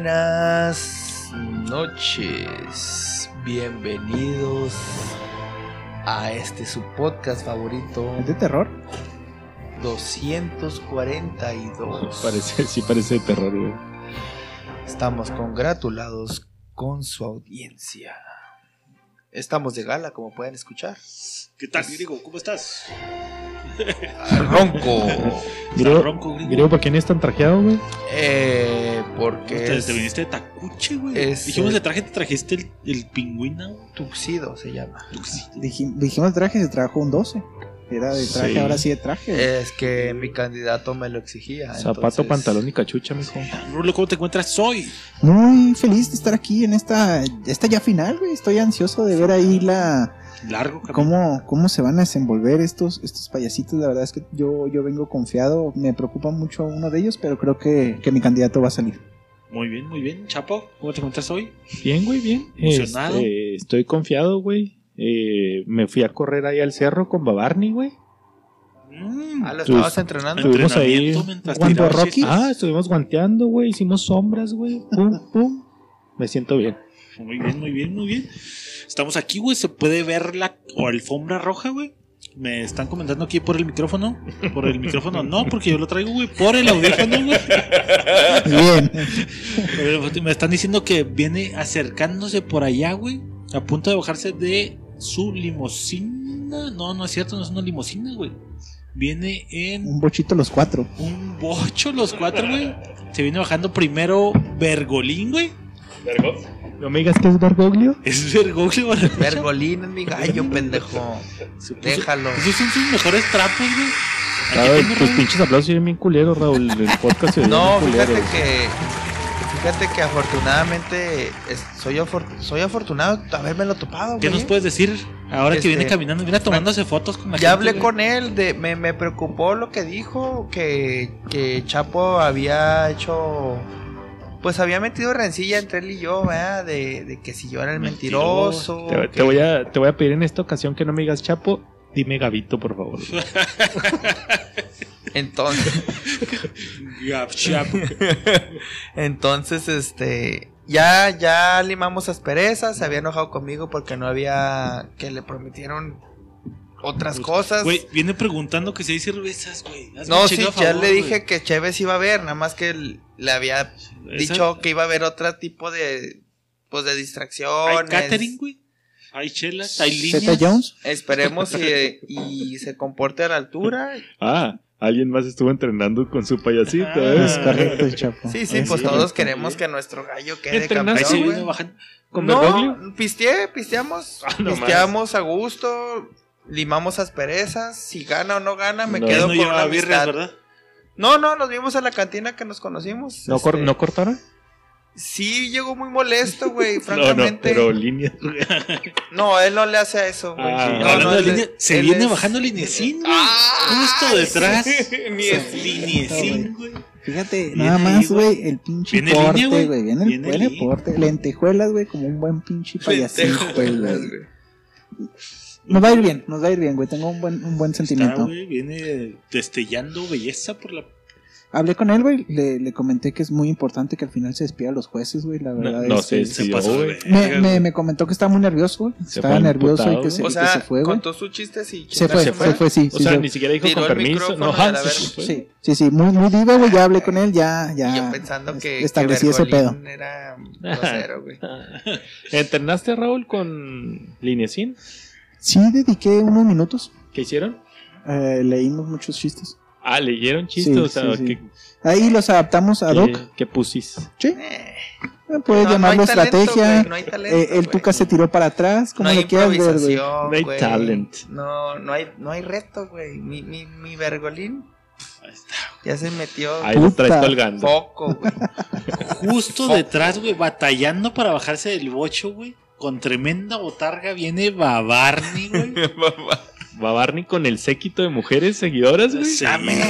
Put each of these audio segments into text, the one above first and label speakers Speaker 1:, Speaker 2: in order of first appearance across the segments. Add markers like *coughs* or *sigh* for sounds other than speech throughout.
Speaker 1: Buenas noches. Bienvenidos a este su podcast favorito
Speaker 2: ¿Es de terror?
Speaker 1: 242.
Speaker 2: *laughs* Parece, sí parece de terror, güey.
Speaker 1: Estamos congratulados con su audiencia. Estamos de gala, como pueden escuchar.
Speaker 3: ¿Qué tal, Griego? ¿Cómo estás?
Speaker 1: Ronco.
Speaker 3: ¿Estás
Speaker 2: Griego,
Speaker 3: ronco, Griego?
Speaker 2: Griego, ¿para quién es tan trajeado, güey?
Speaker 1: Eh, porque
Speaker 3: Te,
Speaker 1: es
Speaker 3: te viniste de tacuche, güey.
Speaker 1: es- eh,
Speaker 3: Dijimos de traje, te trajiste el, el pingüino.
Speaker 1: tuxido se llama.
Speaker 3: tuxedo.
Speaker 4: Dijim- dijimos traje, se trajo un 12. Era de traje,
Speaker 2: Sí.
Speaker 4: ahora sí de traje. güey.
Speaker 1: Es que mi candidato me lo exigía.
Speaker 2: Zapato,
Speaker 1: Eh, entonces-
Speaker 2: pantalón y cachucha, mijo.
Speaker 3: Rulo, ¿cómo te encuentras hoy?
Speaker 4: No, muy feliz de estar aquí en esta, esta ya final, güey. Estoy ansioso de ver ahí la
Speaker 3: Largo, camino.
Speaker 4: cómo, cómo se van a desenvolver estos, estos payasitos. La verdad es que yo, yo vengo confiado. Me preocupa mucho uno de ellos, pero creo que, que mi candidato va a
Speaker 2: *laughs*
Speaker 4: salir.
Speaker 3: Muy bien, muy bien. Chapo, ¿cómo te encuentras hoy?
Speaker 2: Bien, güey, bien.
Speaker 3: Emocionado.
Speaker 2: Este, estoy confiado, güey. Eh, me fui a correr ahí al cerro con Babarni, güey.
Speaker 3: Mm,
Speaker 1: Ah, lo
Speaker 2: Tus-
Speaker 1: estabas entrenando.
Speaker 2: Estuvimos ahí.
Speaker 3: entrenamiento mientras
Speaker 4: Juan
Speaker 3: tirabas
Speaker 4: Borroqui.
Speaker 3: chistes.
Speaker 2: Ah, estuvimos guanteando, güey. Hicimos sombras, güey. Pum, pum. Me siento bien.
Speaker 3: Muy bien, muy bien, muy bien. Estamos aquí, güey. Se puede ver la o alfombra roja, güey. Me están comentando aquí por el micrófono. Por el micrófono, no, porque yo lo traigo, güey. Por el audífono, güey.
Speaker 4: Bien.
Speaker 3: Pero pues, Me están diciendo que viene acercándose por allá, güey. A punto de bajarse de su limusina. No, no es cierto, no es una limusina, güey. Viene en
Speaker 4: Un bochito los cuatro.
Speaker 3: un bocho los cuatro, güey. Se viene bajando primero Bergolín, güey.
Speaker 2: ¿No me digas que es Bergoglio?
Speaker 3: Es Bergoglio, güey.
Speaker 1: Bergolín es mi gallo, pendejo. Déjalo.
Speaker 3: Esos son sus mejores trapos, güey. Aquí
Speaker 2: Raúl,
Speaker 3: tengo,
Speaker 2: tus
Speaker 3: Raúl.
Speaker 2: pinches aplausos se ven bien culeros, Raúl. El podcast *laughs* se ve
Speaker 1: No,
Speaker 2: bien
Speaker 1: fíjate
Speaker 2: culero.
Speaker 1: que. Fíjate que afortunadamente es- soy, afor- soy afortunado de haberme lo topado.
Speaker 3: ¿Qué
Speaker 1: güey.
Speaker 3: nos puedes decir ahora
Speaker 1: Este,
Speaker 3: que viene caminando? Viene tomándose fotos con la
Speaker 1: Ya
Speaker 3: gente,
Speaker 1: hablé
Speaker 3: güey.
Speaker 1: con él, de, me, me preocupó lo que dijo, que, que Chapo había hecho, pues había metido rencilla entre él y yo, ¿verdad? De, de que si yo era el mentiroso.
Speaker 3: Mentiroso.
Speaker 2: Te, te
Speaker 1: que-
Speaker 2: voy a, te voy a pedir en esta ocasión que no me digas Chapo. Dime Gavito, por favor.
Speaker 1: Entonces,
Speaker 3: Gap Chap.
Speaker 1: entonces, este, ya, ya limamos asperezas, se había enojado conmigo porque no había, que le prometieron otras cosas. *laughs*
Speaker 3: Pues, Güey, viene preguntando que si hay cervezas, güey. Hazme
Speaker 1: No,
Speaker 3: un
Speaker 1: sí,
Speaker 3: chingado
Speaker 1: ya
Speaker 3: favor,
Speaker 1: le
Speaker 3: güey.
Speaker 1: dije que Chévez iba a haber, nada más que l- le había
Speaker 3: Esa-
Speaker 1: dicho que iba a haber otro tipo de pues de distracciones.
Speaker 3: Hay catering, güey. Hay chelas, hay
Speaker 4: Z
Speaker 3: líneas.
Speaker 4: Jones.
Speaker 1: Esperemos y, y se comporte a la altura.
Speaker 2: *laughs* Ah, alguien más estuvo entrenando con su payasito,
Speaker 3: Ah,
Speaker 2: ¿eh?
Speaker 4: Es correcto, Chapo.
Speaker 1: Sí, sí,
Speaker 2: Ah,
Speaker 1: pues
Speaker 2: sí,
Speaker 1: todos
Speaker 2: sí.
Speaker 1: queremos que nuestro gallo quede
Speaker 2: ¿Entrenaste,
Speaker 3: Ahí se
Speaker 1: campeón,
Speaker 3: viene
Speaker 1: güey.
Speaker 3: bajando.
Speaker 2: ¿Con Bergoglio?
Speaker 1: No, pisteé, pisteamos,
Speaker 2: Ah, no
Speaker 1: pisteamos a gusto, limamos asperezas, si gana o no gana, me
Speaker 2: No,
Speaker 1: quedo
Speaker 3: no
Speaker 1: con una
Speaker 3: llevaba
Speaker 1: amistad.
Speaker 3: birras, ¿verdad?
Speaker 1: No, no, nos vimos a la cantina que nos conocimos.
Speaker 2: ¿No, cor-
Speaker 1: este,
Speaker 2: ¿No cortaron?
Speaker 1: Sí, llegó muy molesto, güey, *laughs*
Speaker 2: No, no,
Speaker 1: francamente.
Speaker 2: pero línea.
Speaker 1: No, él no le hace a eso, güey.
Speaker 2: Ah.
Speaker 1: No, no,
Speaker 3: Hablando de
Speaker 1: él-
Speaker 3: líneas, se
Speaker 1: él
Speaker 3: viene
Speaker 1: es- *laughs*
Speaker 3: bajando linecín, güey.
Speaker 1: Ah, *laughs*
Speaker 3: Justo detrás.
Speaker 1: Ni
Speaker 3: Se-
Speaker 1: es-
Speaker 3: Linecín, güey.
Speaker 4: Fíjate,
Speaker 3: Viene
Speaker 4: nada
Speaker 3: ahí,
Speaker 4: más,
Speaker 3: güey.
Speaker 4: güey, el pinche
Speaker 3: Viene
Speaker 4: porte,
Speaker 3: línea, güey.
Speaker 4: güey. Viene el
Speaker 3: Viene
Speaker 4: buen
Speaker 3: línea.
Speaker 4: porte. Lentejuelas, güey, como un buen pinche payasito, güey.
Speaker 1: Lentejuelas, güey.
Speaker 4: Nos va a ir bien, nos va a ir bien, güey. Tengo un buen, un buen
Speaker 3: Está,
Speaker 4: sentimiento.
Speaker 3: güey, viene destellando belleza por la.
Speaker 4: Hablé con él, güey. Le, le comenté que es muy importante que al final se despida a los jueces, güey. La verdad
Speaker 2: No, no
Speaker 4: es que
Speaker 2: sé.
Speaker 3: Se
Speaker 2: Sí,
Speaker 3: pasó,
Speaker 2: güey.
Speaker 3: de verga,
Speaker 4: me, me,
Speaker 3: güey.
Speaker 4: me comentó que estaba muy nervioso, güey.
Speaker 2: Se
Speaker 4: Estaba
Speaker 2: fue
Speaker 4: nervioso y
Speaker 2: emputado,
Speaker 4: que se,
Speaker 1: O
Speaker 4: y
Speaker 1: sea,
Speaker 4: que se fue, güey.
Speaker 1: contó sus chistes y
Speaker 4: Se fue,
Speaker 2: se
Speaker 4: se
Speaker 2: fue.
Speaker 4: fue, sí.
Speaker 2: O
Speaker 4: sí,
Speaker 2: sea,
Speaker 4: se-
Speaker 2: ni siquiera dijo
Speaker 1: Tiró
Speaker 2: con
Speaker 1: el
Speaker 2: permiso.
Speaker 1: micrófono
Speaker 2: No,
Speaker 1: de la
Speaker 2: ah, se
Speaker 1: verga.
Speaker 2: fue.
Speaker 4: Sí, sí, sí, muy, muy diva, güey. Ya hablé con él, ya, ya.
Speaker 1: Y yo pensando que,
Speaker 4: Establecí
Speaker 1: que
Speaker 4: ese pedo.
Speaker 1: Bergolín era grosero, güey.
Speaker 2: *laughs* ¿Entrenaste, Raúl, con Linecín?
Speaker 4: Sí, dediqué unos minutos.
Speaker 2: ¿Qué hicieron?
Speaker 4: Eh, leímos muchos chistes.
Speaker 2: Ah, leyeron chistes.
Speaker 4: Sí,
Speaker 2: o sea,
Speaker 4: sí, sí.
Speaker 2: que,
Speaker 4: Ahí los adaptamos a Doc.
Speaker 2: que- que pusis.
Speaker 4: Sí,
Speaker 1: Eh,
Speaker 4: eh, puedes
Speaker 1: no, no
Speaker 4: llamarlo
Speaker 1: hay talento,
Speaker 4: estrategia.
Speaker 1: güey, no hay talento,
Speaker 4: Eh, el
Speaker 1: güey.
Speaker 4: Tuca se tiró para atrás,
Speaker 1: No
Speaker 4: como
Speaker 1: hay
Speaker 4: lo quieras ver,
Speaker 5: *laughs*
Speaker 4: güey.
Speaker 1: improvisación,
Speaker 2: No hay
Speaker 1: güey.
Speaker 2: talent.
Speaker 1: No, no hay, no hay reto, güey. Mi, mi, mi Bergolín
Speaker 3: Ahí está.
Speaker 1: ya se metió
Speaker 2: Ahí lo traes
Speaker 4: Puta.
Speaker 1: *laughs*
Speaker 2: colgando.
Speaker 1: poco, güey.
Speaker 3: Justo detrás, güey, batallando para bajarse del bocho, güey. Con tremenda botarga viene Babarni, güey.
Speaker 2: Va Barney con el séquito de mujeres seguidoras, güey.
Speaker 3: Sí.
Speaker 1: Amén.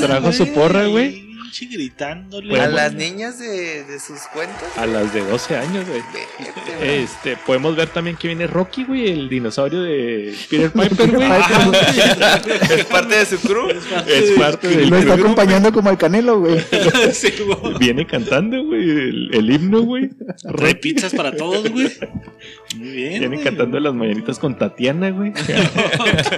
Speaker 2: Trajo su porra, güey.
Speaker 3: pinche gritándole.
Speaker 1: A
Speaker 2: Bueno,
Speaker 1: las niñas de, de sus cuentos.
Speaker 2: A las de 12 años, güey.
Speaker 1: Vete, *laughs* güey.
Speaker 2: Este, podemos ver también que viene Rocky, güey, el dinosaurio de
Speaker 4: *laughs*
Speaker 2: Peter Piper, *laughs* güey.
Speaker 4: Ah,
Speaker 3: Ajá, güey.
Speaker 1: Es parte de su crew.
Speaker 3: Es parte
Speaker 2: Es
Speaker 3: de-
Speaker 2: parte del
Speaker 5: Lo está
Speaker 2: grupo.
Speaker 5: acompañando como el canelo, güey.
Speaker 3: *laughs* Sí, güey.
Speaker 2: Viene cantando, güey, el, el himno, güey.
Speaker 3: Trae pizzas para todos, güey. Muy bien.
Speaker 2: Viene
Speaker 3: güey.
Speaker 2: cantando las mañanitas con Tatiana, güey. *laughs*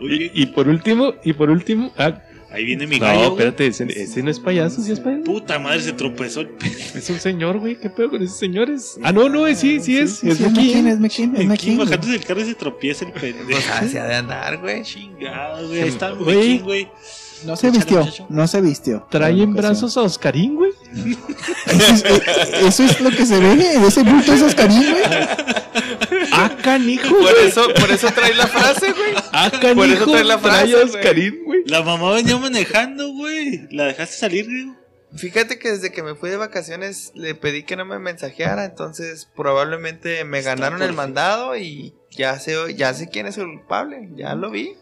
Speaker 3: Oye,
Speaker 2: Y, y por último, y por último, ah,
Speaker 3: ahí viene mi
Speaker 2: no,
Speaker 3: gallo. güey.
Speaker 2: espérate, ese, ese no es payaso, sí es payaso.
Speaker 3: Puta madre, se tropezó. el pe-
Speaker 2: Es un señor, güey, qué pedo con esos señores. Ah, no, no, eh, sí, sí es,
Speaker 5: Sí,
Speaker 2: es
Speaker 5: sí, es
Speaker 2: Mickey.
Speaker 5: McKean, es McKean, es
Speaker 3: Aquí
Speaker 5: McKean, güey.
Speaker 3: bajando del carro se tropieza el pendejo.
Speaker 1: Pues así ha de andar, güey.
Speaker 3: Chingado, güey. Ahí está,
Speaker 2: Güey.
Speaker 3: güey. güey.
Speaker 5: No se
Speaker 3: Échale,
Speaker 5: vistió,
Speaker 3: muchacho.
Speaker 5: no se vistió.
Speaker 2: Trae
Speaker 1: pues,
Speaker 2: en brazos a
Speaker 1: *laughs*
Speaker 2: Oscarín, güey.
Speaker 5: Eso *laughs* es, eh, eso es lo que se ve de ese bulto, esos cariños,
Speaker 1: *laughs*
Speaker 5: güey.
Speaker 2: Ah, canijo,
Speaker 1: Por
Speaker 2: güey.
Speaker 1: eso, por eso trae la frase, güey.
Speaker 2: Ah, canijo.
Speaker 1: por eso trae la frase,
Speaker 2: a
Speaker 1: güey.
Speaker 2: Oscarín, güey.
Speaker 3: La mamá venía manejando, güey. La dejaste salir, güey.
Speaker 1: Fíjate que desde que me fui de vacaciones le pedí que no me mensajeara, entonces probablemente me
Speaker 3: Está
Speaker 1: ganaron el
Speaker 3: perfecto.
Speaker 1: mandado y ya sé, ya sé quién es el culpable, ya lo vi.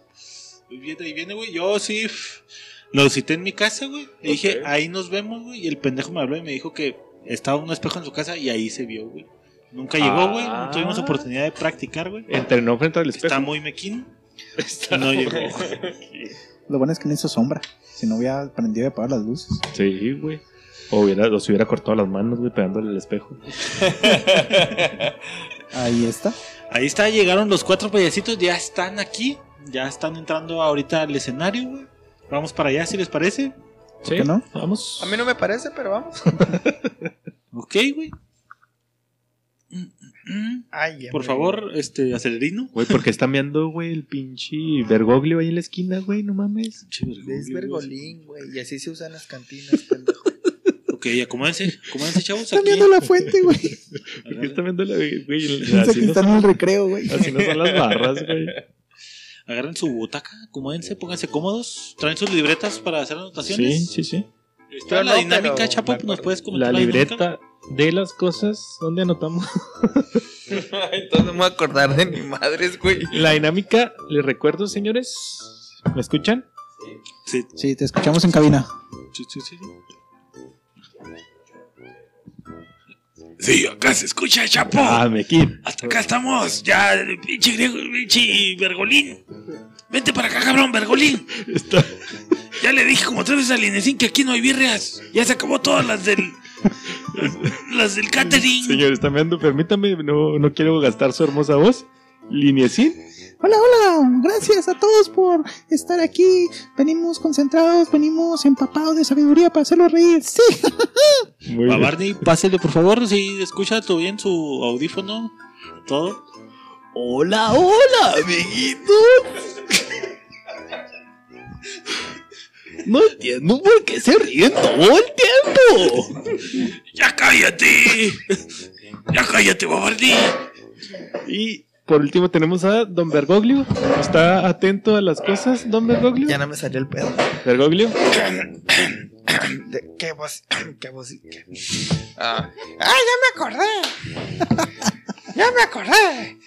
Speaker 3: Muy bien, ahí viene, güey. Yo sí. f- Lo cité en mi casa, güey. Le dije, ahí nos vemos, güey. Y el pendejo me habló y me dijo que estaba un espejo en su casa y ahí se vio, güey. Nunca llegó, güey. No tuvimos
Speaker 2: Ah.
Speaker 3: oportunidad de practicar, güey.
Speaker 2: Entrenó frente al espejo.
Speaker 3: Está muy mequín.
Speaker 2: Está-
Speaker 3: No llegó.
Speaker 5: Lo bueno es que no hizo sombra. Si no hubiera aprendido a apagar las luces.
Speaker 2: Sí, güey. O hubiera, o se hubiera cortado las manos, güey, pegándole al espejo.
Speaker 5: Ahí está.
Speaker 1: Pues
Speaker 3: Ahí está, llegaron los cuatro payasitos. Ya están aquí. Ya están entrando ahorita al escenario, güey. Vamos para allá, si les parece.
Speaker 2: ¿Sí?
Speaker 5: qué no?
Speaker 2: Vamos.
Speaker 1: A mí no me parece, pero vamos.
Speaker 3: Ok, güey. Mm, mm, mm.
Speaker 1: Ay, ya
Speaker 3: Por
Speaker 1: me-
Speaker 3: favor, este, acelerino.
Speaker 2: Güey, porque están viendo, güey, el pinche Bergoglio ahí en la esquina, güey, no mames.
Speaker 3: Che,
Speaker 1: Es
Speaker 3: Bergoglio, güey.
Speaker 1: vergolín, güey, y así se usan las *laughs* cantinas, pendejo.
Speaker 3: Ok, acomódense,
Speaker 2: *laughs*
Speaker 3: acomódense, chavos.
Speaker 5: Están
Speaker 3: Aquí.
Speaker 5: viendo la fuente,
Speaker 1: *laughs*
Speaker 5: güey.
Speaker 2: Porque están viendo la, güey,
Speaker 5: Piensa
Speaker 2: así
Speaker 5: que
Speaker 2: no,
Speaker 5: están en el recreo, güey.
Speaker 2: así no son las barras, güey.
Speaker 3: Agarren su butaca, acomódense, pónganse cómodos. Traen sus libretas para hacer
Speaker 2: Sí,
Speaker 3: anotaciones.
Speaker 2: sí, sí.
Speaker 3: Está
Speaker 1: Yo
Speaker 3: la
Speaker 1: no,
Speaker 3: dinámica,
Speaker 1: pero
Speaker 3: Chapo,
Speaker 1: me acuerdo.
Speaker 3: nos puedes comentar
Speaker 2: La libreta de las cosas, ¿dónde anotamos? *laughs*
Speaker 1: Entonces no me voy a acordar de mi madres, güey.
Speaker 2: La dinámica, les recuerdo, señores. ¿Me escuchan?
Speaker 3: dinámica? Sí,
Speaker 5: Sí, te escuchamos en cabina.
Speaker 3: sí, sí, sí.
Speaker 6: Sí, acá se escucha, Chapo.
Speaker 2: Ah, me quito.
Speaker 6: Hasta acá estamos. Ya, pinche griego, pinche Bergolín. Vente para acá, cabrón, Bergolín.
Speaker 2: Está-
Speaker 6: Ya le dije como tres veces al Inesín que aquí no hay birrias. Ya se acabó todas las del. *laughs* Las del catering.
Speaker 2: Señores, están viendo, permítame, no, no quiero gastar su hermosa voz. Liniecín.
Speaker 5: Hola, hola. Gracias a todos por estar aquí. Venimos concentrados, venimos empapados de sabiduría para hacerlos reír. Sí.
Speaker 2: Muy
Speaker 3: Va,
Speaker 2: bien.
Speaker 3: Barney, pásele, por favor, si escucha todo bien su audífono, todo.
Speaker 6: Hola, hola, amiguito. No entiendo por qué se ríen todo el tiempo. Ya cállate. Ya cállate, Babardi.
Speaker 2: Y por último tenemos a Don Bergoglio. ¿Está atento a las cosas, Don Bergoglio?
Speaker 1: Ya no me salió el pedo.
Speaker 2: Bergoglio.
Speaker 1: De- ¿Qué voz? *clears throat* ¿Qué voz? qué- Ah. ¡Ah, ya me acordé! ¡Ya me acordé!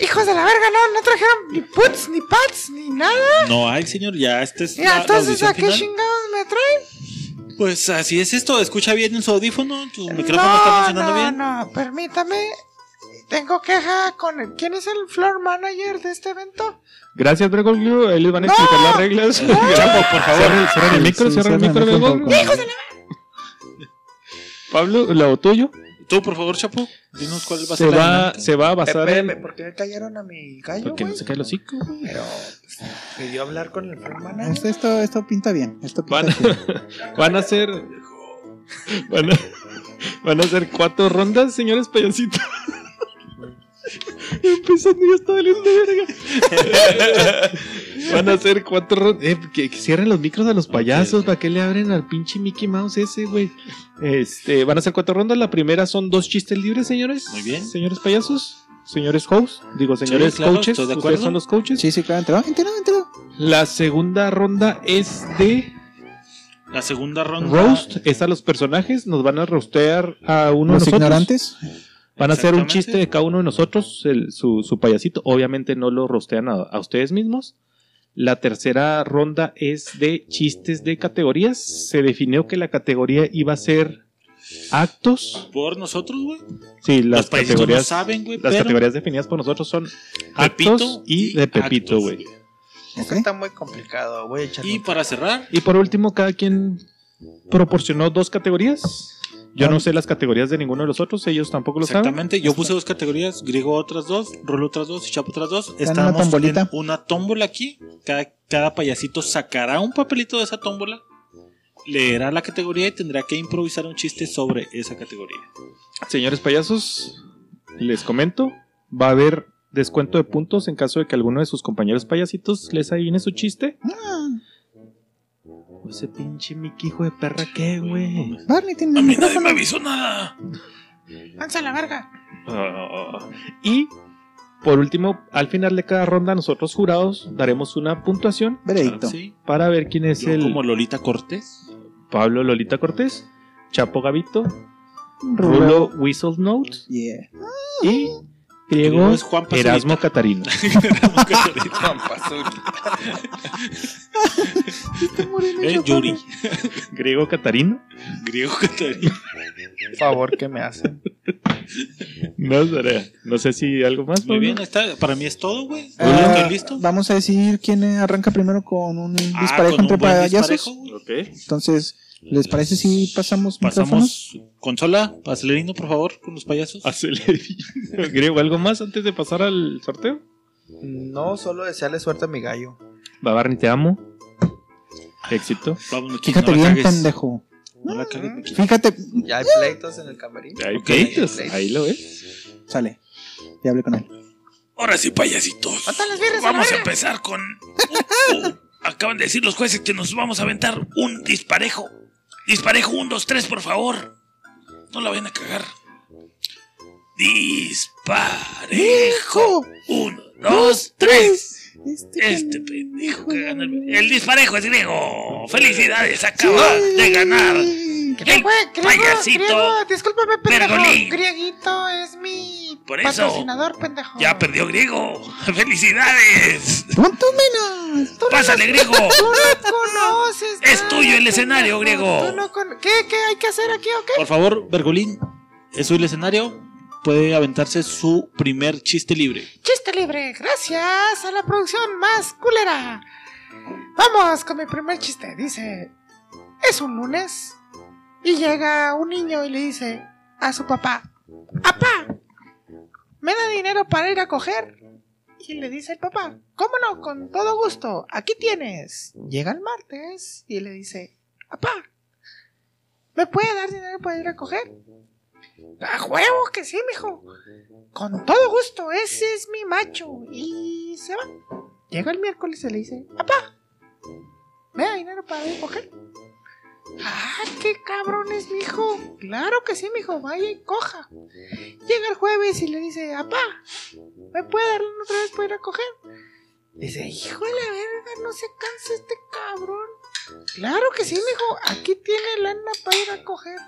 Speaker 1: ¡Hijos de la verga! No, no trajeron ni puts, ni pats, ni nada.
Speaker 3: No hay, señor, ya este es. la-
Speaker 1: Ya,
Speaker 3: la
Speaker 1: entonces,
Speaker 3: audición
Speaker 1: ¿a qué
Speaker 3: final.
Speaker 1: chingados me traen?
Speaker 3: Pues así es esto, escucha bien en su audífono, tu micrófono está
Speaker 1: No,
Speaker 3: funcionando
Speaker 1: no,
Speaker 3: bien.
Speaker 1: no, permítame. Tengo queja con el... ¿Quién es el floor manager de este evento?
Speaker 2: Gracias, Bergoglio. Ahí les van a explicar las reglas. *laughs* Chapo, por favor. Cierren, cierren el micro,
Speaker 5: Sí,
Speaker 2: cierren el
Speaker 5: cierren
Speaker 2: micro,
Speaker 5: el micro,
Speaker 2: Bergoglio.
Speaker 5: por favor.
Speaker 2: Pablo, lo tuyo.
Speaker 3: Tú, por favor, Chapo, dinos cuál va a
Speaker 2: Se
Speaker 3: ser la
Speaker 2: va,
Speaker 3: dinámica.
Speaker 2: se va a basar
Speaker 1: Espérame,
Speaker 2: en.
Speaker 1: ¿por qué callaron a mi gallo,
Speaker 2: Porque no
Speaker 1: güey?
Speaker 2: se cae el hocico. güey.
Speaker 1: Pero... pues, Pidió hablar con el floor
Speaker 5: Esto,
Speaker 1: manager.
Speaker 5: esto, esto pinta bien. Esto pinta
Speaker 2: Van,
Speaker 5: bien.
Speaker 2: van a ser. Van a, van a ser cuatro rondas, señores payasitos. Empezando ya está valiendo verga. Van a ser cuatro rondas. Eh, que, que cierren los micros a los payasos. ¿Para qué le abren al pinche Mickey Mouse ese, güey? Este, van a ser cuatro rondas. La primera son dos chistes libres, señores.
Speaker 3: Muy bien.
Speaker 2: Señores payasos. Señores hosts, digo señores
Speaker 3: claro,
Speaker 2: coaches,
Speaker 3: estoy de
Speaker 2: ustedes
Speaker 3: acuerdo.
Speaker 2: son los coaches.
Speaker 5: Sí, sí, claro, entró. Entró, entró.
Speaker 2: La segunda ronda es de
Speaker 3: La segunda ronda.
Speaker 2: Roast es a los personajes, nos van a rostear a uno
Speaker 5: Los
Speaker 2: de nosotros.
Speaker 5: ignorantes.
Speaker 2: Van a hacer un
Speaker 3: Exactamente.
Speaker 2: chiste de cada uno de nosotros, el- su, su payasito. Obviamente no lo rostean a, a ustedes mismos. La tercera ronda es de chistes de categorías. Se definió que la categoría iba a ser actos.
Speaker 3: Por nosotros, güey.
Speaker 2: Sí, las
Speaker 3: Los países no
Speaker 2: categorías.
Speaker 3: saben, güey.
Speaker 2: Las
Speaker 3: pero
Speaker 2: categorías definidas por nosotros son
Speaker 3: Pepito
Speaker 2: actos y de Pepito,
Speaker 3: actos.
Speaker 2: güey.
Speaker 1: Esto está muy complicado, voy a echar *laughs*
Speaker 3: Y
Speaker 1: nota.
Speaker 3: para cerrar,
Speaker 2: Y por último, cada quien proporcionó dos categorías. Yo no sé las categorías de ninguno de los otros, ellos tampoco lo saben.
Speaker 3: Ah. exactamente, yo puse dos categorías, griego otras dos, rolo otras dos y chapo otras dos.
Speaker 5: una
Speaker 3: Estábamos
Speaker 5: tombolita.
Speaker 3: en una tómbola aquí. Cada, cada payasito sacará un papelito de esa tómbola, leerá la categoría y tendrá que improvisar un chiste sobre esa categoría.
Speaker 2: Señores payasos, les comento, va a haber descuento de puntos en caso de que alguno de sus compañeros payasitos les adivine su chiste.
Speaker 5: Ah,
Speaker 2: Ese pinche Mickey hijo de perra, ¿qué, güey?
Speaker 5: Barney tiene
Speaker 6: A
Speaker 5: el
Speaker 6: mí nadie
Speaker 5: micrófono.
Speaker 6: me avisó nada.
Speaker 2: Y por último, al final de cada ronda, nosotros jurados daremos una puntuación
Speaker 5: Veredicto.
Speaker 3: Sí,
Speaker 2: para ver quién es
Speaker 3: yo
Speaker 2: el
Speaker 3: como Lolita Cortés.
Speaker 2: Pablo Lolita Cortés, Chapo Gavito,
Speaker 5: Rulo.
Speaker 2: Rulo Whistle Note
Speaker 5: Yeah.
Speaker 2: y
Speaker 3: Griego
Speaker 2: Griego
Speaker 3: es Juan Pazurita. *laughs*
Speaker 2: Erasmo Catarino.
Speaker 3: Eh, Yuri.
Speaker 2: Griego Catarino.
Speaker 3: Griego Catarino.
Speaker 1: favor que me hacen.
Speaker 2: No, Sara, no sé si algo más.
Speaker 3: Muy
Speaker 2: Pablo.
Speaker 3: bien, está, para mí es todo, güey.
Speaker 5: Ah,
Speaker 3: ¿Estás listo?
Speaker 5: Vamos a decir quién eh, arranca primero con un
Speaker 3: Ah,
Speaker 5: disparejo
Speaker 3: con un
Speaker 5: entre
Speaker 3: buen
Speaker 5: payasos.
Speaker 3: disparejo, güey.
Speaker 2: Ok.
Speaker 5: Entonces, ¿les parece si pasamos micrófonos?
Speaker 3: Pasamos. Consola, acelerino, por favor, con los payasos.
Speaker 2: Acelerino. Griego, ¿algo más antes de pasar al sorteo?
Speaker 1: No, solo desearle suerte a mi gallo.
Speaker 2: Va, Barney, te amo. Éxito.
Speaker 3: Vamos, Mickey,
Speaker 5: Fíjate
Speaker 3: no la
Speaker 5: bien,
Speaker 3: cagues.
Speaker 5: pendejo.
Speaker 3: No la cagues, Mickey.
Speaker 5: Fíjate.
Speaker 1: Ya hay pleitos en el camerino.
Speaker 2: Ahí, pues,
Speaker 3: Ok.
Speaker 2: pleitos, ahí lo ves.
Speaker 5: Sale. Ya hablé con él.
Speaker 6: Ahora sí, payasitos. Vamos a empezar con. Uh, uh, acaban de decir los jueces que nos vamos a aventar un disparejo. Disparejo 1, 2, 3, por favor. No la vayan a cagar. Disparejo 1, 2, 3. Este pendejo que ganó el... el disparejo es griego. Felicidades, acaba de ganar. El payasito.
Speaker 7: discúlpame, pendejo.
Speaker 6: Bergolín.
Speaker 7: Grieguito es mi
Speaker 6: Por eso.
Speaker 7: patrocinador, pendejo.
Speaker 6: Ya perdió griego. Felicidades.
Speaker 5: ¿Cuánto menos?
Speaker 6: Pásale, griego.
Speaker 7: Tú no conoces.
Speaker 6: Es
Speaker 7: nada,
Speaker 6: tuyo el escenario,
Speaker 7: pendejo.
Speaker 6: griego.
Speaker 7: Tú no con- ¿Qué, ¿Qué hay que hacer aquí o qué?
Speaker 3: Por favor, Bergolín, es el escenario. Puede aventarse su primer chiste libre.
Speaker 7: Chiste libre, gracias a la producción más culera. Vamos con mi primer chiste. Dice: Es un lunes y llega un niño y le dice a su papá: ¡Papá! ¿Me da dinero para ir a coger? Y le dice el papá: ¿Cómo no? Con todo gusto, aquí tienes. Llega el martes y le dice: ¡Papá! ¿Me puede dar dinero para ir a coger? ¡A huevo que sí, mijo! Con todo gusto, ese es mi macho. Y se va. Llega el miércoles y le dice, papá, ¿me da dinero para ir a coger? Ah, qué cabrón es mi hijo. Claro que sí, mijo, vaya y coja. Llega el jueves y le dice, papá, ¿me puede dar una otra vez para ir a coger? Dice, hijo de la verga, no se cansa este cabrón. Claro que sí, mijo, aquí tiene lana para ir a coger.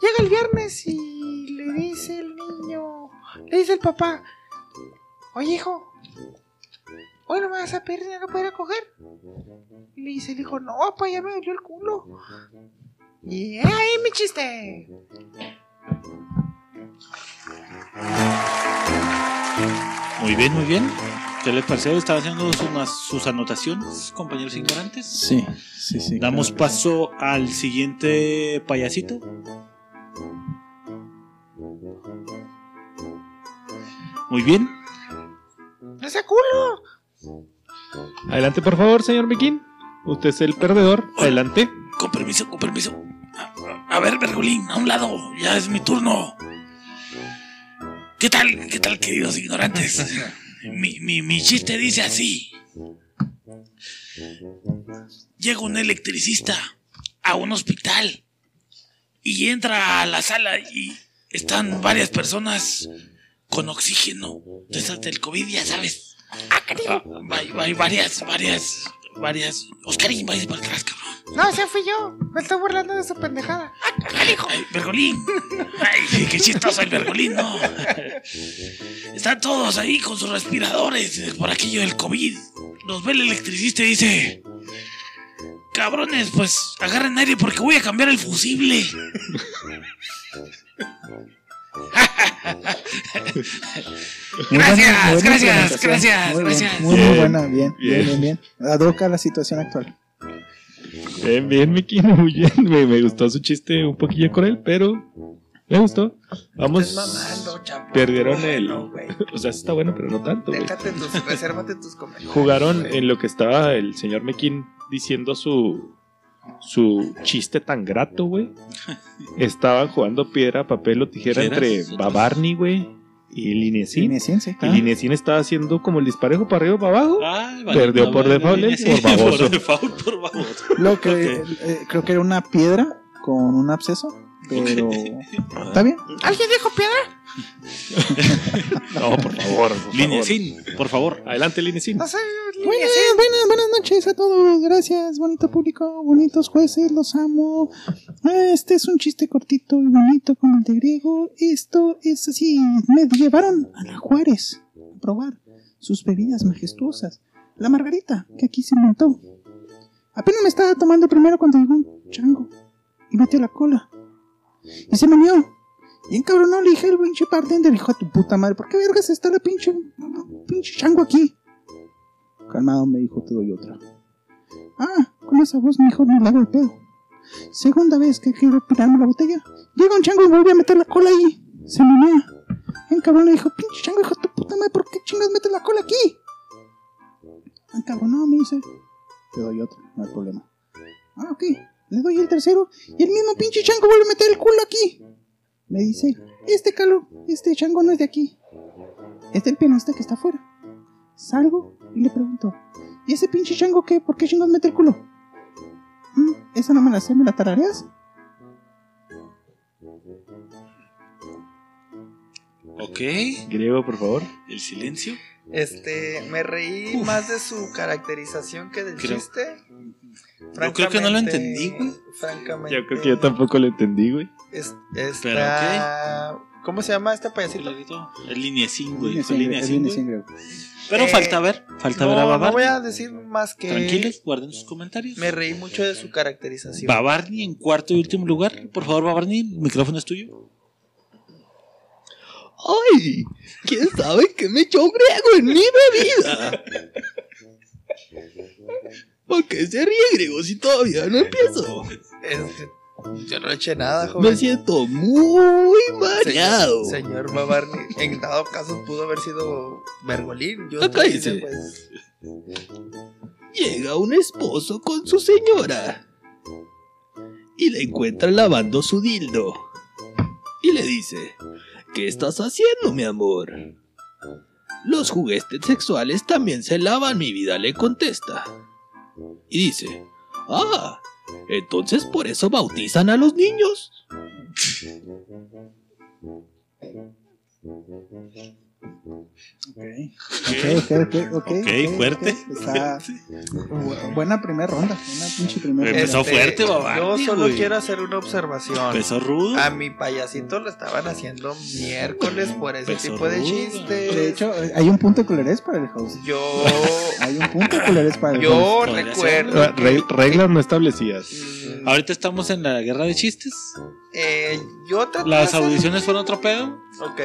Speaker 7: Llega el viernes y le dice el niño, le dice el papá, oye hijo, hoy no me vas a pedir dinero para ir a coger. Le dice el hijo, no, papá, ya me dolió el culo. Y he ahí mi chiste.
Speaker 3: Muy bien, muy bien. ¿Qué les pareció? Estaba haciendo sus, unas- sus anotaciones, compañeros ignorantes.
Speaker 5: Sí, sí, sí.
Speaker 3: Damos paso al siguiente payasito. Muy bien.
Speaker 7: No sea culo.
Speaker 2: Adelante, por favor, señor Miquín. Usted es el perdedor. Adelante.
Speaker 6: Con permiso, con permiso. A, a- a ver, Bergolín, a un lado, ya es mi turno. ¿Qué tal, qué tal, queridos ignorantes? Mi, mi- mi chiste dice así. Llega un electricista a un hospital y entra a la sala y están varias personas con oxígeno. Desde el COVID, ya sabes. Hay, hay varias, varias, varias. Oscarín, vaya para atrás, cabrón.
Speaker 7: No, ese fui yo. Me estoy burlando de su pendejada.
Speaker 6: Ay, Bergolín. Ay, qué chistoso el Bergolín, ¿no? Están todos ahí con sus respiradores eh, por aquello del COVID. nos ve el electricista y dice: Cabrones, pues agarren aire porque voy a cambiar el fusible.
Speaker 4: Muy buena-
Speaker 6: Gracias,
Speaker 4: muy buena
Speaker 6: gracias,
Speaker 4: implementación.
Speaker 6: gracias,
Speaker 4: Muy, bien,
Speaker 6: gracias.
Speaker 4: muy, muy buena, bien,
Speaker 2: Bien.
Speaker 4: bien, bien, bien. Adoca la situación actual.
Speaker 2: Bien, bien, Miki, muy bien. Me, me gustó su chiste un poquillo con él, pero me gustó. Vamos.
Speaker 1: mamando, chapo.
Speaker 2: Perdieron el-
Speaker 1: No, güey.
Speaker 2: O sea, está bueno, pero no tanto. güey.
Speaker 1: Déjate tus, resérvate tus comentarios.
Speaker 2: Jugaron
Speaker 1: güey.
Speaker 2: en lo que estaba el señor Mekin diciendo su su chiste tan grato, *laughs* güey. Estaban jugando piedra, papel o tijera
Speaker 3: Tijeras,
Speaker 2: entre
Speaker 3: otras.
Speaker 2: Babarni, güey, y Linecín.
Speaker 4: Tiene ciencia,
Speaker 2: Y
Speaker 4: claro.
Speaker 2: Linecín estaba haciendo como el disparejo para arriba o para abajo.
Speaker 3: Ay,
Speaker 2: Perdió por
Speaker 3: madre,
Speaker 2: default,
Speaker 3: niña, sí,
Speaker 2: por baboso.
Speaker 3: Por default, por baboso.
Speaker 4: Lo que
Speaker 3: Ok.
Speaker 4: eh, creo que era una piedra con un absceso, pero está bien.
Speaker 7: ¿Alguien dijo piedra?
Speaker 2: No, por favor. por
Speaker 3: Línea
Speaker 2: favor.
Speaker 3: sin, por favor.
Speaker 2: Adelante, Linecín.
Speaker 7: No sé,
Speaker 4: Buenas,
Speaker 7: línea C.
Speaker 4: buenas, buenas noches a todos. Gracias, bonito público, bonitos jueces, los amo. Ah, Este es un chiste cortito y bonito como el de griego. Esto es así. Me llevaron a la Juárez a probar sus bebidas majestuosas. La margarita, que aquí se inventó. Apenas me estaba tomando primero cuando llegó un chango y metió la cola. Y se me unió. Y en cabrón le dije al pinche bartender, hijo de tu puta madre, ¿por qué vergas está la pinche, pinche chango aquí? Calmado, me dijo, te doy otra. Ah, con esa voz mejor no le hago el pedo. Segunda vez que quiero pirarme la botella. Llega un chango y vuelve a meter la cola ahí. Se menea. El cabrón le dijo, pinche chango, hijo de tu puta madre, ¿por qué chingas metes la cola aquí? El cabrón no, me dice, te doy otra, no hay problema. Ah, ok. Le doy el tercero y el mismo pinche chango vuelve a meter el culo aquí. Me dice, este calo, este chango no es de aquí. Es del pianista que está afuera. Salgo y le pregunto, ¿y ese pinche chango qué? ¿Por qué chingos mete el culo? Mm, ¿Esa no me la sé? ¿Me la tarareas?
Speaker 3: Ok.
Speaker 2: Griego, por favor.
Speaker 3: El silencio.
Speaker 1: Este, me reí más de su caracterización que del
Speaker 3: Creo-
Speaker 1: chiste.
Speaker 3: Yo creo que no lo
Speaker 1: Francamente,
Speaker 3: entendí, güey.
Speaker 1: Francamente.
Speaker 2: Yo creo que yo tampoco lo entendí, güey.
Speaker 1: es- está- ¿Cómo se llama este
Speaker 3: El
Speaker 1: payasito?
Speaker 3: grito. El línea sin, güey.
Speaker 4: Línea
Speaker 3: Fue
Speaker 4: sin
Speaker 3: línea
Speaker 4: gre-
Speaker 3: sin,
Speaker 4: línea
Speaker 3: güey.
Speaker 4: sin grego.
Speaker 3: Pero
Speaker 1: Eh,
Speaker 3: falta ver. Falta ver a
Speaker 1: No, no voy
Speaker 3: Babarni.
Speaker 1: a decir más que.
Speaker 3: Tranquilos, guarden sus comentarios.
Speaker 1: Me reí mucho de su caracterización.
Speaker 3: Babarni en cuarto y último lugar. Por favor, Babarni, el micrófono es tuyo.
Speaker 8: ¡Ay! ¿Quién sabe qué me echó griego en mi bebida? ¿Por qué se ríe griego si todavía no empiezo?
Speaker 1: Este, yo no le eché nada, joven.
Speaker 8: Me siento muy mareado.
Speaker 1: Señor, señor Babarni, en dado caso pudo haber sido Bergolín. Yo
Speaker 8: Ah, cállese.
Speaker 1: dije, pues,
Speaker 8: Llega un esposo con su señora y la encuentra lavando su dildo. Y le dice, ¿qué estás haciendo, mi amor? Los juguetes sexuales también se lavan, mi vida, le contesta. Y dice, ah, entonces por eso bautizan a los niños.
Speaker 4: Ok, ok, ok, ok.
Speaker 3: Ok, fuerte.
Speaker 4: ok.
Speaker 3: *laughs*
Speaker 2: *laughs*
Speaker 4: Está- bu- buena primera ronda. Una pinche primera
Speaker 3: Empezó
Speaker 4: ronda.
Speaker 3: fuerte,
Speaker 1: este, Yo
Speaker 3: Babarni,
Speaker 1: solo
Speaker 3: güey.
Speaker 1: quiero hacer una observación.
Speaker 3: Empezó rudo.
Speaker 1: A mi payasito lo estaban haciendo miércoles por ese
Speaker 3: Peso
Speaker 1: tipo de
Speaker 3: rudo.
Speaker 1: chistes.
Speaker 4: De hecho, hay un punto de culerés para el house.
Speaker 3: *laughs*
Speaker 1: yo,
Speaker 4: Hay un punto de culerés para el house.
Speaker 1: yo
Speaker 3: Podría
Speaker 1: recuerdo.
Speaker 2: Re- re- Reglas no establecidas.
Speaker 1: Mm,
Speaker 3: Ahorita estamos en la guerra de chistes.
Speaker 1: eh, yo traté de
Speaker 3: Las
Speaker 1: hacer-
Speaker 3: audiciones fueron otro pedo.
Speaker 1: Ok.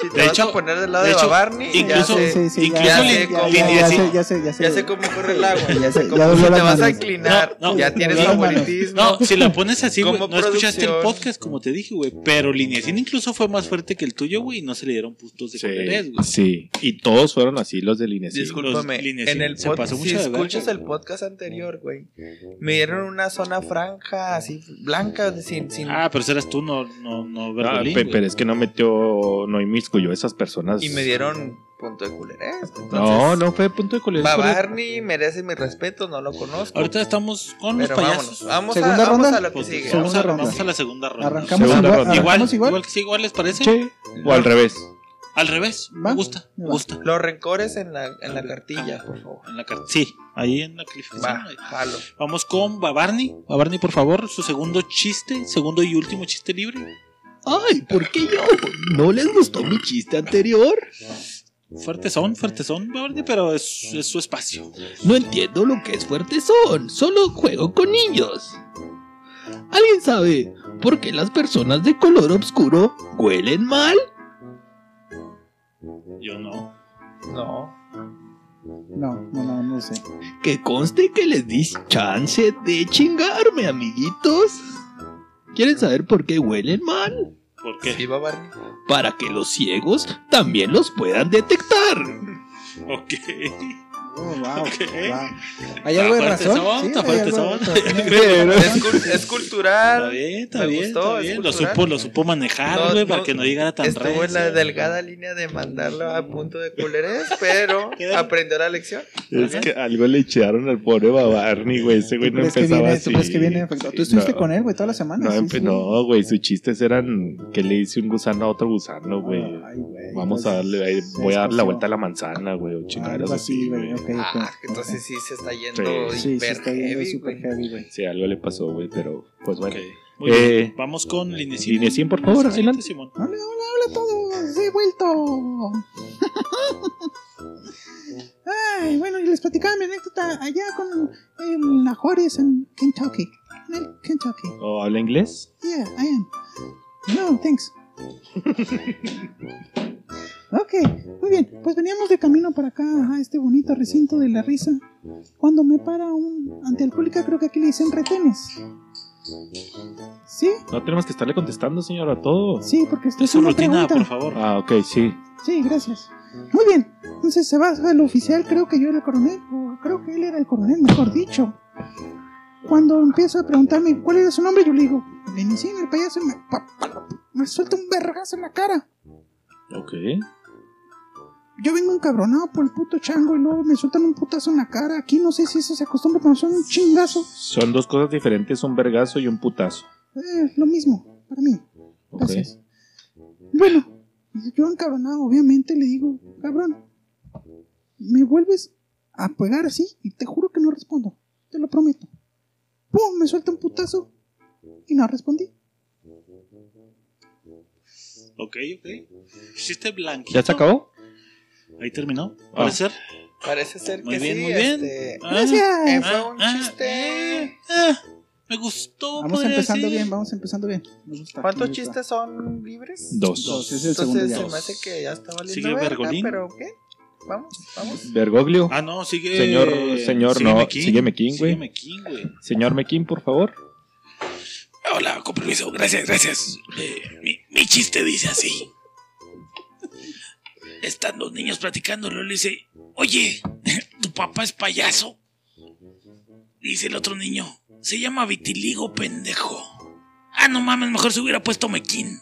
Speaker 1: Si te
Speaker 3: De
Speaker 1: vas
Speaker 3: hecho-
Speaker 1: a poner del lado
Speaker 3: de
Speaker 1: de,
Speaker 3: hecho,
Speaker 1: Barney,
Speaker 3: incluso-
Speaker 1: ya, sé,
Speaker 3: incluso
Speaker 4: ya,
Speaker 1: le-
Speaker 4: sé, ya,
Speaker 1: le-
Speaker 4: ya,
Speaker 1: le-
Speaker 4: ya
Speaker 1: sí.
Speaker 4: sé, ya sé, ya sé.
Speaker 1: ya sé cómo corre el agua, ya sé
Speaker 4: Ya
Speaker 1: cómo
Speaker 4: dobló
Speaker 1: si
Speaker 4: las
Speaker 1: te vas a
Speaker 4: manos.
Speaker 1: inclinar,
Speaker 3: No, no.
Speaker 1: ya tienes
Speaker 4: Dobló las manos.
Speaker 1: favoritismo.
Speaker 3: No, si la pones así, güey, no
Speaker 1: Como
Speaker 3: escuchaste el
Speaker 1: producción.
Speaker 3: podcast, como te dije, güey. Pero Línea sin incluso fue más fuerte que el tuyo, güey, y no se le dieron puntos de
Speaker 2: Sí,
Speaker 3: colores, güey.
Speaker 2: sí. Y todos fueron así los del Inés.
Speaker 1: Discúlpame,
Speaker 3: los líneas,
Speaker 1: en
Speaker 3: sí,
Speaker 1: el
Speaker 3: se
Speaker 1: pod-
Speaker 3: pasó
Speaker 1: si
Speaker 3: mucho de
Speaker 1: escuchas
Speaker 3: verga,
Speaker 1: el podcast anterior, güey, me dieron una zona franja así blanca sin sin
Speaker 3: Ah, pero serás tú, no, no, no,
Speaker 2: Ah,
Speaker 3: Bergolín,
Speaker 2: pe-
Speaker 3: güey.
Speaker 2: pero es que no metió, no inmiscuyó a esas personas.
Speaker 1: y me
Speaker 3: Pues,
Speaker 1: dieron punto de culerés.
Speaker 2: no,
Speaker 1: Entonces,
Speaker 2: no fue punto de colegio.
Speaker 1: Va Barney merece mi respeto, no lo conozco.
Speaker 3: Ahorita estamos con los
Speaker 1: pero vámonos,
Speaker 3: payasos.
Speaker 1: vamos, a,
Speaker 4: Segunda
Speaker 1: vamos
Speaker 4: ronda.
Speaker 1: a lo que
Speaker 3: Pues,
Speaker 1: sigue.
Speaker 3: vamos,
Speaker 4: Segunda
Speaker 3: a,
Speaker 4: ronda.
Speaker 3: vamos a la segunda ronda.
Speaker 4: Arrancamos
Speaker 2: Segunda
Speaker 4: igual.
Speaker 2: ronda.
Speaker 3: Igual,
Speaker 4: arrancamos
Speaker 3: igual,
Speaker 4: igual.
Speaker 3: que sí, igual les parece.
Speaker 2: Sí, o al revés.
Speaker 3: Al revés,
Speaker 4: Va,
Speaker 3: me gusta, me
Speaker 4: va.
Speaker 3: gusta.
Speaker 1: Los rencores en la, en la cartilla, por favor.
Speaker 3: En la car- sí, ahí en la calificación.
Speaker 1: Va,
Speaker 3: ahí.
Speaker 1: jalo.
Speaker 3: Vamos con Babarni. Babarni, por favor, su segundo chiste, segundo y último chiste libre.
Speaker 8: Ay, ¿por qué yo? ¿No les gustó mi chiste anterior?
Speaker 3: Fuertezón, fuertezón, Jordi, pero es, es su espacio.
Speaker 8: No entiendo lo que es fuerte son, solo juego con niños. ¿Alguien sabe por qué las personas de color oscuro huelen mal?
Speaker 3: Yo no.
Speaker 1: No.
Speaker 4: No, no, no, no sé.
Speaker 8: Que conste que les di chance de chingarme, amiguitos. ¿Quieren saber por qué huelen mal?
Speaker 3: ¿Por qué?
Speaker 1: Sí, va Barney.
Speaker 8: Para que los ciegos también los puedan detectar.
Speaker 3: Ok. *laughs*
Speaker 4: Oh, wow,
Speaker 3: Ok.
Speaker 4: wow. Hay algo de
Speaker 3: Está
Speaker 4: razón.
Speaker 3: fuertezón,
Speaker 4: sí, hay
Speaker 3: está
Speaker 4: algo de
Speaker 3: fuertezón.
Speaker 4: razón.
Speaker 2: Pero-
Speaker 1: Es,
Speaker 3: *laughs*
Speaker 1: cul- es
Speaker 3: Está
Speaker 1: cultural.
Speaker 3: bien, está
Speaker 1: Ah, Me
Speaker 3: bien,
Speaker 1: gustó,
Speaker 3: está
Speaker 1: es
Speaker 3: bien. Lo
Speaker 1: cultural.
Speaker 3: supo, lo supo manejar,
Speaker 1: No,
Speaker 3: güey, para
Speaker 1: no,
Speaker 3: que no llegara tan
Speaker 1: Estuvo en la
Speaker 3: recio.
Speaker 1: delgada línea de mandarlo a punto de culerés,
Speaker 3: *laughs*
Speaker 1: pero aprendió la lección.
Speaker 2: Es que algo le echaron al pobre Babarni, güey. Ese güey
Speaker 4: ¿Tú
Speaker 2: no
Speaker 4: crees, que
Speaker 2: empezaba
Speaker 4: viene,
Speaker 2: así.
Speaker 4: ¿Tú crees que viene afectado?
Speaker 2: Sí,
Speaker 4: Tú estuviste
Speaker 2: no.
Speaker 4: con él, güey, toda la semana.
Speaker 2: No,
Speaker 4: sí,
Speaker 2: empe-
Speaker 4: sí.
Speaker 2: no, güey. Sus chistes eran que le hice un gusano a otro gusano, güey.
Speaker 4: Ay, güey,
Speaker 2: Vamos a darle, ahí
Speaker 4: entonces,
Speaker 2: voy a dar la
Speaker 4: sí,
Speaker 2: vuelta a la manzana, güey. O
Speaker 4: sí,
Speaker 2: chingaderas
Speaker 4: Algo
Speaker 2: así,
Speaker 4: así, güey.
Speaker 2: güey.
Speaker 4: ok, ok,
Speaker 1: Ah,
Speaker 4: ok.
Speaker 1: entonces sí se está yendo
Speaker 2: Sí.
Speaker 4: Sí, sí,
Speaker 1: hiper
Speaker 4: está
Speaker 1: heavy,
Speaker 4: yendo
Speaker 1: güey.
Speaker 4: super heavy, güey.
Speaker 2: Sí, algo le pasó, güey. Pero, pues bueno.
Speaker 3: Ok, muy bien.
Speaker 2: Eh,
Speaker 3: Vamos con Línea
Speaker 2: Línea 100, por favor, adelante.
Speaker 3: Simón.
Speaker 4: Hola, hola, hola a todos, he vuelto. *laughs* Ay, bueno, y les platicaba mi anécdota allá con en Ajores en Kentucky. En el Kentucky.
Speaker 2: ¿O habla inglés?
Speaker 4: Yeah, I am. No, thanks. ok, muy bien. Pues veníamos de camino para acá, a este bonito recinto de la risa. Cuando me para un antialcohólica, creo que aquí le dicen retenes. ¿Sí?
Speaker 2: No tenemos que estarle contestando, señor, a todo.
Speaker 4: Sí, porque esto
Speaker 3: De
Speaker 4: es
Speaker 3: su
Speaker 4: una
Speaker 3: rutina,
Speaker 4: pregunta.
Speaker 3: por favor.
Speaker 2: Ah, ok, sí.
Speaker 4: Sí, gracias. Muy bien. Entonces se baja el oficial, creo que yo era el coronel, o creo que él era el coronel, mejor dicho. Cuando empiezo a preguntarme cuál era su nombre, yo le digo, Lenicín, el payaso, y me, pa- pa- me suelta un vergazo en la cara.
Speaker 2: Ok.
Speaker 4: Yo vengo encabronado por el puto chango y luego me sueltan un putazo en la cara. Aquí no sé si eso se acostumbra, pero son un chingazo.
Speaker 2: Son dos cosas diferentes, un vergazo y un putazo.
Speaker 4: Eh, lo mismo, para mí.
Speaker 2: Ok.
Speaker 4: Gracias. Bueno, yo encabronado, obviamente, le digo, cabrón, me vuelves a pegar así y te juro que no respondo, te lo prometo. ¡Pum! Me suelta un putazo y no respondí.
Speaker 3: Ok, ok. Chiste blanquito.
Speaker 2: ¿Ya se acabó?
Speaker 3: Ahí terminó.
Speaker 2: Ah.
Speaker 3: Parece ser.
Speaker 1: Parece ser que
Speaker 3: Muy bien,
Speaker 1: sí.
Speaker 3: muy bien.
Speaker 1: este,
Speaker 3: Ah,
Speaker 4: Gracias.
Speaker 1: eh, fue un
Speaker 3: ah,
Speaker 1: chiste.
Speaker 3: eh, ah, me gustó.
Speaker 4: Vamos
Speaker 3: podría
Speaker 4: empezando
Speaker 3: decir.
Speaker 4: bien, vamos empezando bien. Nos gusta,
Speaker 1: ¿Cuántos
Speaker 4: nos gusta.
Speaker 1: chistes son libres?
Speaker 2: Dos.
Speaker 4: Dos, ese es el segundo
Speaker 1: Entonces
Speaker 4: ya.
Speaker 1: se me hace que ya está valiendo
Speaker 3: Sigue
Speaker 1: verga,
Speaker 3: Bergolín.
Speaker 1: pero ¿qué? Vamos, vamos.
Speaker 2: Bergoglio.
Speaker 3: Ah, no, sigue.
Speaker 2: Señor- señor,
Speaker 3: sígueme
Speaker 2: no,
Speaker 3: aquí.
Speaker 2: sígueme aquí, güey.
Speaker 3: Sígueme aquí, güey.
Speaker 2: Señor Mequín, por favor.
Speaker 6: Hola, con permiso. Gracias, gracias. Eh, mi, mi chiste dice así. Están los niños platicando, luego le dice, oye, *laughs* ¿tu papá es payaso? Dice el otro niño, se llama vitiligo, pendejo. Ah, no mames, mejor se hubiera puesto mequín.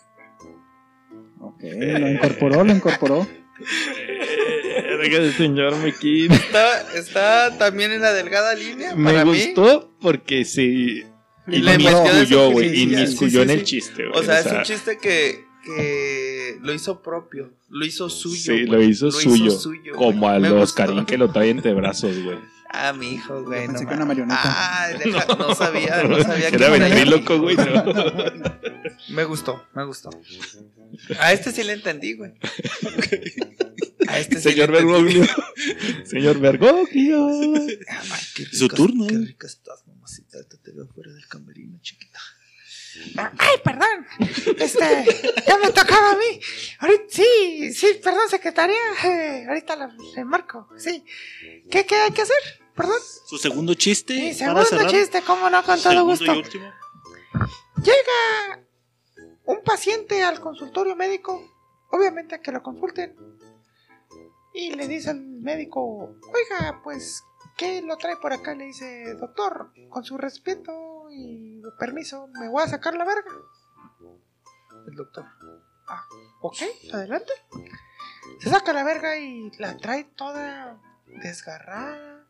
Speaker 4: Ok, lo incorporó, lo incorporó.
Speaker 2: señor Mequín.
Speaker 1: Está, está también en la delgada línea.
Speaker 2: *laughs* Me
Speaker 1: para mí.
Speaker 2: gustó porque se
Speaker 1: Le metió de
Speaker 2: inmiscuyó,
Speaker 1: su-
Speaker 2: güey.
Speaker 1: sí, sí,
Speaker 2: Inmiscuyó
Speaker 1: sí,
Speaker 2: en
Speaker 1: sí,
Speaker 2: el
Speaker 1: sí.
Speaker 2: chiste, güey.
Speaker 1: O sea, es un chiste que, que lo hizo propio, lo hizo suyo.
Speaker 2: Sí,
Speaker 1: güey.
Speaker 2: lo hizo suyo.
Speaker 1: güey.
Speaker 2: Como a
Speaker 1: Me
Speaker 2: los
Speaker 1: gustó.
Speaker 2: Karim que lo traen de brazos, güey.
Speaker 1: Ah, mi hijo, güey.
Speaker 4: Yo pensé
Speaker 1: no
Speaker 4: que era una
Speaker 1: mames.
Speaker 4: marioneta.
Speaker 1: Ah, deja-
Speaker 2: *laughs*
Speaker 1: no. sabía, *laughs* no sabía
Speaker 2: Era
Speaker 1: por ahí.
Speaker 2: ventríloco,
Speaker 1: *laughs*
Speaker 2: güey. ¿no?
Speaker 1: Me gustó, me gustó. A este sí le entendí,
Speaker 2: *laughs*
Speaker 1: güey. A este sí
Speaker 2: Señor
Speaker 1: le entendí. *laughs*
Speaker 2: Bergoglio. Señor Bergoglio.
Speaker 1: Ay, qué
Speaker 3: Su turno.
Speaker 1: Qué rica estás, mamacita. Ahorita Te veo fuera del camerino, chiquita.
Speaker 7: Ah, Ay, perdón. Este, ya me tocaba a mí. Ahorita, sí, sí, perdón, secretaria. eh, *laughs* ahorita la- le marco, sí. ¿Qué, ¿Qué hay que hacer? Perdón.
Speaker 3: Su segundo chiste.
Speaker 7: Sí,
Speaker 3: para
Speaker 7: segundo
Speaker 3: cerrar.
Speaker 7: chiste, cómo no, con todo
Speaker 3: Segundo
Speaker 7: gusto.
Speaker 3: y último.
Speaker 7: Llega un paciente al consultorio médico, obviamente a que lo consulten, y le dice al médico, oiga, pues, ¿qué lo trae por acá? Le dice, doctor, con su respeto y permiso, me voy a sacar la verga. "Ah,
Speaker 1: El doctor.
Speaker 7: Ok, adelante. Se saca la verga y la trae toda desgarrada,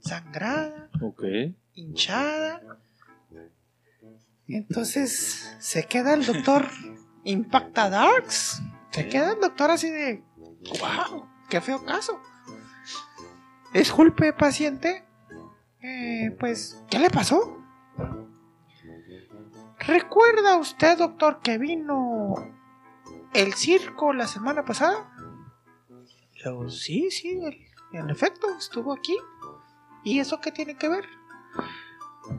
Speaker 7: sangrada,
Speaker 2: Ok.
Speaker 7: hinchada. Entonces se queda el doctor Impacta Darks. Se queda el doctor así de, wow, qué feo caso. Disculpe, paciente. eh, pues, ¿qué le pasó? ¿Recuerda usted, doctor, que vino el circo la semana pasada? Luego, sí, sí, él, en efecto, estuvo aquí. ¿Y eso qué tiene que ver?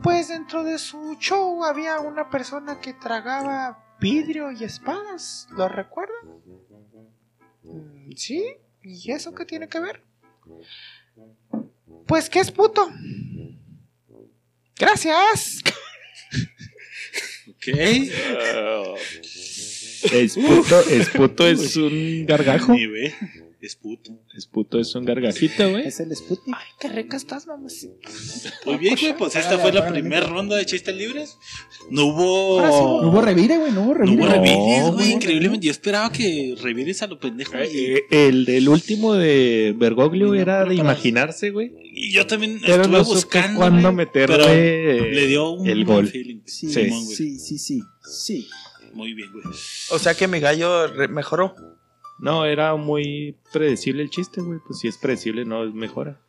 Speaker 7: Pues dentro de su show había una persona que tragaba vidrio y espadas, ¿lo recuerdan? "Mm, Sí, ¿y eso qué tiene que ver? Pues que es puto. Gracias.
Speaker 3: Ok.
Speaker 2: Es puto, es puto, es un gargajo.
Speaker 3: Ni ve. Es puto.
Speaker 2: Es puto, es un gargajito, güey.
Speaker 4: Es el Sputnik.
Speaker 7: Ay, qué rica estás, mamacita.
Speaker 3: Muy bien, güey. Pues esta
Speaker 4: Págale,
Speaker 3: fue la
Speaker 4: págale,
Speaker 3: primera
Speaker 4: mijo.
Speaker 3: ronda de chistes libres. No
Speaker 7: Ahora sí,
Speaker 3: hubo.
Speaker 4: No hubo revire, güey, no hubo
Speaker 3: No
Speaker 4: revire.
Speaker 3: hubo revires,
Speaker 2: güey.
Speaker 3: güey. Increíblemente. Yo esperaba que revires a lo pendejo. güey.
Speaker 2: Eh, El, el último de Bergoglio era de imaginarse, güey.
Speaker 3: Y yo también
Speaker 2: Pero
Speaker 3: estuve
Speaker 2: no supe
Speaker 3: buscando.
Speaker 2: cuándo
Speaker 3: güey, pero
Speaker 2: meterle.
Speaker 3: le dio un
Speaker 2: el gol.
Speaker 3: feeling.
Speaker 4: Sí,
Speaker 2: Sí.
Speaker 3: Simón, güey.
Speaker 4: sí, sí, sí, sí.
Speaker 3: Muy bien, güey.
Speaker 1: O sea que mi gallo re- mejoró.
Speaker 2: No, era muy predecible el chiste, güey. Pues si es predecible, no mejora.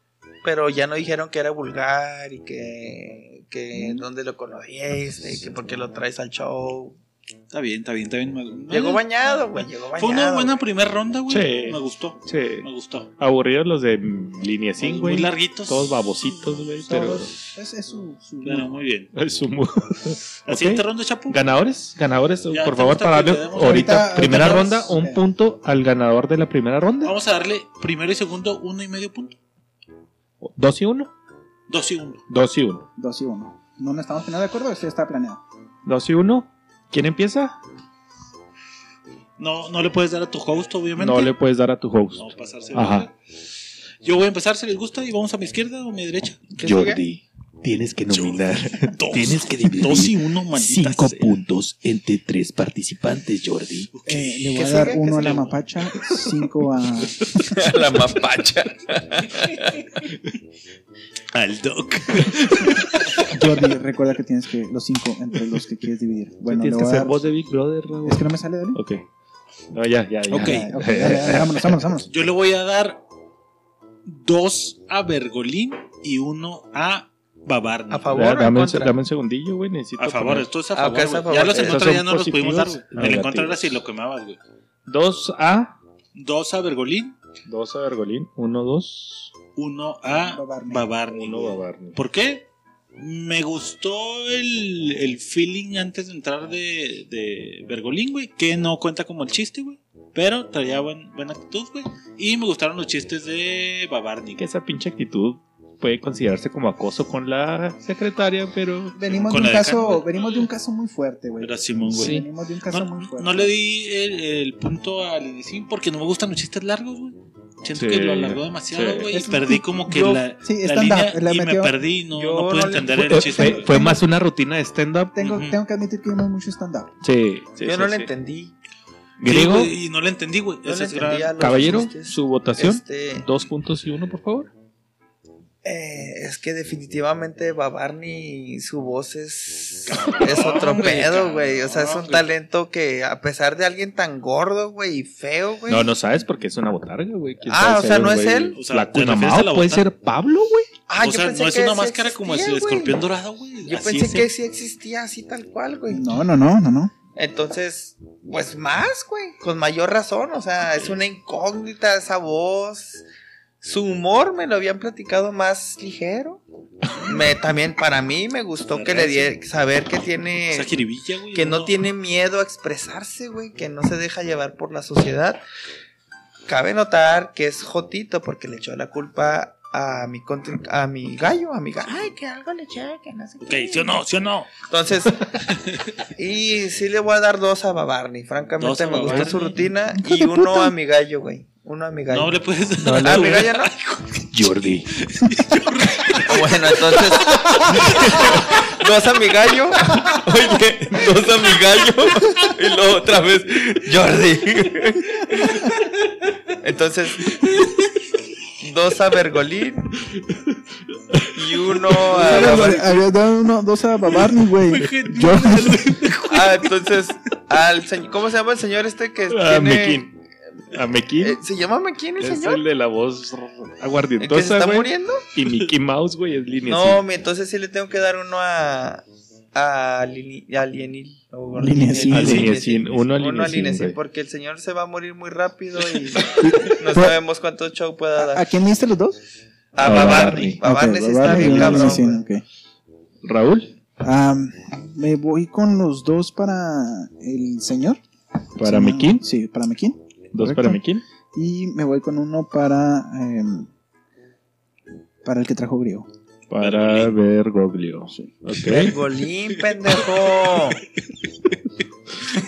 Speaker 1: Pero ya no dijeron que era vulgar y que, que dónde lo conociste, y que por qué lo traes al show.
Speaker 3: Está bien, está bien, está bien. Me-
Speaker 1: Llegó bañado, güey, llegó bañado.
Speaker 3: Fue una buena
Speaker 1: güey.
Speaker 3: primera ronda, güey.
Speaker 2: Sí.
Speaker 3: Me gustó.
Speaker 2: Sí.
Speaker 3: Me gustó.
Speaker 2: Aburridos los de mm, línea
Speaker 3: muy,
Speaker 2: 5,
Speaker 3: muy
Speaker 2: güey.
Speaker 3: larguitos.
Speaker 2: Todos babositos, güey. Pero
Speaker 4: Todos- Es, es su, su-
Speaker 3: Pero muy bien.
Speaker 2: *laughs* es un mu-
Speaker 3: La
Speaker 2: Ok.
Speaker 3: siguiente ronda, Chapu.
Speaker 2: ¿Ganadores? ¿Ganadores?
Speaker 3: Ya,
Speaker 2: por
Speaker 3: te
Speaker 2: favor,
Speaker 3: gusta
Speaker 2: para
Speaker 3: que
Speaker 2: darle
Speaker 3: te demos-
Speaker 2: ahorita,
Speaker 4: Ahorita-
Speaker 2: primera
Speaker 4: ahorita
Speaker 2: ronda,
Speaker 4: damos-
Speaker 2: un
Speaker 4: eh.
Speaker 2: punto al ganador de la primera ronda.
Speaker 3: Vamos a darle primero y segundo, uno y medio punto.
Speaker 2: Dos y uno.
Speaker 3: Dos y uno.
Speaker 2: Dos y uno.
Speaker 4: Dos y uno. No nos estamos poniendo de acuerdo, esto ya está planeado.
Speaker 2: Dos y uno. ¿Quién empieza?
Speaker 3: No, no le puedes dar a tu host, obviamente.
Speaker 2: No le puedes dar a tu host.
Speaker 3: No pasarse.
Speaker 2: Ajá.
Speaker 3: Ajá. Yo voy a empezar, si les gusta, y vamos a mi izquierda o a mi derecha.
Speaker 1: ¿Qué sigue?
Speaker 8: Jordi, tienes que nominar.
Speaker 3: Dos.
Speaker 8: Tienes que dividir
Speaker 3: Dos y uno, maldita
Speaker 8: cinco
Speaker 3: sea.
Speaker 8: puntos entre tres participantes, Jordi.
Speaker 3: Ok.
Speaker 4: Eh, le voy
Speaker 1: ¿Qué
Speaker 4: a dar
Speaker 1: sigue? ¿Qué
Speaker 4: uno a la
Speaker 1: sigue?
Speaker 4: mapacha, cinco a.
Speaker 1: *laughs* la
Speaker 4: *laughs*
Speaker 1: mapacha. *laughs*
Speaker 3: Al doc.
Speaker 4: Jordi, recuerda que tienes que. Los cinco entre los que quieres dividir. Bueno, le
Speaker 2: Tienes
Speaker 4: voy
Speaker 2: que
Speaker 4: a
Speaker 2: ser
Speaker 4: dar.
Speaker 2: voz de Big Brother, Raúl.
Speaker 4: Es que no me sale, dale.
Speaker 2: Ok. No, ya, ya, ya.
Speaker 3: Ok.
Speaker 4: Ah, ok, dale, dale, vámonos, vámonos, vámonos.
Speaker 3: Yo le voy a dar dos a Bergolín y uno a Babarni.
Speaker 1: A favor.
Speaker 2: Ya,
Speaker 1: o en
Speaker 2: dame, un,
Speaker 1: contra?
Speaker 2: dame un segundillo, güey. Necesito.
Speaker 3: A favor,
Speaker 2: poner-
Speaker 3: esto es a
Speaker 1: Ah,
Speaker 3: favor.
Speaker 1: ok, es a
Speaker 3: güey.
Speaker 1: favor.
Speaker 3: Ya los en
Speaker 1: Esos
Speaker 3: contra ya no
Speaker 2: son
Speaker 3: los pudimos dar,
Speaker 2: positivos
Speaker 3: güey.
Speaker 2: y
Speaker 3: El en contra era
Speaker 2: negativos.
Speaker 3: si lo quemabas, güey.
Speaker 2: Dos a.
Speaker 3: Dos a Bergolín,
Speaker 2: Dos a Bergolín. Uno, dos.
Speaker 3: uno a
Speaker 4: Babarni.
Speaker 3: Babarni.
Speaker 2: Uno
Speaker 3: güey.
Speaker 2: a Barney.
Speaker 3: ¿Por qué? Me gustó el, el feeling antes de entrar de, de Bergolín, güey. Que no cuenta como el chiste, güey. Pero traía buen- buena actitud, güey. Y me gustaron los chistes de Babarni.
Speaker 2: Que esa pinche actitud puede considerarse como acoso con la secretaria, pero.
Speaker 4: Venimos de
Speaker 3: Con
Speaker 4: un
Speaker 3: la de
Speaker 4: caso,
Speaker 3: Carmen.
Speaker 4: venimos de un caso muy fuerte, güey.
Speaker 3: Era Simón, güey.
Speaker 2: Sí.
Speaker 4: Venimos de un caso
Speaker 3: No,
Speaker 4: muy fuerte.
Speaker 3: no le di el, el punto al inicio porque no me gustan los chistes largos, güey. Siento
Speaker 2: Sí,
Speaker 3: que lo alargó demasiado,
Speaker 2: sí.
Speaker 3: güey. y
Speaker 4: Es-
Speaker 3: perdí como que
Speaker 1: yo-
Speaker 3: la,
Speaker 4: Sí,
Speaker 3: la
Speaker 4: stand-up,
Speaker 3: línea
Speaker 4: la
Speaker 3: y me
Speaker 4: metió-
Speaker 3: perdí. No,
Speaker 1: yo
Speaker 3: no pude
Speaker 1: no le-
Speaker 3: entender
Speaker 2: Fue,
Speaker 3: el chiste.
Speaker 2: eh, fue- fue más una rutina de stand-up.
Speaker 4: Tengo,
Speaker 3: Ujú.
Speaker 4: tengo que admitir que vimos mucho stand-up.
Speaker 2: Sí, sí,
Speaker 1: Yo
Speaker 2: sí,
Speaker 1: no le
Speaker 2: sí.
Speaker 1: entendí.
Speaker 2: Griego,
Speaker 3: Sí, güey, y no le entendí, güey.
Speaker 1: No
Speaker 3: Ese
Speaker 1: le
Speaker 3: es gran-
Speaker 1: entendí a los
Speaker 2: caballero,
Speaker 1: chistes.
Speaker 2: su votación.
Speaker 1: Este,
Speaker 2: Dos puntos y uno, por favor.
Speaker 1: eh, es que definitivamente Babarni, su voz *laughs* es, es otro
Speaker 3: Hombre,
Speaker 1: pedo, güey. O sea, es un
Speaker 3: cabrón,
Speaker 1: talento que, a pesar de alguien tan gordo, güey, y feo, güey.
Speaker 2: No, no sabes porque es una botarga, güey. ¿Quién
Speaker 1: Pues- Ah, o
Speaker 2: sabe si
Speaker 1: sea,
Speaker 2: hay un
Speaker 1: ¿no es
Speaker 2: güey-
Speaker 1: él?
Speaker 3: O sea,
Speaker 2: la
Speaker 3: ¿te refieres
Speaker 2: Kunamao
Speaker 3: a la
Speaker 2: puede
Speaker 3: botarga?
Speaker 2: ser Pablo, güey.
Speaker 1: Ah,
Speaker 3: o
Speaker 1: yo
Speaker 3: sea,
Speaker 1: pensé
Speaker 3: no es
Speaker 1: que
Speaker 3: una
Speaker 1: sí
Speaker 3: máscara como el
Speaker 1: existía, güey.
Speaker 3: escorpión dorado, güey.
Speaker 1: Yo
Speaker 3: Así
Speaker 1: pensé
Speaker 3: es
Speaker 1: que
Speaker 3: el-
Speaker 1: Ah, sí existía así tal cual, güey.
Speaker 4: No, no, no, no, no.
Speaker 1: Entonces, pues más, güey. Con mayor razón. O sea, es una incógnita esa voz. Su humor me lo habían platicado más ligero. Me, también para mí me gustó que le di saber que
Speaker 3: o sea,
Speaker 1: tiene.
Speaker 3: jiribilla, güey.
Speaker 1: Que no tiene miedo a expresarse, güey. Que no se deja llevar por la sociedad. Cabe notar que es Jotito porque le echó la culpa a mi, contrin- a mi gallo, a mi gallo.
Speaker 7: Ay, que algo le eché, que no sé
Speaker 6: Ok, ¿sí o no? ¿Sí o no?
Speaker 3: *laughs*
Speaker 1: Entonces, y sí le voy a dar dos a Babarni.
Speaker 3: Dos
Speaker 1: Francamente,
Speaker 3: a
Speaker 1: me gustó
Speaker 3: Babarni.
Speaker 1: su rutina.
Speaker 4: Hijo
Speaker 1: Y
Speaker 4: de
Speaker 1: uno
Speaker 4: puta.
Speaker 1: a mi gallo, güey. Uno a mi gallo.
Speaker 3: No le puedes
Speaker 1: Ah,
Speaker 3: *laughs* dar.
Speaker 1: ¿a mi gallo no?
Speaker 8: Jordi,
Speaker 1: Bueno, entonces. dos a mi gallo. Oye, dos a mi gallo. Y luego otra vez, Jordi. Entonces, dos a Bergolín. Y uno a Babarni.
Speaker 4: Habías dado uno, dos a Babarni, güey. Yo,
Speaker 1: Ah, entonces, al señor. ¿Cómo se llama el señor este que
Speaker 2: A
Speaker 1: tiene-
Speaker 2: Ah, Mequín. A Mequín.
Speaker 1: Eh, ¿Se llama McKinney,
Speaker 2: es
Speaker 1: señor?
Speaker 2: el de la voz
Speaker 1: ¿El que se
Speaker 2: aguardientosa,
Speaker 1: está
Speaker 2: güey.
Speaker 1: muriendo?
Speaker 2: Y Mickey Mouse, güey, es línea
Speaker 1: No, mi- entonces sí le tengo que dar uno a, alieni- alienil. o-
Speaker 4: Alieniacin.
Speaker 2: Alieniacin, Ah, uno alieniacin,
Speaker 1: Uno alieniacin,
Speaker 2: güey.
Speaker 1: porque el señor se va a morir muy rápido
Speaker 4: *laughs*
Speaker 1: y no sabemos cuánto show pueda
Speaker 4: Pues, ¿A,
Speaker 1: dar.
Speaker 4: a quién diste los dos?
Speaker 1: A
Speaker 2: a
Speaker 1: Babarni.
Speaker 2: Babarni.
Speaker 1: Babarni
Speaker 4: Ok,
Speaker 1: sí está
Speaker 4: Babarni y
Speaker 1: bien cabrón.
Speaker 4: Alieniacin,
Speaker 1: güey.
Speaker 4: ok.
Speaker 2: Raúl,
Speaker 4: Am, me voy con los dos para el señor.
Speaker 2: para
Speaker 4: Sí, no,
Speaker 2: Mequín,
Speaker 4: Sí, para Mequín.
Speaker 2: dos
Speaker 4: correcto.
Speaker 2: para Mequín.
Speaker 4: Y me voy con uno para. em, para el que trajo griego.
Speaker 2: Para Bergoglio. Ok.
Speaker 1: Golín, pendejo. *laughs*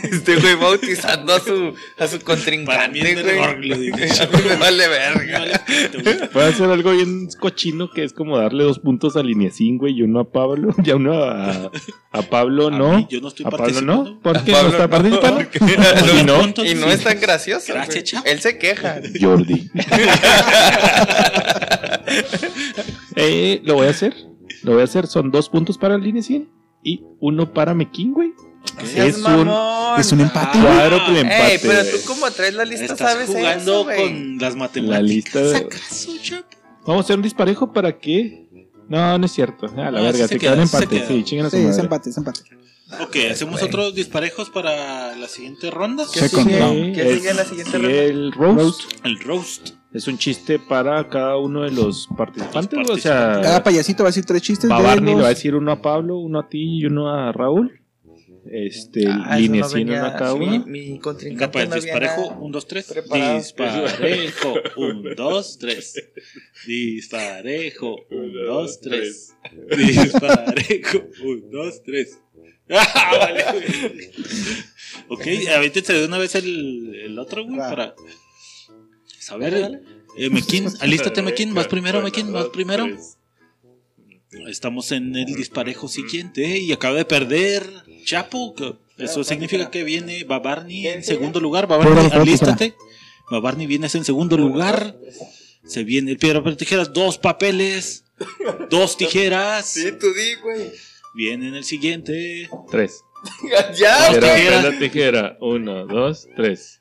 Speaker 1: Este güey bautizando a su, a su
Speaker 3: Para mí
Speaker 1: contrincante,
Speaker 3: es
Speaker 1: güey.
Speaker 3: Bergoglio, *laughs* dice.
Speaker 1: A mí me vale verga.
Speaker 3: Vale, pito, güey.
Speaker 2: *laughs* Puede hacer algo bien cochino que es como darle dos puntos a Lineacín, güey, y uno a Pablo, *laughs* y a uno a, a Pablo,
Speaker 3: A
Speaker 2: no.
Speaker 3: mí, yo no estoy
Speaker 2: a Pablo no,
Speaker 3: participando.
Speaker 2: porque
Speaker 1: Pablo
Speaker 2: no está
Speaker 1: no.
Speaker 2: participando.
Speaker 1: Porque-
Speaker 2: Y no,
Speaker 1: Y *laughs* no es tan gracioso.
Speaker 3: Gracias,
Speaker 1: güey.
Speaker 3: chavo.
Speaker 1: Él se queja.
Speaker 2: Jordi. Eh, lo voy a hacer. Lo voy a hacer. Son dos puntos para Lineacín y uno para Mequín, güey.
Speaker 1: Seas
Speaker 2: Es un
Speaker 1: mamón.
Speaker 4: Es un empate. güey.
Speaker 2: Ah, claro que le empate.
Speaker 1: Ey, pero tú
Speaker 2: güey.
Speaker 1: como traes la lista
Speaker 3: Estás
Speaker 1: sabes eso,
Speaker 3: jugando
Speaker 1: güey.
Speaker 3: con las
Speaker 2: La
Speaker 3: matemáticas.
Speaker 2: lista de... Vamos a hacer un disparejo para que. No, no es cierto. A la
Speaker 3: No, sí
Speaker 2: verga,
Speaker 3: se
Speaker 2: te
Speaker 3: queda,
Speaker 2: quedan
Speaker 3: sí se
Speaker 2: empate.
Speaker 3: queda.
Speaker 2: Sí, chingan a su
Speaker 4: Sí, es
Speaker 2: madre.
Speaker 4: empate, es empate.
Speaker 3: Ok, hacemos
Speaker 1: güey.
Speaker 3: otros disparejos para la siguiente ronda.
Speaker 1: ¿Qué
Speaker 4: Second
Speaker 1: sigue?
Speaker 4: round.
Speaker 1: ¿Qué
Speaker 2: Es-
Speaker 1: sigue en la siguiente
Speaker 2: sigue
Speaker 1: ronda?
Speaker 2: el Este roast.
Speaker 3: El roast.
Speaker 2: Es un chiste para cada uno de los participantes.
Speaker 3: Los
Speaker 2: O sea,
Speaker 4: Cada payasito va a decir tres chistes.
Speaker 2: va
Speaker 4: de
Speaker 2: Barney, le
Speaker 4: los-
Speaker 2: va a decir uno a Pablo, uno a ti y uno a Raúl. Este,
Speaker 1: Ah, eso no
Speaker 2: Lineacín, uno
Speaker 1: venía-
Speaker 2: a cada
Speaker 1: mi,
Speaker 2: uno.
Speaker 1: mi
Speaker 3: Venga,
Speaker 1: contrincante
Speaker 3: para el
Speaker 1: no había
Speaker 3: disparejo.
Speaker 1: nada.
Speaker 3: Un, dos, tres.
Speaker 1: Preparado.
Speaker 3: Disparejo. Un, dos, tres. Disparejo. Un, dos, tres. Disparejo. Un, dos, tres. *laughs* Ah, vale, güey. Ok, avéntense de una vez el, el otro, güey,
Speaker 4: Va.
Speaker 3: para saber. Eh, Mequín, alístate, Mequín. Vas primero, Mequín, vas primero. Estamos en el disparejo siguiente ¿eh? y acaba de perder Chapo. que Eso significa que viene Babarni en segundo lugar. Babarni,
Speaker 4: Espera, espera, espera.
Speaker 3: alístate. Babarni vienes en segundo lugar. Se viene el piedra, papel, tijeras, dos papeles, dos tijeras.
Speaker 1: Sí, tú di, güey. *laughs*
Speaker 3: Viene en el siguiente.
Speaker 2: Tres.
Speaker 1: ya, güey.
Speaker 3: Pero-
Speaker 2: Piedra,
Speaker 3: tijera.
Speaker 2: papel, tijera. Uno, dos, tres.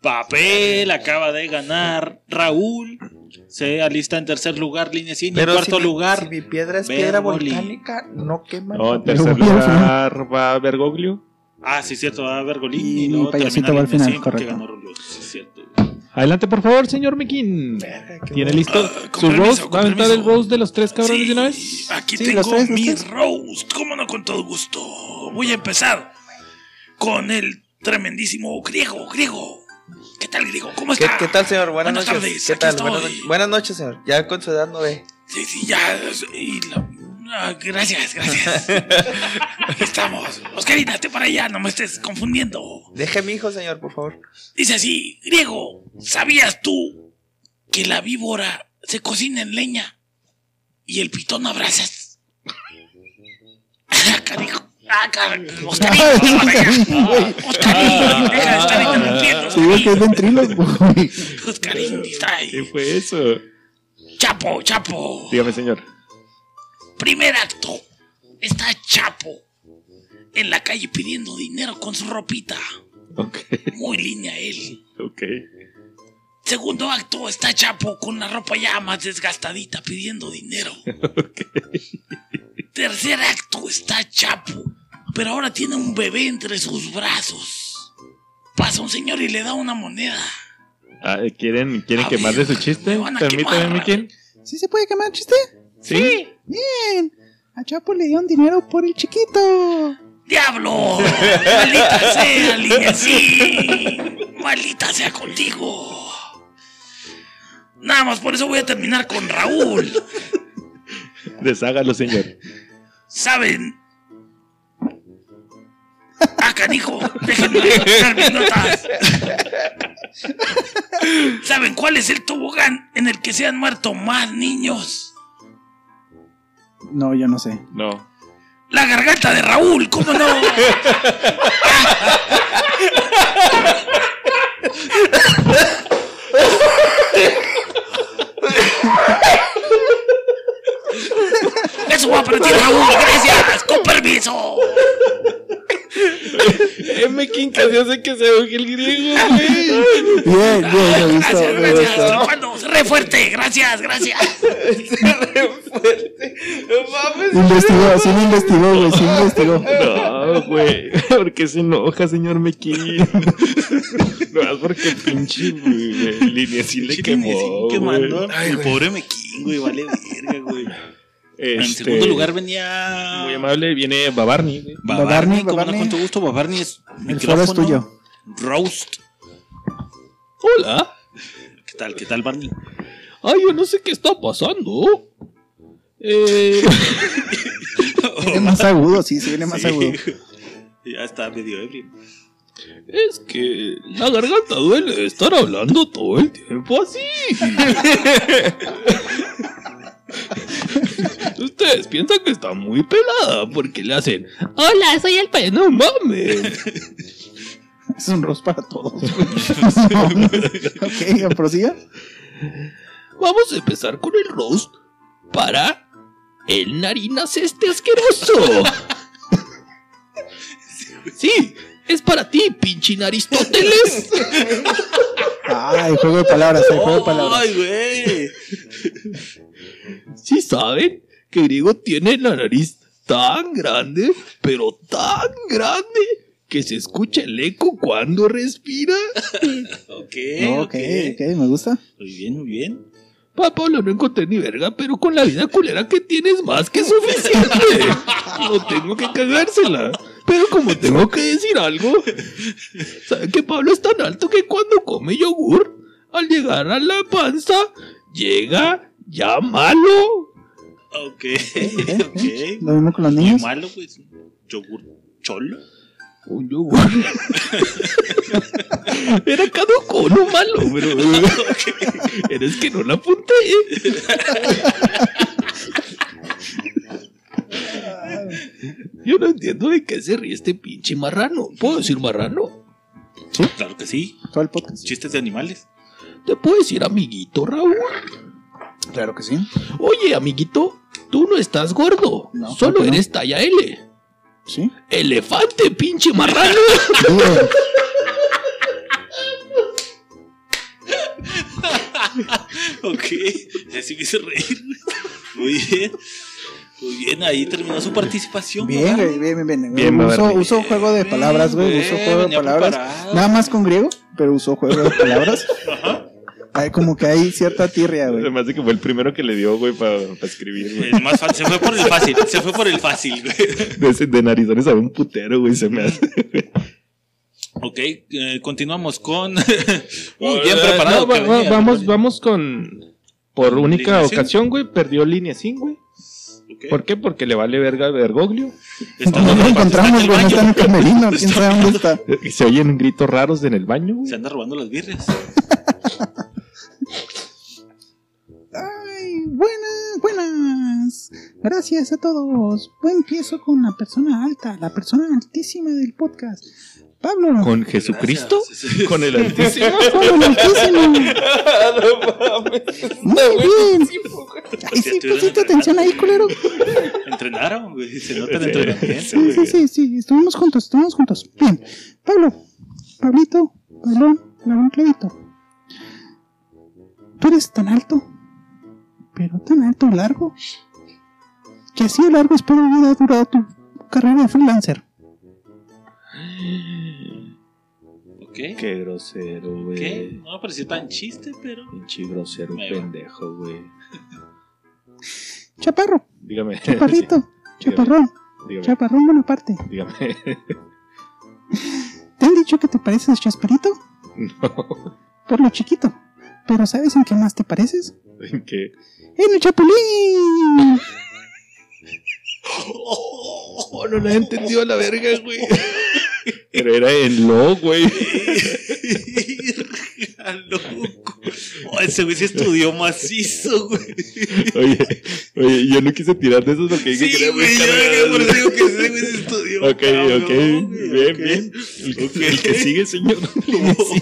Speaker 3: Papel acaba de ganar Raúl. Se alista en tercer lugar, línea en
Speaker 1: Pero
Speaker 3: cuarto
Speaker 1: si mi-
Speaker 3: lugar.
Speaker 1: si mi piedra es piedra
Speaker 3: Bergoli.
Speaker 1: volcánica, no quema.
Speaker 2: No, en
Speaker 4: Pero
Speaker 2: tercer
Speaker 4: voy al
Speaker 2: lugar va Bergoglio.
Speaker 3: Ah, sí, cierto, va Bergolín.
Speaker 4: Y
Speaker 3: Y, luego
Speaker 4: Payasito
Speaker 3: termina
Speaker 4: va al final,
Speaker 3: Lineacín, que
Speaker 4: correcto.
Speaker 3: ganó Raúl. Sí, cierto.
Speaker 2: Adelante, por favor, señor Mequín.
Speaker 1: Verga, qué
Speaker 2: ¿Tiene
Speaker 1: bueno.
Speaker 2: listo
Speaker 6: Ah, con
Speaker 2: su
Speaker 6: permiso,
Speaker 2: roast?
Speaker 6: con
Speaker 2: ¿Va a aventar el
Speaker 6: permiso.
Speaker 2: roast de los tres cabrones de una vez?
Speaker 6: Aquí
Speaker 4: Sí,
Speaker 6: tengo
Speaker 4: los tres, los
Speaker 6: mi
Speaker 4: tres.
Speaker 6: roast, cómo no con todo gusto. Voy a empezar con el tremendísimo griego, griego. ¿Qué tal, griego? ¿Cómo
Speaker 1: ¿Qué,
Speaker 6: está?
Speaker 1: qué tal, señor? Buenas,
Speaker 6: Buenas
Speaker 1: noches.
Speaker 6: tardes,
Speaker 1: ¿Qué
Speaker 6: aquí
Speaker 1: tal?
Speaker 6: estoy.
Speaker 1: Buenas, noches. Buenas noches, señor. Ya con su edad no ve.
Speaker 6: Sí, sí, ya. y la- ah, gracias, gracias. Aquí estamos. Oscarina, te para allá, no me estés confundiendo.
Speaker 1: Deje mi hijo, señor, por favor.
Speaker 6: Dice así, griego, ¿sabías tú que la víbora se cocina en leña y el pitón abrazas? *laughs* ah, carijo. Ah, carajo. Oscarito, la verga. Oscarito, deja de estar interrumpiendo.
Speaker 4: Sí, güey, que es ventríloco, *laughs* güey.
Speaker 6: Oscarito. Oscarito,
Speaker 2: ¿Qué
Speaker 6: distrae.
Speaker 2: fue eso?
Speaker 6: Chapo, chapo.
Speaker 2: Dígame, señor.
Speaker 6: Primer acto. Está Chapo en la calle pidiendo dinero con su ropita.
Speaker 2: Ok, *laughs*
Speaker 6: Muy línea él.
Speaker 2: ok.
Speaker 6: Segundo acto, está Chapo con la ropa ya más desgastadita pidiendo dinero. Tercer acto, está Chapo, pero ahora tiene un bebé entre sus brazos. Pasa un señor y le da una moneda.
Speaker 2: Ah, ¿Quieren, quieren
Speaker 6: A
Speaker 2: quemarle
Speaker 6: ver,
Speaker 2: su chiste?
Speaker 6: me van a
Speaker 2: Permítame,
Speaker 6: quemar.
Speaker 2: Mequín.
Speaker 4: ¿Sí se puede quemar chiste?
Speaker 2: Sí.
Speaker 4: Bien. A Chapo le dieron dinero por el chiquito.
Speaker 6: ¡Diablo! ¡Maldita sea, línea sí! ¡Maldita sea contigo! Nada más por eso voy a terminar con Raúl.
Speaker 2: Deshágalo, señor.
Speaker 6: ¿Saben? Ah, canijo, déjenme buscar mis notas. ¿Saben cuál es el tobogán en el que se han muerto más niños?
Speaker 4: No, yo no sé.
Speaker 2: No.
Speaker 6: La garganta de Raúl, ¿cómo no? Eso va para ti, Raúl, gracias, con permiso.
Speaker 2: M. King, ¿qué casi hace que se ahogue el griego, güey.
Speaker 4: Bien, bien, me gustó,
Speaker 6: Gracias,
Speaker 4: me
Speaker 6: gracias.
Speaker 4: gustó.
Speaker 6: Triunfando, re fuerte. Gracias, gracias.
Speaker 4: Investigó, sí me investigó, güey, sí me investigó.
Speaker 6: Eh.
Speaker 2: No, güey. ¿Por qué se enoja, señor
Speaker 6: *laughs*
Speaker 2: Mequín? no, es porque pinche, güey. Línea sí le quemó.
Speaker 3: que mandó
Speaker 2: güey.
Speaker 3: el pobre Mequín, güey, vale verga,
Speaker 2: *laughs*
Speaker 3: güey. En
Speaker 2: Este,
Speaker 3: segundo lugar venía
Speaker 2: Muy amable, viene Babarni, güey.
Speaker 3: Babarni,
Speaker 4: Babarni,
Speaker 3: como no,
Speaker 4: Babarni.
Speaker 3: con tu gusto, Babarni es
Speaker 4: El foro es
Speaker 3: micrófono,
Speaker 4: tuyo.
Speaker 3: Roast.
Speaker 8: Hola.
Speaker 3: ¿Qué tal? ¿Qué tal, Barney?
Speaker 8: Ay, yo no sé qué está pasando. Eh,
Speaker 4: Viene más agudo, sí, se viene más
Speaker 3: Sí.
Speaker 4: agudo.
Speaker 3: *laughs* Ya está medio ebrio.
Speaker 8: es que la garganta duele de estar hablando todo el tiempo así. Ustedes piensan que está muy pelada porque le hacen Hola, soy el payaso. No mames.
Speaker 4: Es un roast para todos, güey. No. *laughs* ok, prosiga.
Speaker 8: Vamos a empezar con el roast para el narinas este asqueroso. Sí, es para ti, pinche Aristóteles.
Speaker 4: Ay, juego de palabras, el juego de palabras.
Speaker 3: ¡Ay, güey!
Speaker 8: Sí saben que Griego tiene la nariz tan grande, pero tan grande, que se escucha el eco cuando respira.
Speaker 3: Ok,
Speaker 4: No,
Speaker 3: ok.
Speaker 4: ok, ok, me gusta.
Speaker 3: Muy bien, muy bien.
Speaker 8: Pa, Pablo, no encontré ni verga, pero con la vida culera que tienes más que suficiente. No tengo que cagársela. Pero como tengo que decir algo, ¿saben que Pablo es tan alto que cuando come yogur, al llegar a la panza, llega ya malo?
Speaker 4: ok.
Speaker 3: Ok, ok.
Speaker 4: Lo mismo con los
Speaker 3: Muy
Speaker 4: niños.
Speaker 3: malo, güey. es un Yogur cholo.
Speaker 8: Un yogur. *laughs* Era caduco, no malo, pero.
Speaker 2: *laughs*
Speaker 8: *laughs* Eres que no la apunté. *laughs* Yo no entiendo de qué se ríe este pinche marrano. ¿Puedo decir marrano?
Speaker 3: Claro que sí.
Speaker 4: Todo el podcast.
Speaker 3: Chistes de animales.
Speaker 8: ¿Te puedo decir amiguito, Raúl?
Speaker 4: Claro que sí.
Speaker 8: Oye, amiguito, tú no estás gordo.
Speaker 4: No,
Speaker 8: solo
Speaker 4: claro que no.
Speaker 8: eres talla L.
Speaker 4: Sí.
Speaker 8: Elefante, pinche marrano.
Speaker 4: Bien.
Speaker 3: Ok, así me hizo reír. Muy bien. Muy bien, ahí terminó su participación.
Speaker 4: Bien,
Speaker 3: Babarni.
Speaker 4: güey, bien, bien, bien.
Speaker 2: Bien,
Speaker 4: uso,
Speaker 2: Babarni.
Speaker 4: uso juego de palabras, güey. Uso
Speaker 3: Bien,
Speaker 4: juego de
Speaker 3: venía
Speaker 4: palabras.
Speaker 3: preparado.
Speaker 4: Nada más con griego, pero usó juego de palabras. Hay como que hay cierta tirria, güey.
Speaker 2: Además de que fue el primero que le dio, güey, para escribir, güey.
Speaker 3: El más fácil. Se fue por el fácil. Se fue por el fácil, güey.
Speaker 2: De, ese- de narizones a un putero, güey, se me hace.
Speaker 3: Ok, eh, continuamos con. Muy bien preparado.
Speaker 2: No,
Speaker 3: que
Speaker 2: va- va-
Speaker 3: venía.
Speaker 2: vamos, vamos con. Por única
Speaker 3: Lineacín.
Speaker 2: ocasión, güey, perdió línea 5, güey.
Speaker 3: Ok.
Speaker 2: ¿Por qué? Porque le vale verga Bergoglio.
Speaker 3: Está-
Speaker 4: No lo encontramos, güey. No
Speaker 3: Está
Speaker 4: está en
Speaker 3: en el
Speaker 4: el camerino. ¿Quién sabe dónde
Speaker 2: *laughs*
Speaker 4: está?
Speaker 2: Y se oyen gritos raros en el baño,
Speaker 3: Se
Speaker 2: güey.
Speaker 3: anda robando las birrias.
Speaker 5: Ay, buenas, buenas. Gracias a todos. Buen empiezo con la persona alta, la persona altísima del podcast. Pablo,
Speaker 2: ¿Con Jesucristo?
Speaker 3: Gracias. *laughs*
Speaker 2: ¿Con el Altísimo?
Speaker 5: Pablo, el altísimo. Muy bien.
Speaker 7: pues.
Speaker 5: Ay, sí, pusiste atención ahí, culero.
Speaker 3: Entrenaron, güey. Se nota el
Speaker 2: Sí,
Speaker 3: entrenamiento.
Speaker 5: Sí,
Speaker 3: güey.
Speaker 5: sí, sí, sí. Estuvimos juntos, estuvimos juntos. Bien. Pablo, Pablito, Pablón, Pablón Clavito. Tú eres tan alto, pero tan alto largo, que así de largo espero hubiera durado tu carrera de freelancer.
Speaker 3: Ok.
Speaker 2: *laughs* Qué grosero, güey.
Speaker 3: ¿Qué? No me pareció tan chiste, pero.
Speaker 2: Pinche grosero
Speaker 3: Me va.
Speaker 2: pendejo, güey.
Speaker 5: Chaparro,
Speaker 2: Dígame.
Speaker 5: chaparrito, chaparrón,
Speaker 2: *laughs* Dígame.
Speaker 5: chaparrón buena parte.
Speaker 2: Dígame.
Speaker 5: ¿Te han dicho que te pareces Chasperito?
Speaker 2: No.
Speaker 5: Por lo chiquito. Pero ¿sabes en qué más te pareces?
Speaker 2: *laughs* ¿En qué?
Speaker 5: ¡En el Chapulín!
Speaker 8: Oh, no la he entendido a la verga, güey.
Speaker 2: Pero era en lo, güey.
Speaker 3: Verga, loco. Oh, ese güey se estudió macizo, güey.
Speaker 2: Oye, oye, yo no quise tirar de esos porque dije que
Speaker 3: Sí,
Speaker 2: era muy
Speaker 3: güey, yo
Speaker 2: cargado.
Speaker 3: yo por eso digo que ese güey se estudió.
Speaker 2: Ok,
Speaker 3: cabrón,
Speaker 2: ok.
Speaker 3: güey,
Speaker 2: Bien,
Speaker 3: ok.
Speaker 2: bien. El que,
Speaker 3: Ok.
Speaker 2: el que sigue, señor.
Speaker 3: *laughs*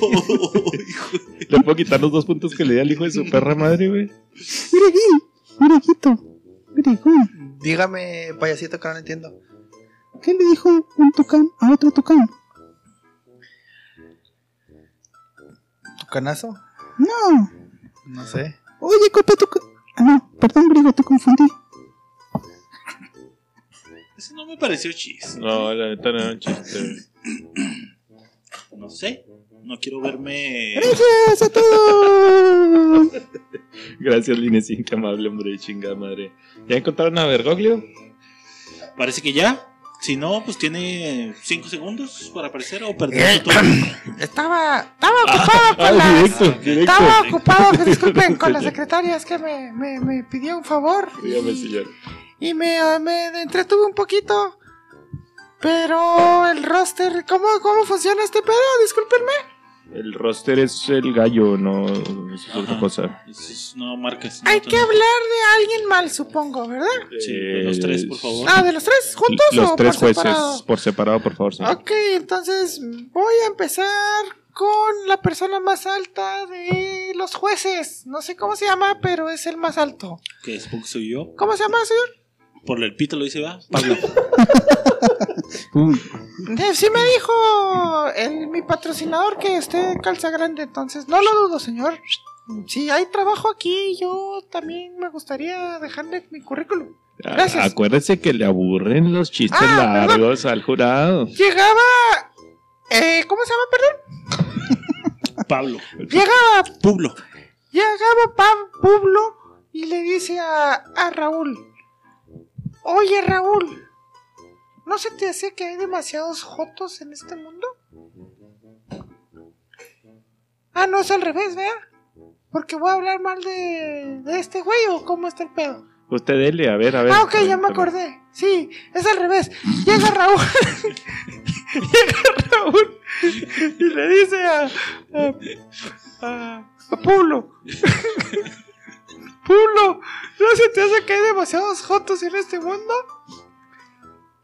Speaker 3: Oh, hijo.
Speaker 2: Le puedo quitar los dos puntos que le di al hijo de su perra madre, güey.
Speaker 5: Greguín, Greguito, Gregón.
Speaker 1: Dígame, payasito, que no lo entiendo.
Speaker 5: ¿Qué le dijo un tucán a otro tucán?
Speaker 1: cucanazo?
Speaker 4: No.
Speaker 1: No sé.
Speaker 4: Oye, copa, tú. co- Ah, no, perdón, griego, te confundí.
Speaker 3: Eso no me pareció chiste.
Speaker 2: No, la neta no era un chiste.
Speaker 3: No sé. No quiero verme.
Speaker 4: ¡Gracias a todos!
Speaker 2: Gracias, Linecín, qué amable, hombre, chingada madre. ¿Ya encontraron a Bergoglio?
Speaker 3: Parece que ya. Si no, pues tiene 5 segundos para aparecer o perder su turno.
Speaker 7: Estaba, estaba ocupado con
Speaker 2: Ah,
Speaker 7: las.
Speaker 2: directo, directo.
Speaker 7: Estaba ocupado, que disculpen, con
Speaker 6: *laughs*
Speaker 7: las secretarias que me, me, me pidió un favor.
Speaker 2: Dígame, señor.
Speaker 7: Y me, me entretuve un poquito. Pero el roster, ¿cómo, ¿cómo funciona este pedo? Discúlpenme.
Speaker 2: El roster es el gallo, no es otra
Speaker 3: Ajá.
Speaker 2: cosa.
Speaker 3: Eso es- No marcas. no
Speaker 7: Hay
Speaker 3: te-
Speaker 7: que hablar de alguien mal, supongo, ¿verdad?
Speaker 3: Sí, los tres, por favor.
Speaker 7: Ah, de los tres, juntos
Speaker 2: Los
Speaker 7: o
Speaker 2: tres
Speaker 7: por
Speaker 2: jueces,
Speaker 7: separado.
Speaker 2: por separado, por favor,
Speaker 3: Ah,
Speaker 2: señor.
Speaker 7: Ok, entonces voy a empezar con la persona más alta de los jueces. No sé cómo se llama, pero es el más alto.
Speaker 3: Que supongo que soy yo.
Speaker 7: ¿Cómo se llama, señor?
Speaker 3: Por el pito lo dice, va. Pablo.
Speaker 7: Eh, Sí me dijo el, mi patrocinador que esté calza grande, entonces no lo dudo, señor. Si hay trabajo aquí, yo también me gustaría dejarle mi currículum.
Speaker 2: A-
Speaker 7: gracias.
Speaker 2: Acuérdese que le aburren los chistes
Speaker 7: Ah, perdón.
Speaker 2: largos al jurado.
Speaker 7: Llegaba... Eh, ¿Cómo se llama, perdón?
Speaker 3: Pablo.
Speaker 7: Llegaba
Speaker 3: Pablo.
Speaker 7: Llegaba Pab- Pablo y le dice a, a Raúl: Oye, Raúl, ¿no se te hace que hay demasiados jotos en este mundo? Ah, no, es al revés, ¿verdad? Porque voy a hablar mal de, de este güey o cómo está el pedo.
Speaker 2: Usted dele, a ver, a ver.
Speaker 7: Ah, ok, ya me
Speaker 2: Cuéntame.
Speaker 7: acordé. Sí, es al revés. Llega Raúl. *laughs* Llega Raúl y le dice a. a. a, a Pulo. *laughs* Pulo, ¿no se te hace que hay demasiados jotos en este mundo?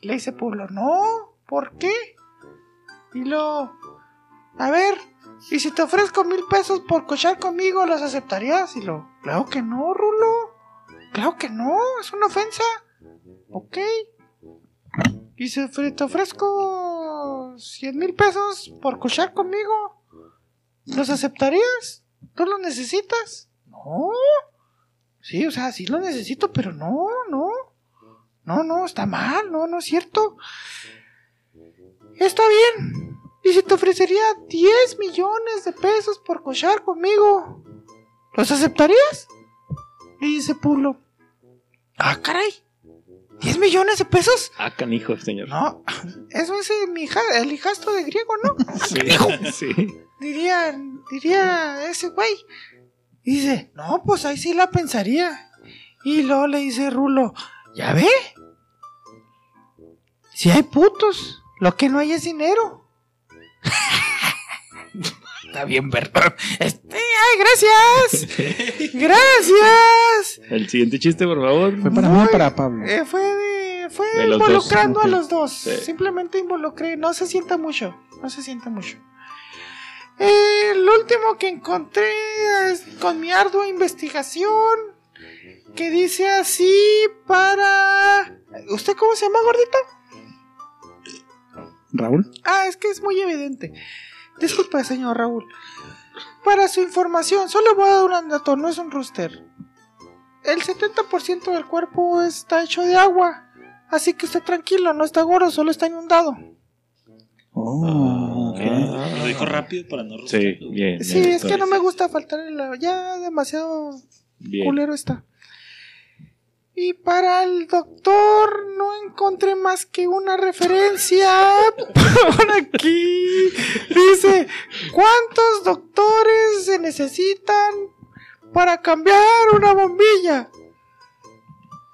Speaker 7: Le dice Pulo, no, ¿por qué? Y lo. A ver, ¿y si te ofrezco mil pesos por cochar conmigo, los aceptarías? Y lo. Claro que no, Rulo. Claro que no, es una ofensa. Ok. Y se ofre- te ofrezco 100 mil pesos por cochar conmigo. ¿Los aceptarías? ¿Tú los necesitas? No. Sí, o sea, sí lo necesito, pero no, no. No, no, está mal, no, no es cierto. Está bien. Y se te ofrecería 10 millones de pesos por cochar conmigo. ¿Los aceptarías? Le dice Pulo. Ah, caray. ¿10 millones de pesos?
Speaker 2: Ah, canijo, señor.
Speaker 7: No, *laughs* eso es eh, mi hija- el hijastro de griego, ¿no?
Speaker 2: Sí, *laughs* sí.
Speaker 7: Diría, diría ese güey. Y dice, no, pues ahí sí la pensaría. Y luego le dice Rulo, ¿ya ve? Si hay putos, lo que no hay es dinero. *laughs* Está bien, perdón. Este, ay, gracias. Gracias.
Speaker 2: El siguiente chiste, por favor.
Speaker 9: Fue para mí o para Pablo.
Speaker 4: Mm.
Speaker 7: Eh, fue de, fue
Speaker 2: De los
Speaker 7: involucrando
Speaker 2: dos,
Speaker 7: a
Speaker 2: ok.
Speaker 7: los dos.
Speaker 2: Sí.
Speaker 7: Simplemente involucré. No se sienta mucho. No se sienta mucho. Eh, el último que encontré es con mi ardua investigación. Que dice así para. ¿Usted cómo se llama, gordito?
Speaker 9: Raúl.
Speaker 7: Ah, es que es muy evidente. Disculpe, señor Raúl. Para su información, solo voy a dar un dato, no es un rooster. El 70% del cuerpo está hecho de agua. Así que usted tranquilo, no está gordo, solo está inundado.
Speaker 3: Ah,
Speaker 9: Oh,
Speaker 4: Ah,
Speaker 9: ok.
Speaker 3: Lo dijo rápido para no
Speaker 2: Ah. Sí,
Speaker 3: rostearlo.
Speaker 2: bien.
Speaker 7: Sí, es que
Speaker 2: bien.
Speaker 7: no me gusta faltar el... Ya demasiado
Speaker 2: Bien.
Speaker 7: culero está. Y para el doctor no encontré más que una referencia *laughs* por aquí. Dice, ¿cuántos doctores se necesitan para cambiar una bombilla?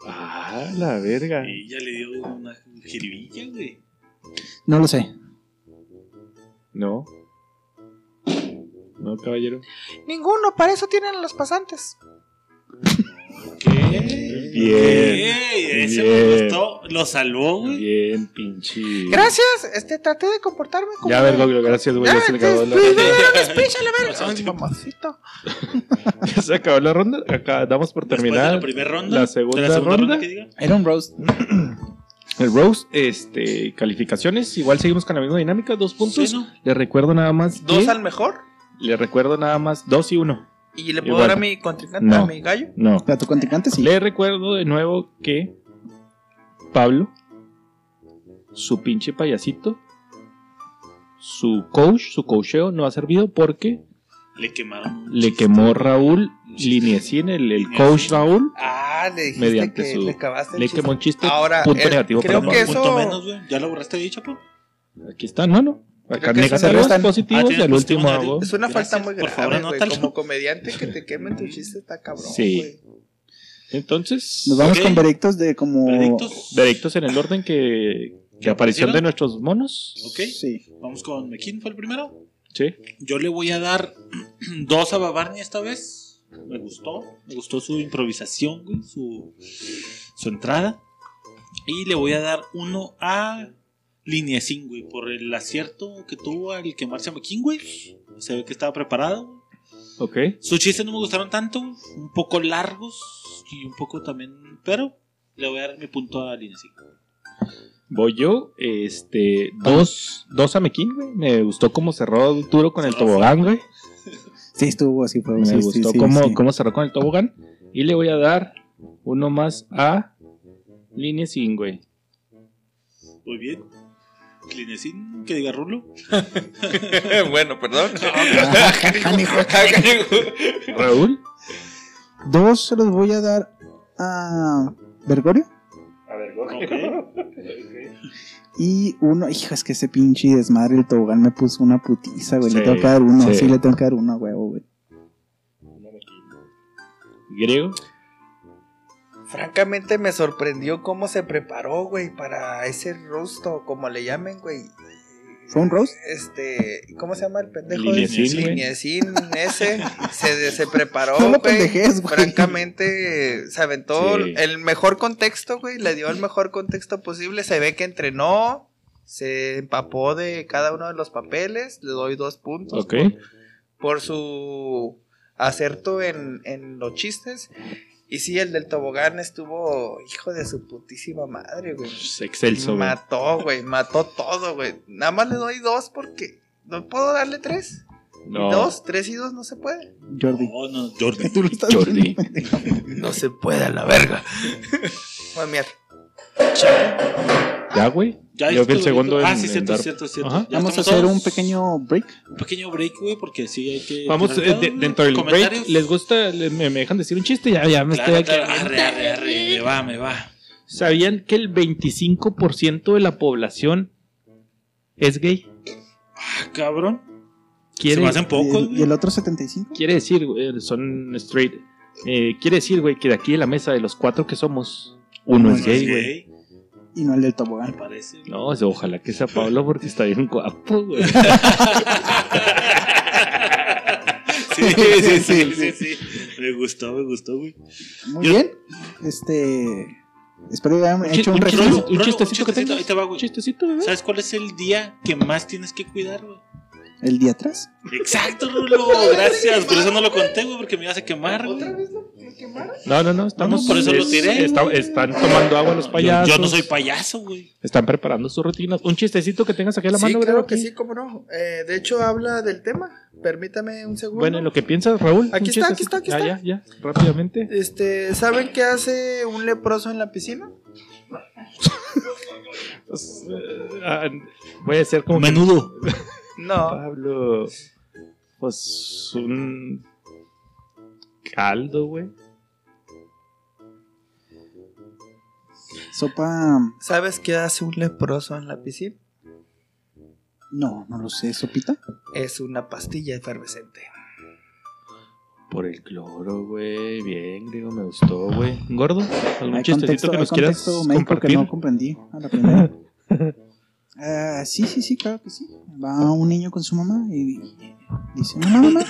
Speaker 2: Ah, la verga.
Speaker 3: Y ya le dio una jiribilla, güey.
Speaker 9: No lo sé.
Speaker 2: No. No, caballero.
Speaker 7: Ninguno, para eso tienen a los pasantes.
Speaker 3: ¿Qué?
Speaker 2: Bien,
Speaker 3: Ese me
Speaker 2: bien.
Speaker 3: gustó. Lo salvó, güey.
Speaker 2: Bien, pinche.
Speaker 7: Gracias, este, traté de comportarme como...
Speaker 2: Ya, Bergoglio, gracias, güey.
Speaker 7: Ya,
Speaker 2: Ya se le
Speaker 7: te-
Speaker 2: acabó la *laughs*
Speaker 7: te-
Speaker 2: ronda.
Speaker 7: Pinche la verga. Ay, mamacito.
Speaker 2: Ya se acabó la ronda. Acá damos por
Speaker 3: Después de la
Speaker 2: terminada.
Speaker 3: primera ronda.
Speaker 2: la
Speaker 3: de
Speaker 2: segunda ronda.
Speaker 3: que diga.
Speaker 9: Era un roast.
Speaker 2: El Rose, este, calificaciones. Igual seguimos con la misma dinámica, dos puntos.
Speaker 3: Sí, ¿no?
Speaker 2: Les recuerdo nada más.
Speaker 1: ¿Dos
Speaker 2: que-
Speaker 1: al mejor?
Speaker 2: Le recuerdo nada más dos y uno.
Speaker 1: ¿Y le puedo
Speaker 2: Igual.
Speaker 1: dar a mi contrincante,
Speaker 2: No.
Speaker 1: a mi gallo?
Speaker 2: No.
Speaker 4: Pero tu contrincante sí.
Speaker 2: Le recuerdo de nuevo que Pablo, su pinche payasito, su coach, su coacheo no ha servido porque
Speaker 3: Le quemaron. un
Speaker 2: le
Speaker 3: chiste.
Speaker 2: quemó Raúl Liniecín, el, el coach Raúl,
Speaker 1: Ah, le dijiste
Speaker 2: Mediante
Speaker 1: que
Speaker 2: su-
Speaker 1: le acabaste el
Speaker 2: le
Speaker 1: chiste.
Speaker 2: quemó un chiste.
Speaker 1: Ahora,
Speaker 2: punto
Speaker 1: el-
Speaker 2: negativo
Speaker 1: creo
Speaker 2: para
Speaker 1: que
Speaker 2: Raúl.
Speaker 3: Un
Speaker 1: eso-
Speaker 3: punto menos, güey. ¿Ya lo borraste dicho, Pablo?
Speaker 2: Aquí están, mano. Acá
Speaker 1: Creo que
Speaker 2: negas
Speaker 1: eso no
Speaker 2: errores
Speaker 1: están-
Speaker 2: positivos
Speaker 3: Ah,
Speaker 2: y
Speaker 3: tiene
Speaker 2: al
Speaker 3: positivo
Speaker 2: último
Speaker 3: negativo.
Speaker 2: hago.
Speaker 1: Es una
Speaker 3: Gracias,
Speaker 1: falta muy
Speaker 3: por
Speaker 1: grave,
Speaker 3: favor,
Speaker 1: güey.
Speaker 3: anótalo.
Speaker 1: Como comediante que te quemen tu chiste está cabrón,
Speaker 2: Sí.
Speaker 1: güey.
Speaker 2: Entonces,
Speaker 4: Nos vamos
Speaker 3: Ok.
Speaker 4: con veredictos de como.
Speaker 3: Veredictos.
Speaker 2: veredictos en el orden que, que
Speaker 3: ¿Ya
Speaker 2: aparición
Speaker 3: aparecieron?
Speaker 2: de nuestros monos.
Speaker 3: Ok.
Speaker 4: Sí.
Speaker 3: Vamos con. ¿Quién fue el primero?
Speaker 2: Sí.
Speaker 3: Yo le voy a dar *clears throat* dos a Babarni esta vez. Me gustó. Me gustó su improvisación, güey. Su, su entrada. Y le voy a dar uno a Lineacín, güey. Por el acierto que tuvo al quemarse a McKin, güey. Se ve que estaba preparado, güey.
Speaker 2: Ok.
Speaker 3: Sus chistes no me gustaron tanto, un poco largos y un poco también, pero le voy a dar mi punto a Lindsay.
Speaker 2: Voy yo, este, dos, dos a Mequín, güey. Me gustó cómo cerró duro con el
Speaker 3: Cerró
Speaker 2: tobogán, güey.
Speaker 4: Sí, estuvo así, fue.
Speaker 2: Me
Speaker 4: sí, sí,
Speaker 2: gustó
Speaker 4: sí,
Speaker 2: cómo,
Speaker 4: sí.
Speaker 2: cómo cerró con el tobogán. Y le voy a dar uno más a Línea sin, güey.
Speaker 3: Muy bien. Linecín, que diga Rulo.
Speaker 1: bueno, perdón.
Speaker 4: Ah.
Speaker 2: Raúl.
Speaker 4: Dos se los voy a dar a Bergorio.
Speaker 3: Ok.
Speaker 4: *laughs* Y uno, hijo, es que ese pinche desmadre del tobogán me puso una putiza, güey.
Speaker 2: Sí,
Speaker 4: le tengo que dar uno,
Speaker 2: sí.
Speaker 4: sí. le tengo que dar uno, huevo, güey.
Speaker 2: Griego.
Speaker 1: Francamente me sorprendió cómo se preparó, güey, para ese rosto, como le llamen, güey.
Speaker 4: ¿Fue un roast?
Speaker 1: Este, ¿cómo se llama el pendejo?
Speaker 2: Liniecín,
Speaker 1: ese?
Speaker 2: güey.
Speaker 1: Liniecín, ese se, se preparó,
Speaker 4: Solo
Speaker 1: güey.
Speaker 4: pendejes, güey.
Speaker 1: Francamente, se aventó
Speaker 2: Sí.
Speaker 1: el mejor contexto, güey. Le dio el mejor contexto posible. Se ve que entrenó, se empapó de cada uno de los papeles. Le doy dos puntos
Speaker 2: Ok.
Speaker 1: por su acerto en, en los chistes. Y sí, el del tobogán estuvo hijo de su putísima madre, güey.
Speaker 2: Pues, Excelso, güey.
Speaker 1: mató, güey, mató todo, güey. Nada más le doy dos porque no puedo darle tres.
Speaker 2: No.
Speaker 1: Y dos, tres y dos no se puede.
Speaker 4: Jordi.
Speaker 3: No, Oh, no, Jordi.
Speaker 4: *laughs* Tú lo estás
Speaker 2: Jordi.
Speaker 1: No se puede a la verga. Bueno, mierda.
Speaker 2: Ya, güey.
Speaker 3: Ya
Speaker 2: Yo fui el
Speaker 3: dijiste
Speaker 2: segundo
Speaker 3: bonito.
Speaker 2: en-
Speaker 3: Ah, sí,
Speaker 2: en
Speaker 3: cierto,
Speaker 2: dar-
Speaker 3: cierto, cierto.
Speaker 2: Ajá.
Speaker 3: Ya
Speaker 4: Vamos a
Speaker 3: estamos
Speaker 4: hacer
Speaker 3: todos.
Speaker 4: un pequeño break.
Speaker 3: Un pequeño break, güey, porque sí hay que.
Speaker 2: Vamos,
Speaker 3: poner
Speaker 2: eh,
Speaker 3: todo,
Speaker 2: de-
Speaker 3: güey.
Speaker 2: dentro del break,
Speaker 3: Comentarios.
Speaker 2: ¿les gusta? Le- me, me dejan decir un chiste? Ya, ya me
Speaker 3: Claro,
Speaker 2: estoy aquí.
Speaker 3: claro. Arre, arre, arre. Me va, me va.
Speaker 2: ¿Sabían que el 25% de la población es gay?
Speaker 3: Ah, cabrón. Se
Speaker 2: Quiere,
Speaker 3: me hacen pocos,
Speaker 4: ¿Y, el, y el
Speaker 3: güey.
Speaker 4: otro 75?
Speaker 2: quiere decir, güey, son straight. Eh, quiere decir, güey, que de aquí de la mesa, de los cuatro que somos, uno
Speaker 4: Uno
Speaker 2: es
Speaker 4: es
Speaker 2: gay, güey.
Speaker 3: Pues,
Speaker 4: Y no el del
Speaker 3: Me
Speaker 4: tobogán.
Speaker 3: parece. güey.
Speaker 2: No, o sea, ojalá que sea Pablo porque está bien
Speaker 1: *laughs*
Speaker 2: guapo, güey.
Speaker 3: Sí, sí, *laughs* sí, sí, sí. Me gustó, me gustó, güey.
Speaker 4: Muy bien. Este. Espero que hayan
Speaker 2: Un chi-
Speaker 4: hecho un
Speaker 2: un
Speaker 4: resumen.
Speaker 2: chiste-
Speaker 3: Rolo,
Speaker 2: un
Speaker 3: Rolo,
Speaker 2: chistecito que
Speaker 3: Ahí te
Speaker 2: tengas.
Speaker 3: va,
Speaker 2: Un
Speaker 3: güey.
Speaker 2: chistecito, bebé.
Speaker 3: ¿Sabes cuál es el día que más tienes que cuidar, güey?
Speaker 4: El día atrás.
Speaker 3: Exacto, Rulo, gracias. Por eso no lo conté, güey, porque me ibas a quemar. güey.
Speaker 2: No, no, no, estamos.
Speaker 3: No, por eso lo tiré.
Speaker 2: está- están tomando agua los
Speaker 3: No, yo-
Speaker 2: payasos.
Speaker 3: Yo, no soy payaso, güey.
Speaker 2: Están preparando sus rutinas. Un chistecito que tengas aquí a la
Speaker 1: sí,
Speaker 2: mano,
Speaker 1: claro
Speaker 2: Gregorio.
Speaker 1: que sí, cómo no. Eh, de hecho, habla del tema. Permítame un segundo.
Speaker 2: Bueno, en lo que piensas, Raúl.
Speaker 1: Aquí está,
Speaker 2: un
Speaker 1: aquí está,
Speaker 2: chistecito.
Speaker 1: aquí
Speaker 2: Ya,
Speaker 1: está.
Speaker 2: Ya, ya, rápidamente.
Speaker 1: Este, ¿saben qué hace un leproso en la piscina?
Speaker 2: Pues, eh, ah, voy a hacer como que-
Speaker 3: Menudo.
Speaker 1: No.
Speaker 2: Pablo. Pues un caldo, güey.
Speaker 4: Sopa.
Speaker 1: ¿Sabes qué hace un leproso en la piscina?
Speaker 4: No, no lo sé. ¿Sopita?
Speaker 1: Es una pastilla efervescente.
Speaker 2: Por el cloro, güey. Bien, digo, me gustó, güey. Gordo, algún
Speaker 4: Hay
Speaker 2: chistecito
Speaker 4: contexto,
Speaker 2: que
Speaker 4: hay
Speaker 2: nos quieras
Speaker 4: contexto médico
Speaker 2: compartir.
Speaker 4: que no comprendí a la primera.
Speaker 1: *laughs*
Speaker 4: Ah, sí, sí, sí, claro que sí. Va un niño con su mamá y dice, mamá, mamá,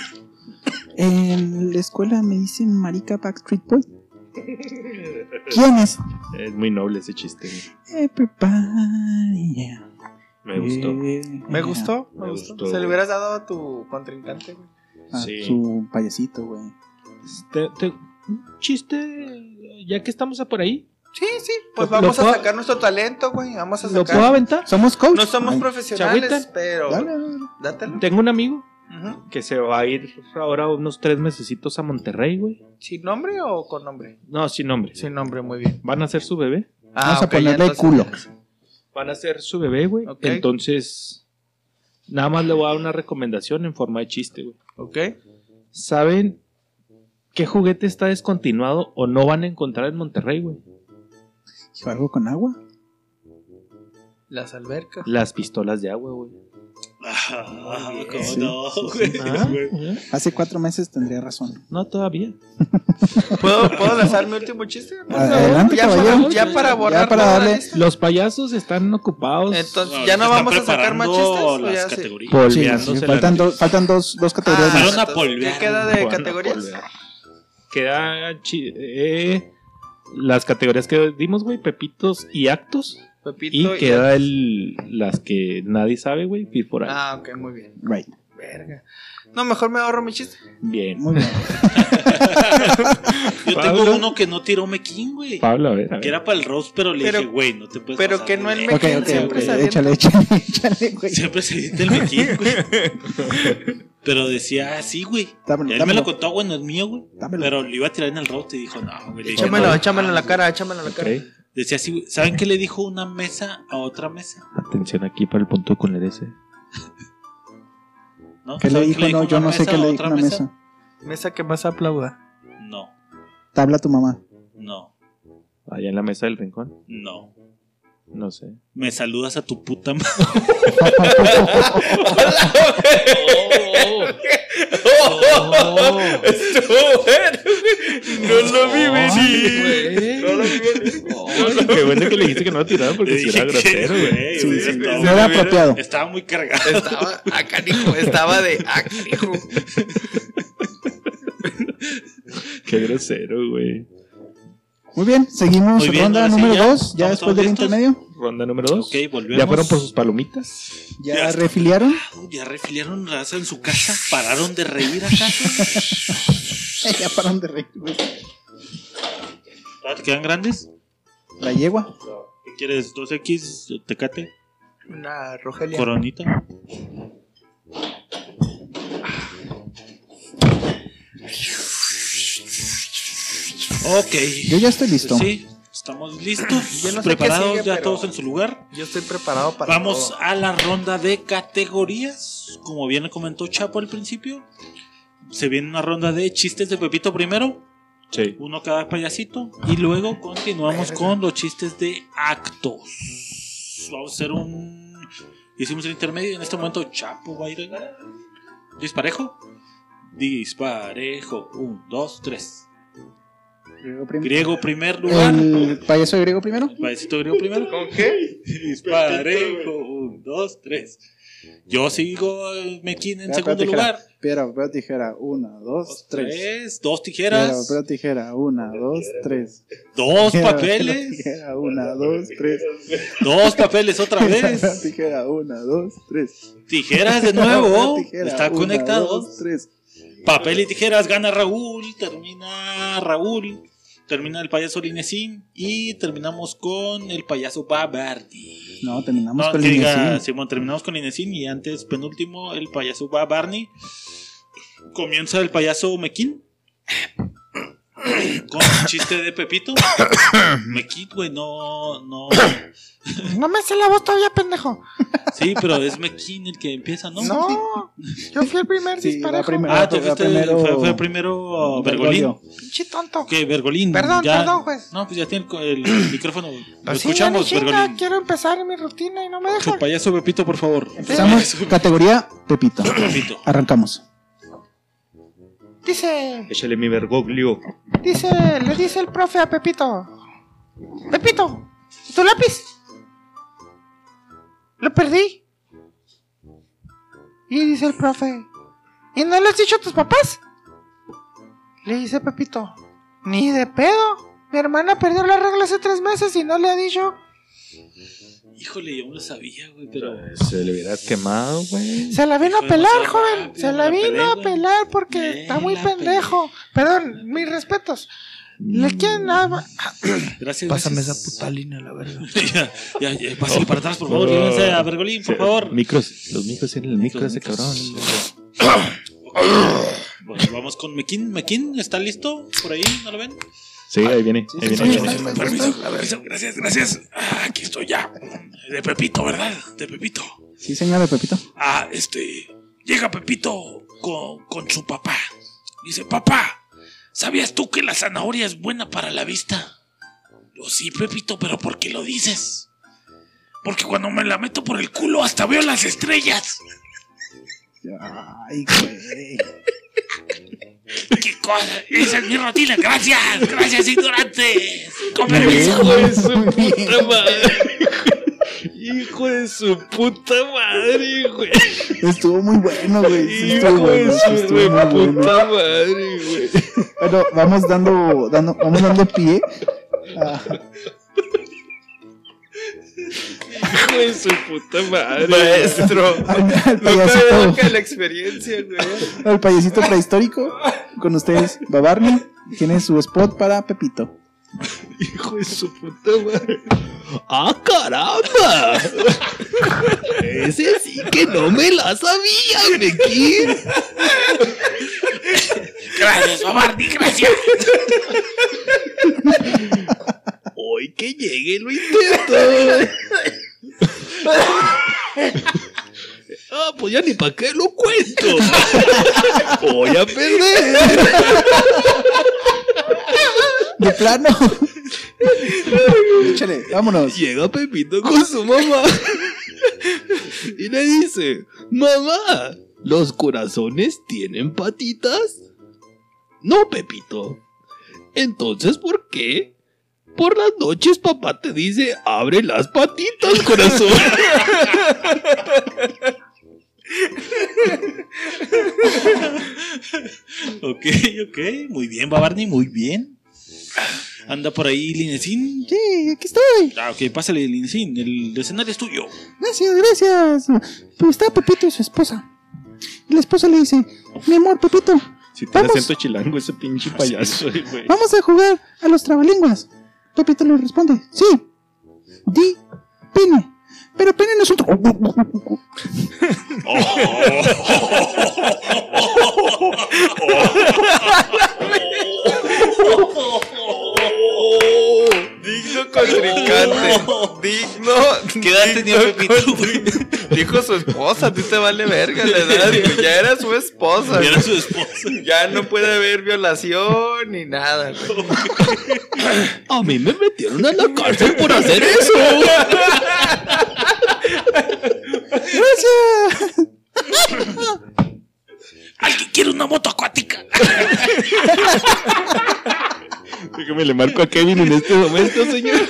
Speaker 4: en la escuela me dicen marica Backstreet Boy. ¿Quién es?
Speaker 2: Es muy noble ese chiste. güey.
Speaker 4: Everybody. yeah.
Speaker 2: Me gustó.
Speaker 4: Eh,
Speaker 1: Me
Speaker 4: yeah.
Speaker 1: gustó, me,
Speaker 2: Me
Speaker 1: gustó.
Speaker 2: gustó,
Speaker 1: Se
Speaker 2: güey.
Speaker 1: le hubieras dado a tu contrincante, güey.
Speaker 4: A
Speaker 2: Sí.
Speaker 4: su payasito, güey.
Speaker 2: Te- te- un chiste, ya que estamos a por ahí.
Speaker 1: Sí, sí, pues
Speaker 2: Lo- lo
Speaker 1: vamos a
Speaker 2: puedo-
Speaker 1: sacar nuestro talento, güey. Vamos a
Speaker 2: ¿Lo puedo
Speaker 1: sacar.
Speaker 2: aventar?
Speaker 4: Somos coach.
Speaker 1: No somos
Speaker 4: Ay,
Speaker 1: profesionales,
Speaker 2: agüitan?
Speaker 1: pero
Speaker 4: dale, dale, dale.
Speaker 1: dátelo.
Speaker 2: Tengo un amigo
Speaker 1: Ujú.
Speaker 2: que se va a ir ahora unos tres mesecitos a Monterrey, güey.
Speaker 1: ¿Sin nombre o con nombre?
Speaker 2: No, sin nombre.
Speaker 1: Sin nombre, muy bien.
Speaker 2: Van a ser su bebé.
Speaker 4: Vamos
Speaker 1: Ah,
Speaker 4: a
Speaker 1: ok, ya
Speaker 4: ponerle
Speaker 1: entonces-
Speaker 4: culo.
Speaker 2: Van a ser su bebé, güey.
Speaker 1: Ok.
Speaker 2: Entonces, nada más le voy a dar una recomendación en forma de chiste, güey.
Speaker 1: Ok.
Speaker 2: ¿Saben qué juguete está descontinuado o no van a encontrar en Monterrey, güey?
Speaker 4: Hijo, ¿Algo con agua?
Speaker 1: Las albercas.
Speaker 2: Las pistolas de agua, güey.
Speaker 3: Ah, ¿Cómo
Speaker 4: Sí,
Speaker 3: no,
Speaker 4: sí, sí.
Speaker 3: güey?
Speaker 2: Ah,
Speaker 3: Güey.
Speaker 2: ¿eh?
Speaker 4: Hace cuatro meses tendría razón.
Speaker 2: No, todavía.
Speaker 1: ¿Puedo, ¿Puedo lanzar mi último chiste? Por favor.
Speaker 4: Adelante,
Speaker 1: ya,
Speaker 4: caballero.
Speaker 1: para, ya para borrar
Speaker 4: Ya para
Speaker 1: toda la
Speaker 4: darle-
Speaker 1: lista.
Speaker 2: Los payasos están ocupados.
Speaker 1: Entonces,
Speaker 3: No,
Speaker 1: ¿ya no
Speaker 3: se están
Speaker 1: vamos a sacar más chistes?
Speaker 3: preparando
Speaker 1: ¿O
Speaker 3: Las
Speaker 1: ya sí?
Speaker 3: categorías.
Speaker 4: Sí,
Speaker 2: polveándose
Speaker 4: sí,
Speaker 2: la
Speaker 4: faltan,
Speaker 2: nariz.
Speaker 4: dos, faltan dos, dos
Speaker 1: Ah,
Speaker 4: categorías más.
Speaker 3: Fueron a
Speaker 1: entonces,
Speaker 3: polvear.
Speaker 1: ¿Qué queda de
Speaker 2: Bueno,
Speaker 1: categorías?
Speaker 2: polvear. Queda chi- eh, las categorías que dimos, güey, pepitos y actos.
Speaker 1: Pepito
Speaker 2: Y queda el, las que nadie sabe, güey, y por ahí.
Speaker 1: Ah, ok, muy bien.
Speaker 4: Right.
Speaker 1: Verga. No, mejor me ahorro mi chiste.
Speaker 2: Bien.
Speaker 4: Muy bien.
Speaker 3: Yo
Speaker 2: Pablo.
Speaker 3: tengo uno que no tiró Mequín, güey.
Speaker 2: Pablo, a ver. a
Speaker 3: Que
Speaker 2: ver.
Speaker 3: era para el Rose, pero le
Speaker 1: Pero-
Speaker 3: dije, güey, no te puedes
Speaker 1: pero
Speaker 3: pasar
Speaker 1: que
Speaker 3: de
Speaker 1: no el
Speaker 3: ver.
Speaker 1: Mequín.
Speaker 4: Ok, ok,
Speaker 1: Siempre
Speaker 4: ok.
Speaker 1: se avienta.
Speaker 4: Échale, échale, échale, güey.
Speaker 3: Siempre se edita el Mequín, güey. *laughs* Pero decía, ah, sí, güey.
Speaker 4: Dámelo,
Speaker 3: Y él me
Speaker 4: dámelo,
Speaker 3: lo contó, güey, no es mío, güey.
Speaker 4: dámelo.
Speaker 3: Pero le iba a tirar en el Rose y dijo, no, güey. le dije,
Speaker 1: Échamelo,
Speaker 3: no,
Speaker 1: échamelo en la
Speaker 3: no,
Speaker 1: cara, échamelo en la cara.
Speaker 2: Ok.
Speaker 3: Decía así, güey. ¿saben qué le dijo una mesa a otra mesa?
Speaker 2: Atención aquí para el punto con el S.
Speaker 3: ¿No?
Speaker 4: ¿Qué le
Speaker 3: ¿Saben
Speaker 4: dijo? No,
Speaker 3: una
Speaker 4: yo no sé
Speaker 3: mesa
Speaker 4: qué
Speaker 3: a
Speaker 4: le dijo
Speaker 3: otra
Speaker 4: una mesa.
Speaker 1: Mesa que más aplauda.
Speaker 3: No,
Speaker 4: Tabla tu mamá.
Speaker 3: no,
Speaker 2: Allá en la mesa del rincón.
Speaker 3: no.
Speaker 2: No sé.
Speaker 3: Me saludas a tu puta madre.
Speaker 1: No lo vi
Speaker 2: Ay, *laughs* qué bueno que le dijiste que no lo tiraba porque
Speaker 3: Le
Speaker 2: si
Speaker 3: dije
Speaker 2: *laughs* era
Speaker 3: que,
Speaker 2: grosero, güey.
Speaker 3: güey,
Speaker 4: Sí,
Speaker 3: güey,
Speaker 4: sí,
Speaker 3: no,
Speaker 4: no era apropiado.
Speaker 3: Estaba muy cargado.
Speaker 1: Estaba a canijo, estaba de a canijo.
Speaker 2: Qué grosero, güey.
Speaker 4: Muy bien, seguimos
Speaker 3: Muy bien,
Speaker 4: ronda
Speaker 3: ahora sí,
Speaker 4: número
Speaker 3: ya.
Speaker 4: 2, ya
Speaker 3: ¿Estamos
Speaker 4: después
Speaker 3: todos
Speaker 4: del
Speaker 3: listos?
Speaker 4: intermedio.
Speaker 2: Ronda número dos.
Speaker 3: Ok, volvemos.
Speaker 2: ¿Ya fueron por sus palomitas?
Speaker 4: Ya,
Speaker 3: Ya está.
Speaker 4: refiliaron.
Speaker 3: Ya refiliaron raza en su casa. Pararon de reír
Speaker 4: *laughs*
Speaker 3: acaso.
Speaker 4: ya pararon de reír. güey.
Speaker 3: ¿Todavía ¿Te quedan grandes?
Speaker 4: La yegua.
Speaker 3: ¿Qué quieres? ¿2X? ¿Tecate?
Speaker 1: Una Rogelia.
Speaker 3: ¿Coronita? Ok.
Speaker 4: Yo ya estoy listo.
Speaker 3: Sí, estamos
Speaker 1: *clears throat*
Speaker 3: listos.
Speaker 1: Yo no sé qué
Speaker 3: preparados
Speaker 1: sigue,
Speaker 3: ya
Speaker 1: pero-
Speaker 3: todos en su lugar.
Speaker 1: Yo estoy preparado para
Speaker 3: Vamos
Speaker 1: todo.
Speaker 3: a la ronda de categorías. Como bien le comentó Chapo al principio, se viene una ronda de chistes de Pepito primero,
Speaker 2: Sí.
Speaker 3: uno cada payasito, y luego continuamos con los chistes de actos. Vamos a hacer un. Hicimos el intermedio y en este momento Chapo va a ir a disparejo. Disparejo. Un, dos, tres.
Speaker 4: Griego primero.
Speaker 3: Griego primer lugar.
Speaker 4: El payaso griego primero.
Speaker 3: Payasito griego primero.
Speaker 1: ¿Con qué?
Speaker 3: Disparejo, un, dos, tres. Yo sigo eh, Mequín en
Speaker 4: Piedra,
Speaker 3: segundo
Speaker 4: papel, tijera.
Speaker 3: lugar.
Speaker 4: Piedra, papel, tijera. Una, dos,
Speaker 3: Dos,
Speaker 4: tres.
Speaker 3: tres, dos
Speaker 4: Piedra,
Speaker 3: tijeras,
Speaker 4: papel, tijera. Una, dos, tres.
Speaker 3: dos
Speaker 4: Piedra, papel,
Speaker 3: papeles,
Speaker 4: tijera. Una, dos, tres.
Speaker 3: dos papeles otra
Speaker 4: Piedra, papel,
Speaker 3: vez.
Speaker 4: tijera. Una, dos, tres.
Speaker 3: Tijeras de
Speaker 4: Piedra,
Speaker 3: nuevo,
Speaker 4: papel, tijera.
Speaker 3: está
Speaker 4: *laughs* Una,
Speaker 3: conectado.
Speaker 4: dos, tres.
Speaker 3: Papel y tijeras gana Raúl, termina Raúl, termina el payaso Linesín y terminamos con el payaso Babardi.
Speaker 4: No, terminamos
Speaker 3: No,
Speaker 4: con
Speaker 3: que
Speaker 4: el
Speaker 3: diga,
Speaker 4: Inesín.
Speaker 3: Simón, terminamos con Inesín y antes, penúltimo, el payaso va a Barney. Comienza el payaso Mequín. *coughs* Con el chiste de Pepito. Mequín, güey, no, no.
Speaker 7: No me sé la voz todavía, pendejo.
Speaker 3: Sí, pero es Mequín el que empieza, ¿no?
Speaker 7: No, yo fui el primer
Speaker 4: Sí, va
Speaker 7: disparejo.
Speaker 4: primero.
Speaker 3: Ah, tú
Speaker 4: Fue- fue
Speaker 3: fuiste
Speaker 4: primero-
Speaker 3: fue, fue primero Bergolín. Eh.
Speaker 7: Pinche tonto.
Speaker 3: Ok, Bergolín.
Speaker 7: Perdón,
Speaker 3: ya-
Speaker 7: perdón, juez.
Speaker 3: No, pues ya tiene el, el micrófono. güey. Lo
Speaker 7: Sí,
Speaker 3: escuchamos,
Speaker 7: ya ni chinga,
Speaker 3: Bergolín.
Speaker 7: Quiero empezar mi rutina y no me
Speaker 3: Tu
Speaker 7: dejan.
Speaker 3: payaso Pepito, por favor.
Speaker 4: Empezamos categoría Pepito.
Speaker 3: Pepito.
Speaker 4: Arrancamos.
Speaker 7: Dice,
Speaker 2: Échale mi vergoglio.
Speaker 7: dice, le dice el profe a Pepito. Pepito, ¿y tu lápiz? Lo perdí. Y dice el profe, ¿y no le has dicho a tus papás? Le dice Pepito, ni de pedo. Mi hermana perdió la regla hace tres meses y no le ha dicho.
Speaker 3: Híjole, yo no lo sabía, güey, pero.
Speaker 2: Eh, Se le hubieras quemado, güey.
Speaker 7: Se la vino a
Speaker 3: Fue
Speaker 7: pelar,
Speaker 3: demasiado
Speaker 7: joven.
Speaker 3: rápido,
Speaker 7: Se la
Speaker 3: la pelé,
Speaker 7: vino a
Speaker 3: güey.
Speaker 7: pelar porque
Speaker 3: Bien,
Speaker 7: está muy
Speaker 3: la
Speaker 7: pendejo. Perdón, mis respetos.
Speaker 2: Mm,
Speaker 7: ¿Le quieren dar-
Speaker 3: Gracias,
Speaker 1: Pásame esa
Speaker 3: gracias.
Speaker 1: puta línea, la verdad.
Speaker 3: *laughs* ya, ya, ya, pásale para atrás, por favor. Llévense a Bergolín, por favor.
Speaker 2: Micros, los micros en el Oh. micro
Speaker 3: Los
Speaker 2: ese cabrón.
Speaker 3: micros. *coughs* Bueno, vamos con Mequín. Mequín, ¿está listo? ¿Por ahí? ¿No lo ven?
Speaker 2: Sí, ahí viene. Ahí viene.
Speaker 6: Permiso, permiso, gracias, gracias. Ah, aquí estoy ya. De Pepito, ¿verdad? De Pepito.
Speaker 4: Sí, señora Pepito.
Speaker 6: Ah, este. Llega Pepito con, con su papá. Dice, papá, ¿sabías tú que la zanahoria es buena para la vista? Yo sí, Pepito, pero ¿por qué lo dices? Porque cuando me la meto por el culo hasta veo las estrellas. *laughs*
Speaker 4: Ay, güey.
Speaker 6: ¡Qué cosa! Esa es mi rutina. Gracias, gracias, ignorantes. Con
Speaker 4: *laughs*
Speaker 6: permiso. *laughs*
Speaker 2: de su *laughs* puta madre. Hijo de su puta madre, güey.
Speaker 4: Estuvo muy bueno, güey. Sí, estuvo bueno. sí, estuvo muy bueno.
Speaker 2: madre, güey.
Speaker 4: Bueno, vamos dando, dando, vamos dando pie. Ah,
Speaker 2: Hijo de su puta madre.
Speaker 1: Maestro.
Speaker 4: al, al
Speaker 1: Nunca
Speaker 4: payasito,
Speaker 1: deja la experiencia, güey.
Speaker 4: al payasito prehistórico. Con ustedes, Babarni. Tiene su spot para Pepito.
Speaker 2: Hijo de su puta madre.
Speaker 8: ¡Ah, caramba! Ese sí que no me la sabía, Mequín.
Speaker 6: Gracias, Babardi, gracias.
Speaker 8: Hoy que llegue lo intento. Ah, pues ya ni para qué lo cuento. Voy a perder.
Speaker 4: De
Speaker 3: *laughs*
Speaker 4: plano. Échale, vámonos.
Speaker 8: Llega Pepito con su mamá y le dice, mamá, ¿los corazones tienen patitas? No, Pepito. Entonces, ¿por qué? Por las noches papá te dice, abre las patitas, corazón. *laughs*
Speaker 3: Ok, ok. Muy bien, Babarni, muy bien. Anda por ahí Linecín.
Speaker 5: Sí, aquí estoy.
Speaker 3: Ah, ok, pásale, Linecín. El escenario es tuyo.
Speaker 5: Gracias, gracias. Pero está Pepito y su esposa. Y la esposa le dice, mi amor, Pepito,
Speaker 2: Si te
Speaker 5: Vamos.
Speaker 2: acento chilango ese pinche payaso, güey.
Speaker 5: vamos a jugar a los trabalenguas. Pepito le responde, sí. Di pene. Pero pene no es un... tra-
Speaker 1: Digno
Speaker 3: *laughs*
Speaker 1: contrincante. Digno.
Speaker 3: ¿Qué edad tenía Pepito?
Speaker 1: Dijo su esposa, a ti te vale verga la edad. güey. Ya era su esposa.
Speaker 3: Era
Speaker 1: güey.
Speaker 3: su esposa.
Speaker 1: Ya no puede haber violación ni nada. güey.
Speaker 8: A mí me metieron a la cárcel por hacer eso.
Speaker 6: ¿Alguien quiere una moto acuática?
Speaker 2: Déjame le marco a Kevin en este momento, señor.
Speaker 4: *laughs*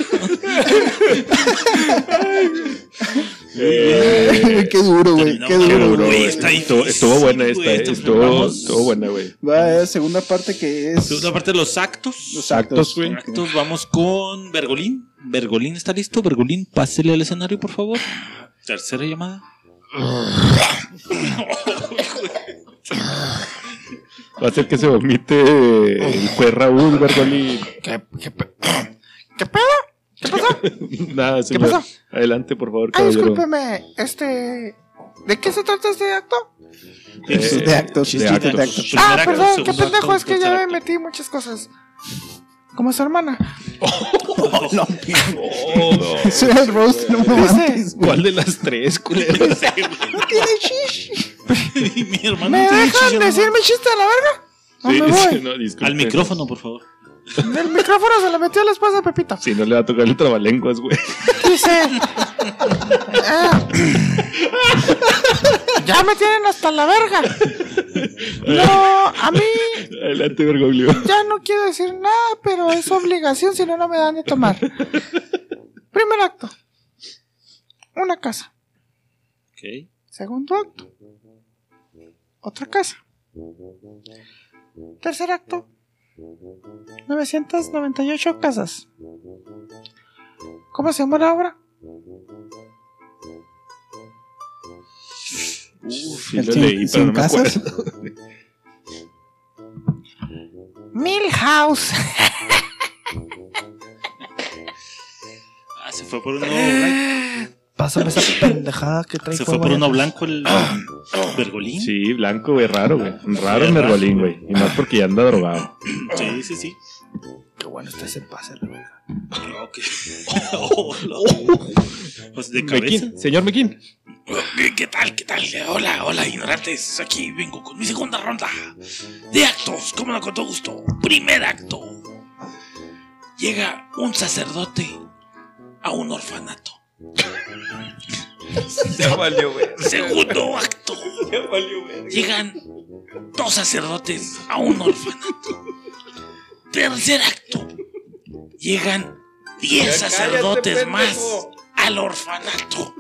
Speaker 4: qué duro, güey. Qué
Speaker 3: Terminamos.
Speaker 4: duro.
Speaker 3: Qué duro,
Speaker 4: güey.
Speaker 3: güey. está
Speaker 2: estuvo,
Speaker 3: difícil,
Speaker 2: estuvo buena esta,
Speaker 3: güey,
Speaker 2: eh.
Speaker 3: esto
Speaker 2: estuvo,
Speaker 3: vamos.
Speaker 2: estuvo buena, güey.
Speaker 4: Va, eh, segunda parte que es.
Speaker 3: Segunda parte de los actos.
Speaker 4: Los actos,
Speaker 2: güey.
Speaker 4: Ok.
Speaker 3: Actos, vamos con Bergolín. Bergolín, ¿está listo? Bergolín, pásele al escenario, por favor. Tercera llamada.
Speaker 2: Va a hacer que se vomite el juez Raúl Bergolín.
Speaker 1: ¿Qué, qué pe-
Speaker 2: *laughs* Nada, señor.
Speaker 7: pasó? Ah,
Speaker 2: Adelante, por favor,
Speaker 7: Ay,
Speaker 2: caballero.
Speaker 7: discúlpeme, este... ¿De qué se trata este acto?
Speaker 3: Este,
Speaker 4: Chistes Eh, de actos, chistes de actos.
Speaker 7: Ah, perdón, qué pendejo, es que ya me metí muchas cosas. Como su hermana.
Speaker 4: Eso era el roast, no me mames, güey.
Speaker 2: ¿Cuál de las tres, culero?
Speaker 7: ¿Tiene chish?
Speaker 3: metí. *laughs* Mi hermano
Speaker 7: ¿Me
Speaker 3: Ah, no tiene
Speaker 7: dejan
Speaker 3: chicha, no.
Speaker 7: decir mi chiste a la verga? No me
Speaker 2: Sí,
Speaker 7: voy.
Speaker 2: no, disculpe.
Speaker 3: Al micrófono, por favor.
Speaker 7: El micrófono se le metió a la esposa de Pepito.
Speaker 2: Si no le va a tocar el trabalenguas, güey. *laughs*
Speaker 7: Dice. Ah. ya me tienen hasta la verga. No, a mí
Speaker 2: Adelante, Bergoglio.
Speaker 7: ya no quiero decir nada, pero es obligación, si no, no me dan de tomar. Primer acto. Una casa.
Speaker 3: Ok.
Speaker 7: Segundo acto. Otra casa. Tercer acto. 998 casas. ¿Cómo se llama la obra?
Speaker 2: Uf,
Speaker 4: El cien- cien casas.
Speaker 7: Milhouse.
Speaker 3: Ah, se fue por uno blanco.
Speaker 1: Pásame esa pendejada que trae
Speaker 3: Se fue por
Speaker 1: fuego
Speaker 3: uno
Speaker 1: allá.
Speaker 4: *coughs*
Speaker 3: blanco el Bergolín. Sí,
Speaker 2: Sí, blanco, güey, raro, güey. Raro
Speaker 3: Sí,
Speaker 2: el
Speaker 3: raro,
Speaker 2: Mergolín, güey. Y más porque ya anda drogado.
Speaker 3: sí, sí. sí.
Speaker 1: Qué bueno está ese pase, la verga.
Speaker 6: *laughs*
Speaker 3: Ok. Oh, lo- Pues de cabeza.
Speaker 2: Mequín, señor Mequín.
Speaker 6: Eh, ¿Qué, qué tal? ¿Qué tal? Hola, hola, ignorantes. Aquí vengo con mi segunda ronda de actos. Como no, con todo gusto. Primer acto. Llega un sacerdote a un orfanato.
Speaker 1: Ya valió, güey.
Speaker 6: Segundo acto. Llegan dos sacerdotes a un orfanato. Tercer acto. Llegan diez sacerdotes más al orfanato.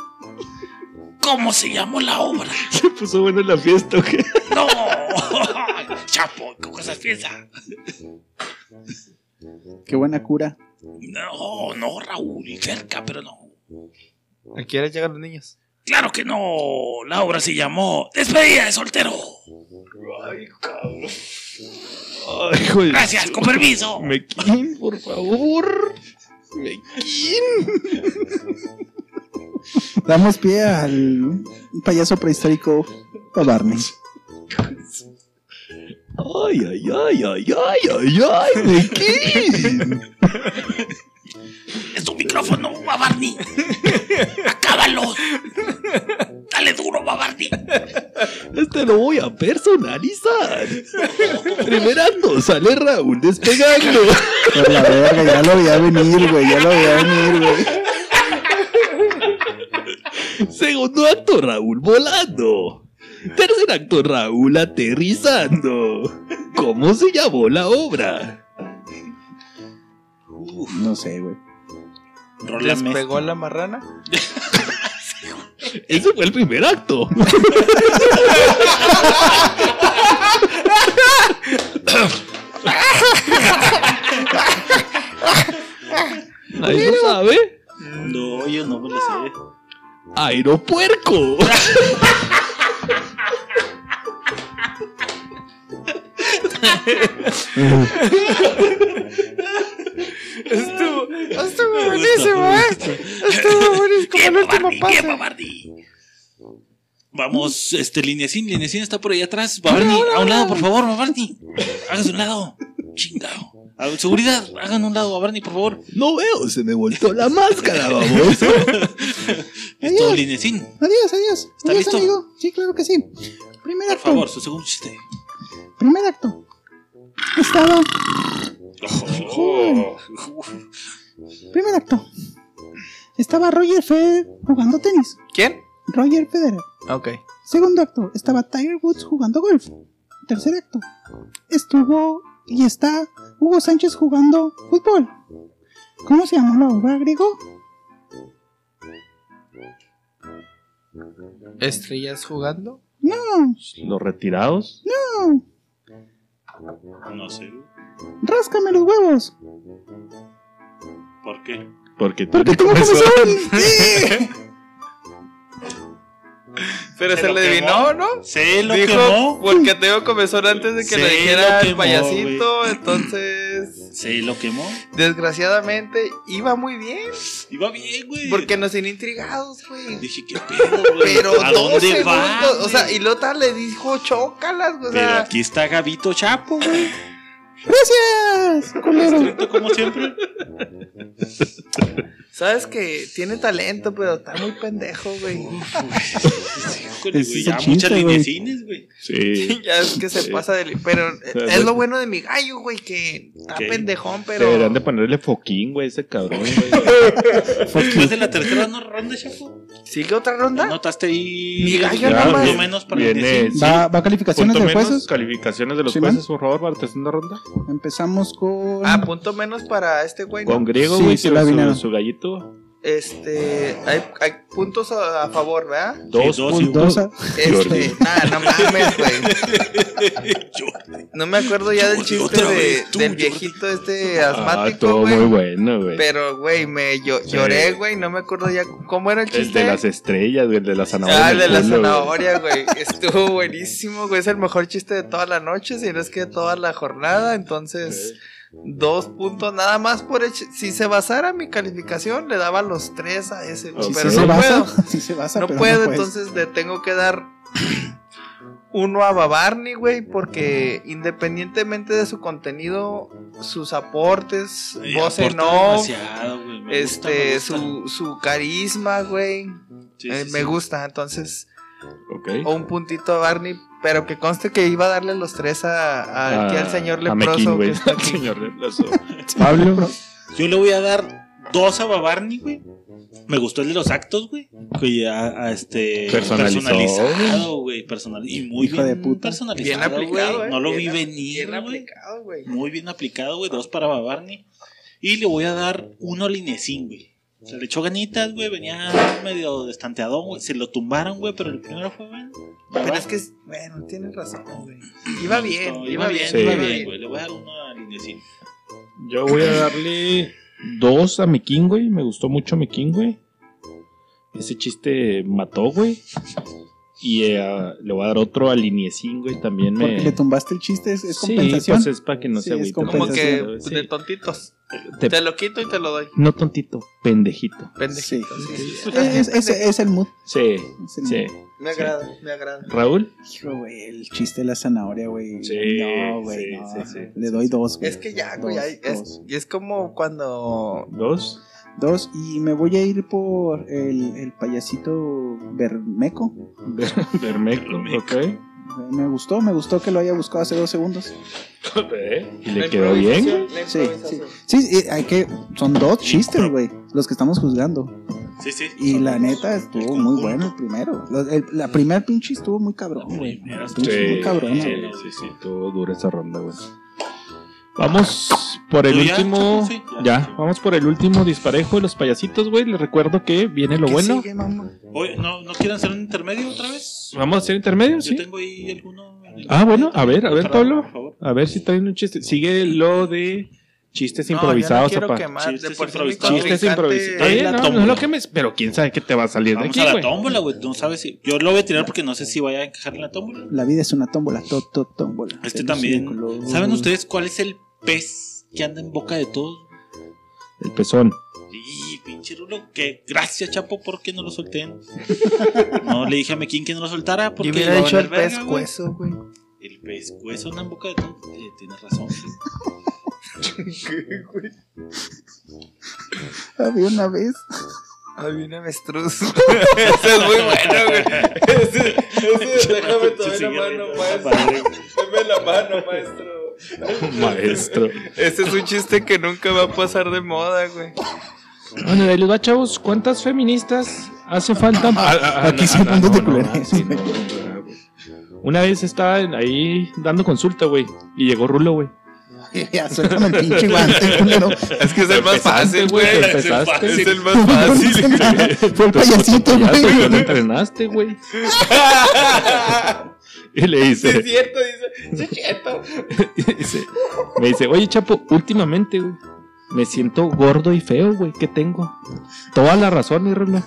Speaker 6: ¿Cómo se llamó la obra?
Speaker 2: Se puso bueno en la fiesta, güey.
Speaker 6: ¡No! *laughs* Chapo, ¿qué cosas piensa?
Speaker 4: Qué buena cura.
Speaker 6: No, no, Raúl, cerca, pero no.
Speaker 1: Aquí ahora llegan los niños.
Speaker 6: Claro que no. La obra se llamó Despedida de soltero.
Speaker 2: Ay, güey.
Speaker 6: Gracias, con permiso.
Speaker 2: Mequín, por favor.
Speaker 4: Damos pie al payaso prehistórico a Barney.
Speaker 8: Ay, ay, ay, ay, ay, ay, ay, Mequín.
Speaker 6: Es tu micrófono, Babarni. Acábalo. Dale duro, Babarni.
Speaker 8: Este lo voy a personalizar. Primerando, sale Raúl despegando.
Speaker 4: Por Pues la verga, ya lo veía venir, güey. Ya lo veía venir, güey.
Speaker 8: Segundo acto, Raúl volando. Tercer acto, Raúl aterrizando. ¿Cómo se llamó la obra?
Speaker 4: No sé, güey.
Speaker 3: Rola
Speaker 1: ¿Les
Speaker 3: mezcla.
Speaker 1: pegó a la marrana?
Speaker 8: Ese fue el primer acto. ¿Nadie lo sabe?
Speaker 3: No, yo no me lo sé.
Speaker 8: ¡Aeropuerco!
Speaker 7: Estuvo buenísimo, ¿eh? Estuvo buenísimo. Como
Speaker 6: Bien,
Speaker 7: el último
Speaker 6: Babardi, bien,
Speaker 7: pase.
Speaker 6: Babardi.
Speaker 3: Vamos, este, Linecín, Linecín está por ahí atrás. Babarni, a un lado, por favor, Babarni. Hágase un lado. Chingado. A- seguridad, hagan un lado, Babarni, por favor.
Speaker 8: No veo, se me voltó
Speaker 3: *laughs*
Speaker 8: la máscara, baboso.
Speaker 3: Es todo Linecín.
Speaker 4: Adiós, adiós.
Speaker 3: ¿Está
Speaker 4: adiós,
Speaker 3: listo?
Speaker 4: amigo. Sí, claro que sí. Primer
Speaker 3: Por
Speaker 4: acto.
Speaker 3: favor, su segundo chiste.
Speaker 4: Primer acto. Estaba. Oh. Primer acto. Estaba Roger Federer jugando tenis.
Speaker 1: ¿Quién?
Speaker 4: Roger Federer.
Speaker 1: Ok.
Speaker 4: Segundo acto. Estaba Tiger Woods jugando golf. Tercer acto. Estuvo y está Hugo Sánchez jugando fútbol. ¿Cómo se llamó la obra, Grego?
Speaker 1: Este. ¿Estrellas jugando?
Speaker 4: No,
Speaker 2: Los retirados.
Speaker 4: no.
Speaker 3: No sé,
Speaker 4: Ráscame los huevos.
Speaker 3: ¿por qué?
Speaker 2: Porque
Speaker 4: Porque
Speaker 2: tiene
Speaker 4: tengo
Speaker 2: *laughs* comezón.
Speaker 4: comezón. Sí.
Speaker 1: Pero
Speaker 3: Se
Speaker 1: se,
Speaker 3: lo
Speaker 1: le
Speaker 3: quemó.
Speaker 1: adivinó, ¿no?
Speaker 3: Se lo
Speaker 1: Dijo,
Speaker 3: quemó.
Speaker 1: porque tengo comezón antes de que
Speaker 3: Se
Speaker 1: le
Speaker 3: lo
Speaker 1: dijera el
Speaker 3: quemó,
Speaker 1: payasito, entonces...
Speaker 3: Se lo quemó.
Speaker 1: Desgraciadamente, iba muy bien,
Speaker 3: Iba bien, güey.
Speaker 1: porque nos tenían intrigados, güey.
Speaker 3: Dije, qué pedo, güey.
Speaker 1: Pero
Speaker 3: ¿A
Speaker 1: dos
Speaker 3: dónde
Speaker 1: segundos,
Speaker 3: va?
Speaker 1: o sea, y Lota le dijo, chócalas, güey, o
Speaker 3: Pero
Speaker 1: sea...
Speaker 3: aquí está Gabito Chapo, güey.
Speaker 4: Gracias, culero.
Speaker 3: Estricto como siempre.
Speaker 1: Sabes que tiene talento, pero está muy pendejo, güey.
Speaker 3: Híjole,
Speaker 4: Ese
Speaker 3: güey,
Speaker 4: es
Speaker 3: ya
Speaker 4: el
Speaker 3: muchas
Speaker 4: chiste, güey.
Speaker 3: linecines, güey.
Speaker 2: Sí.
Speaker 1: *laughs* ya es que se
Speaker 2: Sí.
Speaker 1: pasa de... li- Pero eh,
Speaker 2: sea,
Speaker 1: es
Speaker 2: güey.
Speaker 1: lo bueno de mi gallo, güey, que está
Speaker 3: Ok.
Speaker 1: pendejón, pero...
Speaker 2: Deberían de ponerle foquín, güey, ese
Speaker 4: *laughs*
Speaker 2: cabrón, güey.
Speaker 3: Después de la tercera no ronda, Chapo.
Speaker 1: ¿Sigue otra ronda?
Speaker 3: Notaste ahí.
Speaker 1: Mi gallo
Speaker 3: Ya,
Speaker 1: nada más.
Speaker 3: punto menos para
Speaker 2: Viene,
Speaker 3: linecín.
Speaker 2: sí.
Speaker 4: Va, va a calificaciones
Speaker 2: Punto
Speaker 4: de
Speaker 2: menos,
Speaker 4: jueces.
Speaker 2: Calificaciones de los
Speaker 4: Sí,
Speaker 2: jueces, por favor, para la segunda ronda.
Speaker 4: Empezamos con.
Speaker 1: Ah, punto menos para este güey. ¿no?
Speaker 2: Con griego,
Speaker 4: Sí,
Speaker 2: güey,
Speaker 4: sí
Speaker 2: su-
Speaker 4: la
Speaker 2: su,
Speaker 4: adivinaron.
Speaker 2: su gallito.
Speaker 1: Este, hay, hay puntos a, a favor, ¿verdad?
Speaker 3: Dos,
Speaker 2: Oh,
Speaker 3: dos, y un-
Speaker 4: Dos a-
Speaker 1: Este, nada, no mames,
Speaker 6: *laughs*
Speaker 1: güey. No me acuerdo ya del chiste
Speaker 6: Otra
Speaker 1: de-
Speaker 6: vez, tú,
Speaker 1: del
Speaker 6: Jordi.
Speaker 1: viejito este
Speaker 2: Ah,
Speaker 1: asmático,
Speaker 2: todo muy
Speaker 1: güey.
Speaker 2: bueno, güey.
Speaker 1: Pero, güey, me yo, lloré, güey. No me acuerdo ya cómo era el
Speaker 2: El
Speaker 1: chiste.
Speaker 2: de las estrellas, güey, el de la zanahoria.
Speaker 1: Ah, el
Speaker 2: en
Speaker 1: de la
Speaker 2: el culo, güey.
Speaker 1: zanahoria, güey. Estuvo buenísimo, güey. Es el mejor chiste de toda la noche, si no es que de toda la jornada. Entonces, dos puntos nada más por hecho. Si se basara mi calificación, le daba los tres a ese, güey.
Speaker 2: Ok.
Speaker 1: Pero
Speaker 2: Sí
Speaker 1: no
Speaker 2: se
Speaker 1: puedo.
Speaker 4: basa, *laughs* sí se basa,
Speaker 1: No
Speaker 4: pero
Speaker 1: puedo,
Speaker 4: puedes.
Speaker 1: entonces le tengo que dar uno a Babarni, güey, porque independientemente de su contenido, sus aportes,
Speaker 3: Eh,
Speaker 1: voz en
Speaker 3: aporta
Speaker 1: off,
Speaker 3: demasiado, güey, me
Speaker 1: este,
Speaker 3: gusta, me gusta.
Speaker 1: su, su carisma, güey,
Speaker 3: Sí,
Speaker 1: eh,
Speaker 3: sí,
Speaker 1: me
Speaker 3: sí.
Speaker 1: gusta. Entonces,
Speaker 2: Ok.
Speaker 1: o un puntito a Barney, pero que conste que iba a darle los tres a, a- aquí al señor
Speaker 2: Ah, a
Speaker 1: leproso.
Speaker 2: Mequín,
Speaker 1: que
Speaker 2: güey. *laughs*
Speaker 1: está
Speaker 2: Al
Speaker 1: aquí.
Speaker 2: señor leproso.
Speaker 1: *laughs*
Speaker 2: Pablo.
Speaker 3: Yo le voy a dar dos a Babarni, güey. Me gustó el de los actos, güey. Que a, a este
Speaker 2: Personalizó.
Speaker 3: personalizado, güey, personal y muy
Speaker 4: Hijo
Speaker 3: bien
Speaker 4: de puta.
Speaker 3: personalizado,
Speaker 1: Bien aplicado,
Speaker 3: güey.
Speaker 1: eh,
Speaker 3: No lo
Speaker 1: bien
Speaker 3: vi
Speaker 1: a-
Speaker 3: venir,
Speaker 1: Bien
Speaker 3: güey.
Speaker 1: aplicado, güey.
Speaker 3: Muy bien aplicado, güey. Dos para Babarni. Y le voy a dar uno al Inesín, güey. Se le echó ganitas, güey. Venía medio destanteadón, güey. Se lo tumbaron, güey, pero el primero fue bueno.
Speaker 1: Pero
Speaker 3: Babarni
Speaker 1: es que, es- bueno, tienes razón, güey. Iba bien,
Speaker 3: gustó,
Speaker 1: iba bien,
Speaker 2: sí.
Speaker 1: iba
Speaker 3: iba
Speaker 1: bien.
Speaker 3: bien, güey. Le voy a dar uno al Inesín.
Speaker 2: Yo voy a darle dos a Mequín, güey. Me gustó mucho Mequín, güey. Ese chiste mató, güey. Y eh, le voy a dar otro al Liniecín, güey. También me.
Speaker 4: Porque le tumbaste el chiste, es, es
Speaker 2: Sí,
Speaker 4: compensación.
Speaker 2: pues es para que no
Speaker 4: Sí, es
Speaker 2: se agüite.
Speaker 1: Como que
Speaker 4: Compensación,
Speaker 2: Sí.
Speaker 1: de tontitos.
Speaker 2: Te-
Speaker 1: Te lo quito y te lo doy.
Speaker 2: No tontito, pendejito.
Speaker 1: Pendejito.
Speaker 4: Sí,
Speaker 1: Sí, sí, sí.
Speaker 4: Es, es- es el mood.
Speaker 2: Sí,
Speaker 4: es el
Speaker 2: sí.
Speaker 4: mood.
Speaker 1: Me
Speaker 2: sí.
Speaker 1: agrada, me agrada.
Speaker 2: Raúl.
Speaker 4: Hijo, güey, el chiste de la zanahoria, güey.
Speaker 2: Sí,
Speaker 4: no, güey.
Speaker 2: sí,
Speaker 4: no.
Speaker 2: sí, sí.
Speaker 4: Le doy dos, güey.
Speaker 1: Es que ya, güey,
Speaker 4: Dos,
Speaker 1: ahí es,
Speaker 4: dos.
Speaker 1: y es como cuando...
Speaker 4: *laughs*
Speaker 2: Dos.
Speaker 4: Dos, y me voy a ir por el, el payasito Bermeco.
Speaker 2: Bermeco,
Speaker 1: *laughs*
Speaker 2: ok.
Speaker 4: Me gustó, me gustó que lo haya buscado hace dos segundos.
Speaker 2: Y le quedó bien. güey.
Speaker 4: Sí, sí. Sí, sí, hay que. Son dos chistes, güey. Los que estamos juzgando.
Speaker 3: Sí, sí.
Speaker 4: Y la
Speaker 3: Son dos.
Speaker 4: neta
Speaker 3: El
Speaker 4: estuvo
Speaker 3: conjunto.
Speaker 4: muy bueno el primero. Lo- el- la primer pinche estuvo muy cabrón,
Speaker 3: La
Speaker 4: güey.
Speaker 3: primera
Speaker 4: Estuvo muy cabrón,
Speaker 2: sí,
Speaker 4: güey.
Speaker 2: sí, sí, todo dura esa ronda, güey. Vamos por el
Speaker 3: ¿Tú ya,
Speaker 2: último.
Speaker 3: Chapo? Sí,
Speaker 2: ya,
Speaker 3: ya.
Speaker 2: vamos por el último disparejo de los payasitos, güey. Les recuerdo que viene lo
Speaker 1: ¿Qué
Speaker 2: bueno.
Speaker 1: sigue, mamá?
Speaker 3: Oye, ¿no, ¿no quieren hacer un intermedio otra vez?
Speaker 2: Vamos a hacer intermedio,
Speaker 3: Yo
Speaker 2: sí.
Speaker 3: tengo ahí alguno. en el-
Speaker 2: Ah, bueno, a ver, a ver,
Speaker 3: Otra,
Speaker 2: Pablo.
Speaker 3: por favor.
Speaker 2: A ver si traen un chiste. Sigue lo de chistes improvisados,
Speaker 1: no, yo no quiero
Speaker 2: papá.
Speaker 1: quemar. de
Speaker 3: Chistes
Speaker 1: por sí mi
Speaker 3: improvisados.
Speaker 2: Chistes
Speaker 1: contrincante-
Speaker 2: improvisados. Está bien,
Speaker 3: la
Speaker 2: no,
Speaker 3: tómbola.
Speaker 2: no lo quemes, pero quién sabe qué te va a salir
Speaker 3: Vamos
Speaker 2: de
Speaker 3: a la
Speaker 2: aquí, güey.
Speaker 3: tómbola, güey. No sabes si. Yo lo voy a tirar porque no sé si vaya a encajar en la tómbola.
Speaker 4: La vida es una tómbola, to, to, tómbola.
Speaker 3: Este
Speaker 4: Tenemos
Speaker 3: también.
Speaker 4: un color.
Speaker 3: ¿Saben ustedes cuál es el pez que anda en boca de todos?
Speaker 2: El pezón.
Speaker 3: Y pinche Rulo, que gracias, Chapo, porque no lo solté. no le dije a Mequín que no lo soltara. Porque
Speaker 1: Yo hubiera
Speaker 3: iba a
Speaker 1: dicho el
Speaker 3: valer verga, güey.
Speaker 1: pescuezo, güey.
Speaker 3: El pescuezo anda en boca de todos. Eh, tienes razón.
Speaker 4: Había una vez. *laughs*
Speaker 1: Había un avestruz. *laughs* Eso es muy bueno, güey. Ese, ese, déjame tomar
Speaker 3: Sí,
Speaker 1: la
Speaker 3: sí,
Speaker 1: mano,
Speaker 3: sí,
Speaker 1: maestro. Dame la mano, maestro.
Speaker 2: Maestro.
Speaker 1: Ese es un chiste que nunca va a pasar de moda, güey.
Speaker 2: Bueno, ahí les va, chavos. ¿Cuántas feministas hace falta?
Speaker 4: aquí sí, ponte de culeras.
Speaker 2: sí, ah, no, no, güey. Una vez estaba en- ahí dando consulta, güey. Y llegó Rulo, *laughs* güey.
Speaker 4: ya, suéltame el
Speaker 3: *laughs*
Speaker 4: pinche guante, culero.
Speaker 1: Es que es el más fácil, güey.
Speaker 2: Te
Speaker 1: Es el
Speaker 2: empezaste.
Speaker 1: fácil. Es el
Speaker 4: *laughs*
Speaker 1: más fácil.
Speaker 4: Fue el payasito,
Speaker 2: Ya,
Speaker 4: *laughs*
Speaker 2: tú no
Speaker 4: güey.
Speaker 2: entrenaste, güey.
Speaker 1: *laughs*
Speaker 2: Y le
Speaker 1: Sí, es
Speaker 2: dice,
Speaker 1: cierto, dice. Sí, es cierto.
Speaker 2: dice- me dice, oye, Chapo, últimamente, güey, me siento gordo y feo, güey. ¿Qué tengo? Toda la razón, mi Rulo.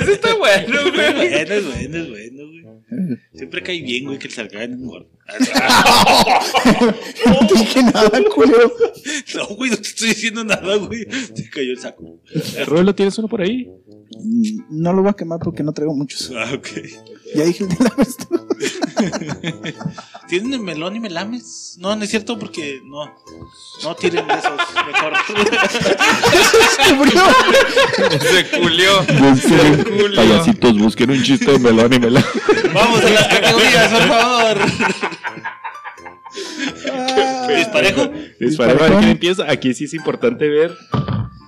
Speaker 1: Ese está bueno,
Speaker 3: Es
Speaker 1: güey.
Speaker 3: bueno, es bueno, es bueno, güey. Siempre cae bien, güey, que el sargán es gordo. *laughs*
Speaker 4: No te dije nada, culero.
Speaker 3: No, güey, no te estoy diciendo nada, güey. Se cayó el saco.
Speaker 2: Rulo, ¿tienes uno por ahí?
Speaker 4: Mm, No lo voy a quemar porque no traigo muchos.
Speaker 3: Ah, ok.
Speaker 4: Ya dije *laughs* el de la vez.
Speaker 3: ¿Tienen el melón y melames? No, no es cierto porque no. No tiren de esos. *laughs* Mejor.
Speaker 1: Se culió.
Speaker 2: Busquen,
Speaker 1: Julio.
Speaker 2: payasitos, busquen un chiste de melón y melón.
Speaker 3: Vamos a las categorías, por favor. ¿Disparejo?
Speaker 2: Disparejo, a ver quién
Speaker 1: Ah,
Speaker 2: empieza. Aquí sí es importante ver.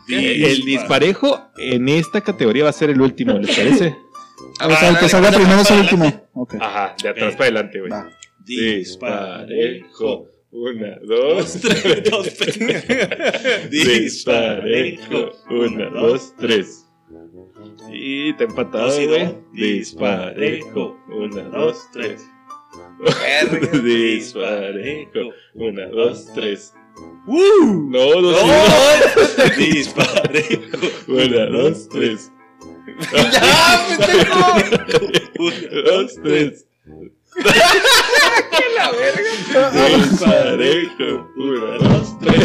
Speaker 2: El
Speaker 3: Dispar-
Speaker 2: disparejo en esta categoría va a ser el último, ¿les parece?
Speaker 1: Ah,
Speaker 4: O sea, pues, el
Speaker 1: dale,
Speaker 4: que salga
Speaker 1: dale,
Speaker 4: primero es el
Speaker 1: adelante.
Speaker 4: último. Ok.
Speaker 2: Ajá, de
Speaker 3: atrás
Speaker 2: para adelante,
Speaker 4: Va.
Speaker 3: Eh, Disparejo.
Speaker 10: Una, dos,
Speaker 3: tres, dos, pendejo.
Speaker 10: Disparejo. Una, dos, tres. Y está empatado,
Speaker 3: Dos y dos.
Speaker 10: güey. Disparejo. Una, dos, tres.
Speaker 1: Verga.
Speaker 10: *laughs* Disparejo. Una, dos, tres. ¡Uh! No, dos, y *laughs* dos. Disparejo. Una, dos, tres. *laughs*
Speaker 1: ¡Ya, pendejo!
Speaker 10: Una, dos, *laughs* tres.
Speaker 1: ¡La verga!
Speaker 10: Disparejo. Una, dos, tres.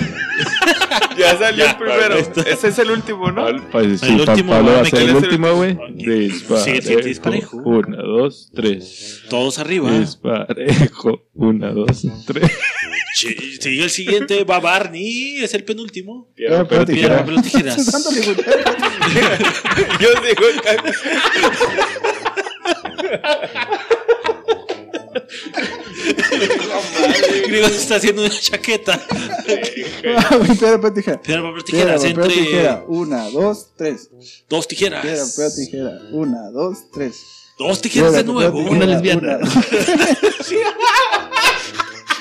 Speaker 1: Ya salió
Speaker 10: Ya,
Speaker 1: el primero.
Speaker 10: ahorita.
Speaker 1: Ese es el último, ¿no?
Speaker 2: Al- pa- Pues, sí,
Speaker 3: El
Speaker 2: pa-
Speaker 3: último,
Speaker 2: Pablo va a
Speaker 3: ¿me
Speaker 2: ser el
Speaker 3: quieres
Speaker 2: último, güey.
Speaker 3: Sí, sí, sí,
Speaker 2: Disparejo.
Speaker 3: disparejo.
Speaker 2: Una, dos, tres.
Speaker 3: Todos arriba.
Speaker 2: Disparejo. Una, dos, tres.
Speaker 3: Sí, Sigue el siguiente, va Barney, es el penúltimo.
Speaker 2: Piedra, papel o
Speaker 3: Piedra,
Speaker 2: tijera.
Speaker 3: papel o *laughs* tijeras.
Speaker 1: Yo digo,
Speaker 3: Griego se está haciendo una chaqueta.
Speaker 4: Piedra, papel, Ah, tijera.
Speaker 3: Piedra, papel
Speaker 4: Piedra,
Speaker 3: o *laughs* tijeras.
Speaker 4: papel,
Speaker 3: Entre
Speaker 4: tijera. Una, dos, tres.
Speaker 3: dos tijeras.
Speaker 4: Piedra, papel, tijera. Una, dos, tres.
Speaker 3: Dos tijeras de
Speaker 4: Piedra, papel,
Speaker 3: nuevo.
Speaker 4: tijera.
Speaker 8: Una
Speaker 4: Una,
Speaker 8: lesbiana.
Speaker 4: dos,
Speaker 3: *laughs*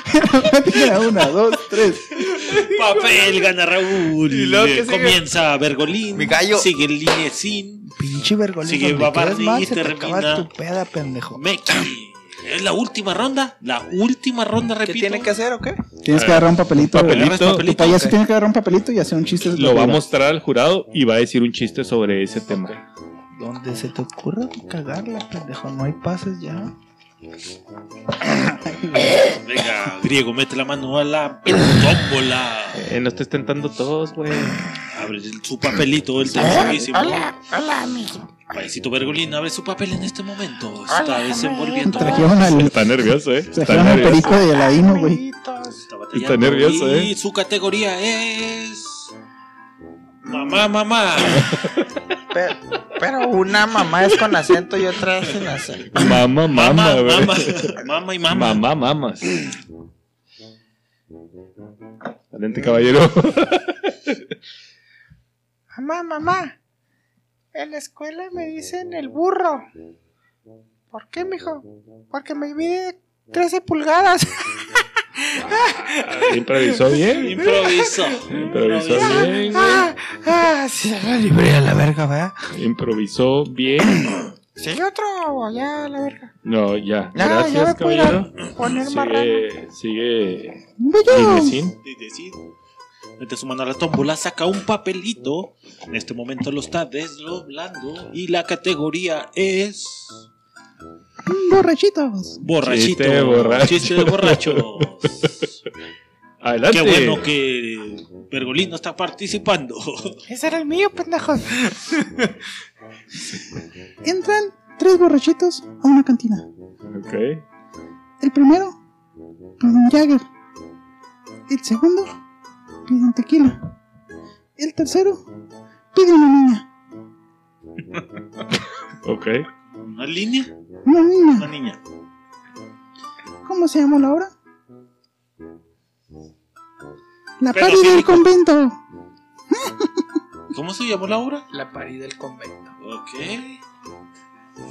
Speaker 4: tres. Tijera, una, dos, tres.
Speaker 3: Papel gana Raúl.
Speaker 1: ¿Y luego qué sigue?
Speaker 3: Comienza Bergolín.
Speaker 1: Mi gallo.
Speaker 3: Sigue Linecín.
Speaker 1: Pinche vergolín.
Speaker 3: Sigue
Speaker 1: donde
Speaker 3: Babardi
Speaker 1: quedes mal,
Speaker 3: y
Speaker 1: se te
Speaker 3: termina.
Speaker 1: acaba tu peda, pendejo.
Speaker 3: Meki. Es la última ronda. La última ronda,
Speaker 1: ¿Qué
Speaker 3: repito.
Speaker 1: tiene que hacer o qué?
Speaker 4: Tienes que agarrar un papelito. güey.
Speaker 2: papelito.
Speaker 4: Agarras Tu payaso tiene que agarrar un papelito y hacer un chiste.
Speaker 2: Lo va a mostrar al jurado y va a decir un chiste sobre ese tema.
Speaker 1: Donde se te ocurra cagarla, pendejo. No hay pases ya.
Speaker 3: Venga, Griego, mete la mano a la tómbola.
Speaker 2: Eh, no estés tentando todos, güey.
Speaker 3: Abre su papelito,
Speaker 1: ¿Eh?
Speaker 3: el tercerísimo.
Speaker 7: Hola, hola, amigo.
Speaker 3: Paisito Bergolín, abre su papel en este momento. Está
Speaker 7: Hola,
Speaker 3: desenvolviendo.
Speaker 4: Trajeron al.
Speaker 10: Está nervioso, eh. Está
Speaker 4: Trajeron al
Speaker 10: nervioso.
Speaker 4: perico de Aladino, güey.
Speaker 7: Amiguitos.
Speaker 3: Está batallando.
Speaker 10: Está nervioso,
Speaker 3: Y
Speaker 10: eh.
Speaker 3: su categoría es. Mamá, mamá.
Speaker 1: Pero, pero una mamá es con acento y otra es sin acento.
Speaker 2: Mama, mama,
Speaker 3: Mamá,
Speaker 2: güey.
Speaker 3: mamá. Mamá y mamá.
Speaker 2: Mamá, mamas. Adelante, caballero.
Speaker 7: Mamá, mamá. En la escuela me dicen el burro. ¿Por qué, mijo? Porque me mide 13 pulgadas. *laughs*
Speaker 2: Improvisó bien.
Speaker 3: Improviso.
Speaker 2: Improvisó bien,
Speaker 7: Ah, ah, sí.
Speaker 1: Libre a la verga, ¿verdad?
Speaker 2: güey. Improvisó bien.
Speaker 7: Sí, otro, allá la verga.
Speaker 2: No, ya.
Speaker 7: Ah, Ya,
Speaker 2: Gracias,
Speaker 7: ya me puedo ir a
Speaker 2: caballero.
Speaker 7: Poner marrano.
Speaker 2: Sigue, sigue.
Speaker 7: Bello.
Speaker 2: Guinnessín.
Speaker 3: Es decir, Mete su mano a la tómbola, saca un papelito. En este momento lo está desdoblando. Y la categoría es.
Speaker 4: Borrachitos.
Speaker 3: Borrachito.
Speaker 2: Chiste de borracho.
Speaker 3: Chiste de borrachos.
Speaker 2: Adelante.
Speaker 3: Qué bueno que Bergolín no está participando.
Speaker 7: Ese era el mío, pendejo.
Speaker 4: Entran tres borrachitos a una cantina.
Speaker 2: Ok.
Speaker 4: El primero, pide un Jagger. El segundo, pide un tequila. El tercero, pide una niña.
Speaker 2: Ok.
Speaker 3: ¿Una línea?
Speaker 4: Una
Speaker 3: Una
Speaker 4: niña.
Speaker 3: niña.
Speaker 4: ¿Cómo se llamó la obra? La
Speaker 3: Pero
Speaker 4: pari
Speaker 3: sí,
Speaker 4: del
Speaker 3: dijo.
Speaker 4: convento.
Speaker 3: ¿Cómo se llamó la obra?
Speaker 1: La parida del convento.
Speaker 3: Ok.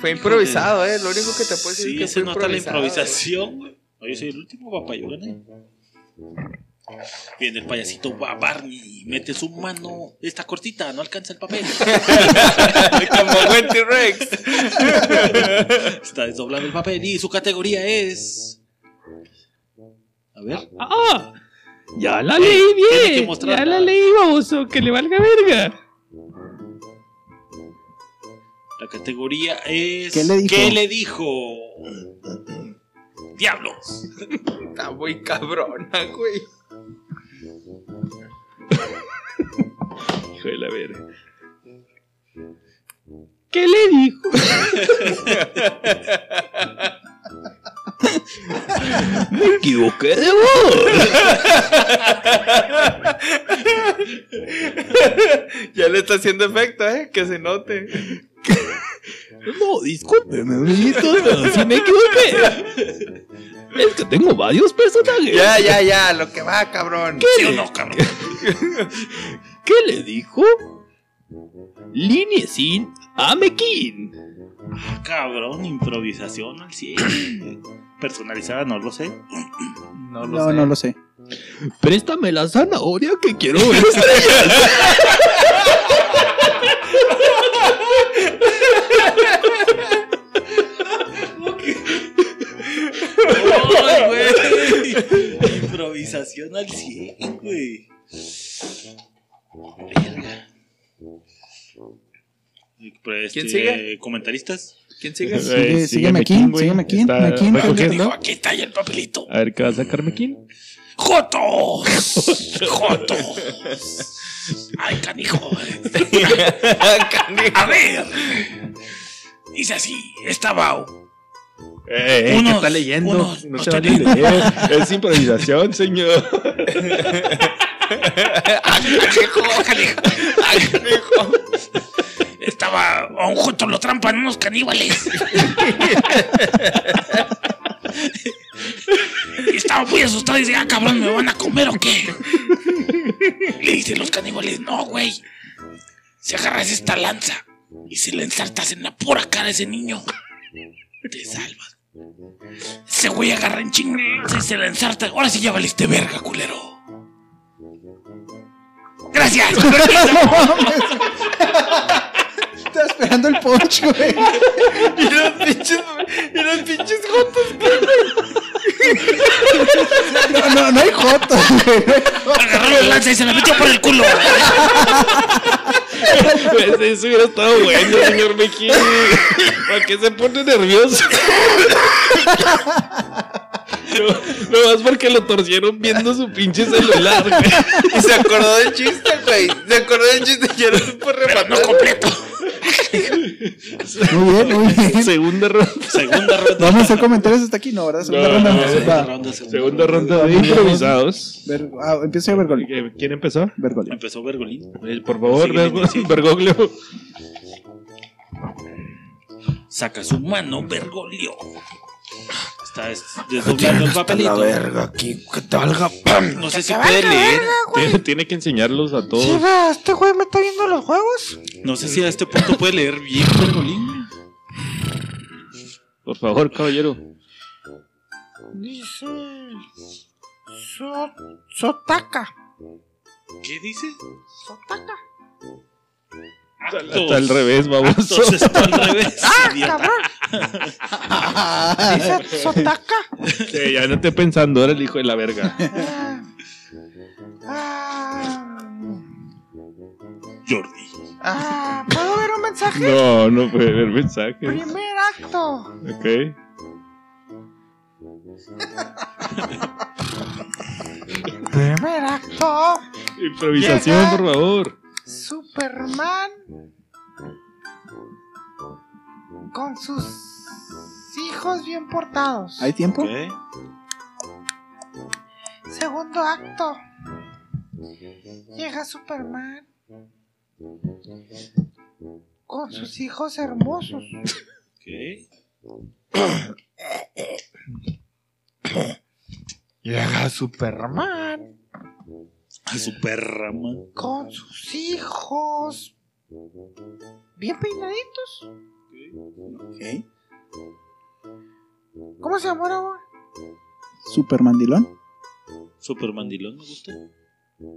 Speaker 1: Fue improvisado, ¿eh? Lo único que te puedo decir
Speaker 3: Sí,
Speaker 1: es que
Speaker 3: se
Speaker 1: fue
Speaker 3: nota la
Speaker 1: improvisado,
Speaker 3: improvisación, güey. No, yo soy el último, papá, yo gané. Viene el payasito, va Barney, mete su mano. Está cortita, no alcanza
Speaker 1: *laughs*
Speaker 3: el papel.
Speaker 1: güey. Como buen T-Rex.
Speaker 3: Está desdoblando el papel y su categoría es. A ver.
Speaker 11: ¡Ah! ¡Ya la leí
Speaker 3: Tienes que
Speaker 11: bien!
Speaker 3: mostrarla.
Speaker 11: ¡Ya la leí, baboso! ¡Que le valga verga!
Speaker 3: La categoría es.
Speaker 4: ¿Qué le dijo?
Speaker 3: ¿Qué le dijo? ¡Diablos!
Speaker 1: Está muy cabrona, güey.
Speaker 2: Hijo de la verga.
Speaker 11: ¿Qué le dijo?
Speaker 8: Me equivoqué de voz.
Speaker 1: Ya le está haciendo efecto, ¿eh? Que se note.
Speaker 8: No, discúlpeme, amiguito, pero sí me equivoqué. Es que tengo varios personajes.
Speaker 1: Ya, ya, ya. Lo que va, cabrón.
Speaker 3: ¿Sí o no, cabrón?
Speaker 8: ¿Qué le dijo? Línea sin Amequín.
Speaker 3: Ah, Cabrón, improvisación al 100. Personalizada, no lo sé.
Speaker 1: No lo
Speaker 4: No,
Speaker 1: sé.
Speaker 4: no lo sé.
Speaker 8: Préstame la zanahoria que quiero ver estrellas.
Speaker 6: ¡Ay,
Speaker 3: *laughs*
Speaker 6: güey! Improvisación al 100, güey. Verga.
Speaker 3: Pero, este,
Speaker 1: ¿Quién sigue?
Speaker 3: ¿Comentaristas?
Speaker 1: ¿Quién sigue?
Speaker 4: Sigue- sígueme aquí, sígueme aquí, aquí,
Speaker 6: Te
Speaker 4: ¿No?
Speaker 6: dijo, aquí está ya el papelito.
Speaker 11: A ver qué va a sacar Mequín.
Speaker 6: ¡Jotos! ¡Jotos! ¡Ay, canijo! A ver. Dice así, estaba
Speaker 2: Eh, eh, ¿Qué
Speaker 6: Unos,
Speaker 2: está leyendo?
Speaker 6: unos,
Speaker 2: no
Speaker 6: no
Speaker 2: se
Speaker 6: estoy
Speaker 2: vale leer. Es improvisación, señor.
Speaker 6: Estaba a un joto lo trampan unos caníbales. Y Estaba muy asustado y dice, ah, cabrón, ¿me van a comer o qué? Le dicen los caníbales, no, güey. Si agarras esta lanza y se la ensartas en la pura cara a ese niño, te salvas. Ese güey agarra en ching y se la ensarta. Ahora sí ya valiste verga, culero. Gracias.
Speaker 4: Estaba esperando el punch, güey.
Speaker 1: Y los *laughs* pinches, y los pinches jotos.
Speaker 4: No, no, no hay jotos, güey.
Speaker 6: Agarró la lanza y se la metió por el culo.
Speaker 2: Pues eso hubiera estado bueno, señor Mequín. ¿Para qué se pone nervioso? No, no más porque lo torcieron viendo su pinche celular, güey.
Speaker 1: Y se acordó del chiste, güey. Se acordó del chiste y ya lo supo
Speaker 6: Pero no
Speaker 1: rematar.
Speaker 6: completo.
Speaker 4: Muy bien, muy bien.
Speaker 2: Segunda ronda.
Speaker 3: Segunda ronda.
Speaker 4: Vamos a hacer comentarios hasta aquí, ¿no? ¿Verdad? Segunda
Speaker 2: No,
Speaker 4: ronda. Va.
Speaker 2: no,
Speaker 3: Segunda ronda, segunda
Speaker 2: Segunda
Speaker 3: ronda.
Speaker 2: ronda de improvisados.
Speaker 4: Ver- ah, empieza a Bergoglio.
Speaker 2: Eh, ¿Quién empezó?
Speaker 4: Bergoglio.
Speaker 3: Empezó Bergolín.
Speaker 2: Eh, Por favor,
Speaker 3: Sigue,
Speaker 2: Bergo-
Speaker 3: sigue.
Speaker 2: Bergoglio.
Speaker 6: Saca su mano, Bergoglio.
Speaker 3: Está des- desdoblando el papelito.
Speaker 1: aquí, que te valga.
Speaker 3: No sé si
Speaker 7: ¡Te
Speaker 3: puede
Speaker 7: valga
Speaker 3: leer.
Speaker 7: verga, güey!
Speaker 2: Tiene, tiene que enseñarlos a
Speaker 7: Sí,
Speaker 2: todos.
Speaker 7: va, este güey me está viendo los juegos.
Speaker 3: No sé si a este punto puede leer bien Bergolín.
Speaker 2: Por favor, caballero.
Speaker 7: Dice. So, sotaca.
Speaker 3: ¿Qué dice?
Speaker 7: Sotaca.
Speaker 2: Está al revés, baboso.
Speaker 3: Entonces está al *laughs* revés.
Speaker 7: ¡Ah,
Speaker 3: idiota.
Speaker 7: *laughs* cabrón! Dice sotaca.
Speaker 2: Sí, ya no te pensando, era el hijo de la verga.
Speaker 7: Ah. Ah.
Speaker 3: Jordi.
Speaker 7: Ah, ¿Puedo ver un mensaje?
Speaker 2: No, no puede ver mensajes.
Speaker 7: Primer acto.
Speaker 2: Ok.
Speaker 7: Primer acto.
Speaker 2: Improvisación, por favor.
Speaker 7: Superman con sus hijos bien portados.
Speaker 4: ¿Hay tiempo?
Speaker 7: Segundo acto. Llega Superman con sus hijos hermosos.
Speaker 1: Llega Superman.
Speaker 7: Superman
Speaker 3: A su perra, man.
Speaker 7: con sus hijos bien peinaditos. ¿Cómo se llama ahora?
Speaker 4: Supermandilón.
Speaker 3: Supermandilón me gusta.
Speaker 2: Pues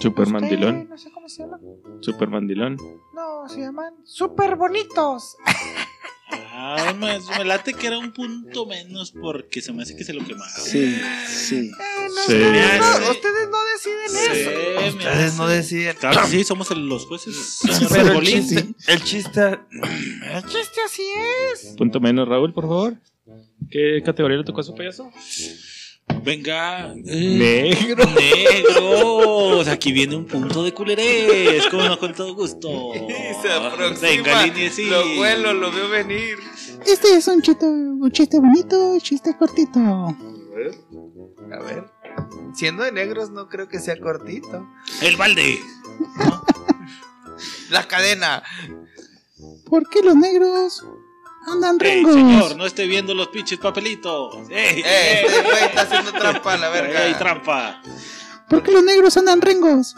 Speaker 2: Supermandilón.
Speaker 7: No sé cómo se llama.
Speaker 2: Supermandilón.
Speaker 7: No, se llaman super bonitos.
Speaker 3: Ah, me, me late que era un punto menos porque se me hace que se lo quemaron.
Speaker 4: Sí, sí.
Speaker 7: Eh, no,
Speaker 2: Sí.
Speaker 7: ustedes,
Speaker 1: Ah,
Speaker 3: Sí.
Speaker 7: no, ustedes no deciden
Speaker 3: Sí,
Speaker 7: eso.
Speaker 3: me
Speaker 1: Ustedes
Speaker 3: hace-
Speaker 1: no *laughs* deciden.
Speaker 3: Claro que sí, somos el- los jueces.
Speaker 1: Pero el
Speaker 3: Bergolín.
Speaker 1: chiste, el chiste.
Speaker 7: El chiste así es.
Speaker 2: Punto menos, Raúl, por favor. ¿Qué categoría le tocó a su payaso?
Speaker 3: Venga. eh,
Speaker 2: *laughs* Negro.
Speaker 3: Negros, aquí viene un punto de culerés, como no con
Speaker 1: *laughs*
Speaker 3: todo gusto.
Speaker 1: Se aproxima.
Speaker 3: Oh, Venga, línea, sí.
Speaker 1: Lo vuelo, lo veo venir.
Speaker 5: Este es un chiste, un chiste bonito, chiste cortito.
Speaker 1: A ver. Siendo de negros, no creo que sea cortito.
Speaker 6: El balde.
Speaker 1: La cadena.
Speaker 5: ¿Por qué los negros andan
Speaker 3: Ey,
Speaker 5: rengos?
Speaker 3: señor, no esté viendo los pinches papelitos. Ey,
Speaker 1: Eh,
Speaker 3: ey,
Speaker 1: este güey está haciendo trampa, la
Speaker 3: ey, hay
Speaker 1: verga.
Speaker 3: trampa.
Speaker 5: ¿Por qué los negros andan rengos?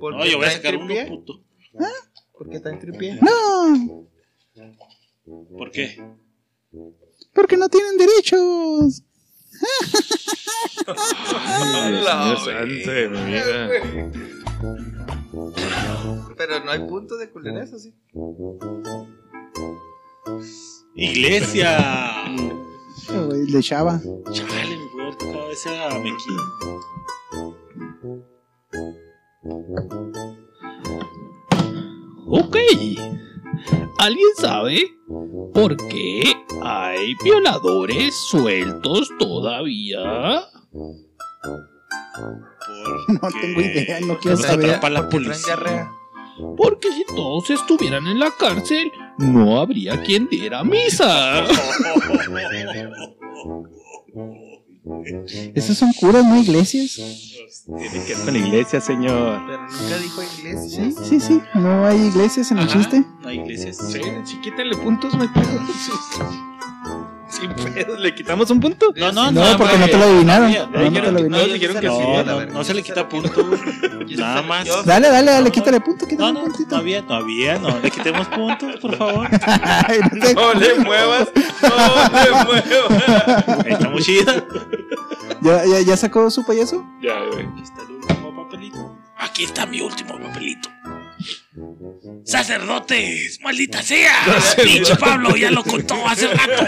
Speaker 1: ¿Por
Speaker 3: No,
Speaker 1: qué
Speaker 3: yo voy a
Speaker 1: traen
Speaker 3: sacar uno,
Speaker 1: tripié?
Speaker 3: puto.
Speaker 1: ¿Por qué está en tripié?
Speaker 5: No,
Speaker 3: ¿Por qué?
Speaker 5: porque no tienen derechos.
Speaker 10: Dios mío, santo de mi vida.
Speaker 1: Pero no hay punto de culereza, sí.
Speaker 3: ¡Iglesia!
Speaker 4: güey, Le echaba.
Speaker 3: Chale, me puedo haber tocado esa mequilla.
Speaker 8: Ok. ¿Alguien sabe por qué hay violadores sueltos todavía?
Speaker 4: *laughs* No tengo idea, no quiero
Speaker 3: Nos
Speaker 4: saber.
Speaker 3: atrapa la
Speaker 1: Porque traen
Speaker 3: policía.
Speaker 1: diarrea.
Speaker 8: Porque si todos estuvieran en la cárcel, no habría quien diera misa.
Speaker 4: Esos son curas, no iglesias.
Speaker 2: Tiene que ver con la iglesia, señor.
Speaker 1: Pero nunca dijo iglesia.
Speaker 4: Sí, sí, sí. No hay iglesias en el
Speaker 3: Ajá,
Speaker 4: chiste.
Speaker 3: No hay iglesias.
Speaker 2: Sí, sí, quítale puntos, no
Speaker 3: *laughs*
Speaker 2: hay pedo. Sin pedos, ¿le quitamos un punto?
Speaker 3: No, no,
Speaker 4: No,
Speaker 3: no.
Speaker 4: porque no te lo
Speaker 3: güey.
Speaker 4: adivinaron.
Speaker 3: No,
Speaker 4: No, no te lo
Speaker 1: no,
Speaker 4: adivinaron.
Speaker 2: dijeron que
Speaker 1: no,
Speaker 2: sí,
Speaker 3: No,
Speaker 2: a
Speaker 1: no,
Speaker 3: no, no se le quita punto.
Speaker 1: *laughs*
Speaker 3: güey. Nada más.
Speaker 1: Yo-
Speaker 4: Dale, dale, dale,
Speaker 3: No,
Speaker 4: quítale punto,
Speaker 3: No,
Speaker 4: quítale
Speaker 3: no,
Speaker 4: puntito.
Speaker 3: todavía, todavía no. Le quitemos puntos, por favor.
Speaker 4: *laughs* Ay, no te-
Speaker 10: No Oh, le muevas, *laughs* no le muevas.
Speaker 3: Está muy chida.
Speaker 4: ¿Ya, ya, ya sacó su payaso?
Speaker 10: Ya, güey.
Speaker 3: Aquí está el último papelito.
Speaker 6: Aquí está mi último papelito. Sacerdotes, maldita sea. Pinche Pablo ya lo contó hace rato.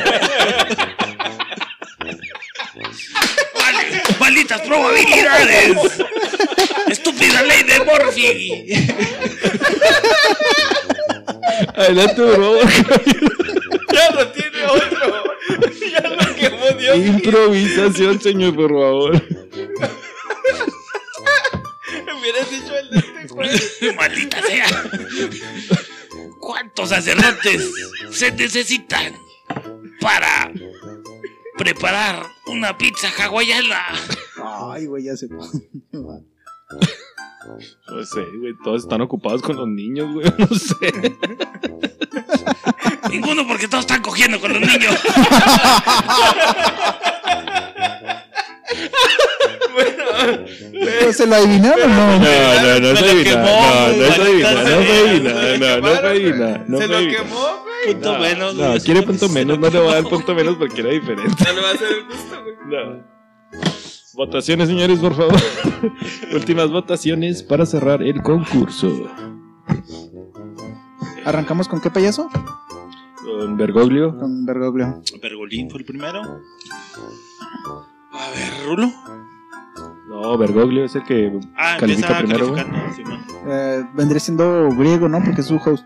Speaker 6: Vale, malditas probabilidades. Estúpida ley de Murphy.
Speaker 2: Adelante, bro.
Speaker 10: Ya no tiene otro. *laughs* Ya lo quemó Dios.
Speaker 2: Improvisación, señor, por favor.
Speaker 10: Hubieras dicho el de este juego.
Speaker 6: Maldita sea. ¿Cuántos sacerdotes se necesitan para preparar una pizza hawaiana?
Speaker 4: Ay, güey, ya se.
Speaker 2: No sé, güey, todos están ocupados con los niños, güey, *laughs* no sé.
Speaker 6: Ninguno porque todos están cogiendo con los niños.
Speaker 4: ¿Pero ¿Se lo adivinaron o no?
Speaker 2: No, no, no es
Speaker 3: Me lo
Speaker 2: adivina,
Speaker 3: quemó,
Speaker 2: no, no
Speaker 3: güey,
Speaker 2: es adivina,
Speaker 3: maldita
Speaker 2: no
Speaker 3: sea,
Speaker 2: es adivina,
Speaker 10: se
Speaker 2: Ah, no,
Speaker 10: lo quemaron,
Speaker 2: no es adivina, no
Speaker 1: Se
Speaker 2: es
Speaker 1: lo
Speaker 2: adivina.
Speaker 1: quemó, güey.
Speaker 3: Punto
Speaker 2: No,
Speaker 3: menos.
Speaker 2: No,
Speaker 3: güey.
Speaker 2: quiere punto menos, no le voy a dar punto menos porque era diferente.
Speaker 10: No le va a hacer el gusto, güey.
Speaker 2: No. Votaciones, señores, por favor. *laughs* Últimas votaciones para cerrar el concurso.
Speaker 4: ¿Arrancamos con qué payaso?
Speaker 2: Don Bergoglio,
Speaker 4: Con Bergoglio.
Speaker 3: Bergolín fue el primero. A ver, Rulo.
Speaker 2: no, Bergoglio es el que
Speaker 3: Ah,
Speaker 2: Califica
Speaker 3: empieza
Speaker 2: primero, güey.
Speaker 3: calificando. Simón.
Speaker 4: Eh, vendría siendo griego, ¿no? Porque es su host.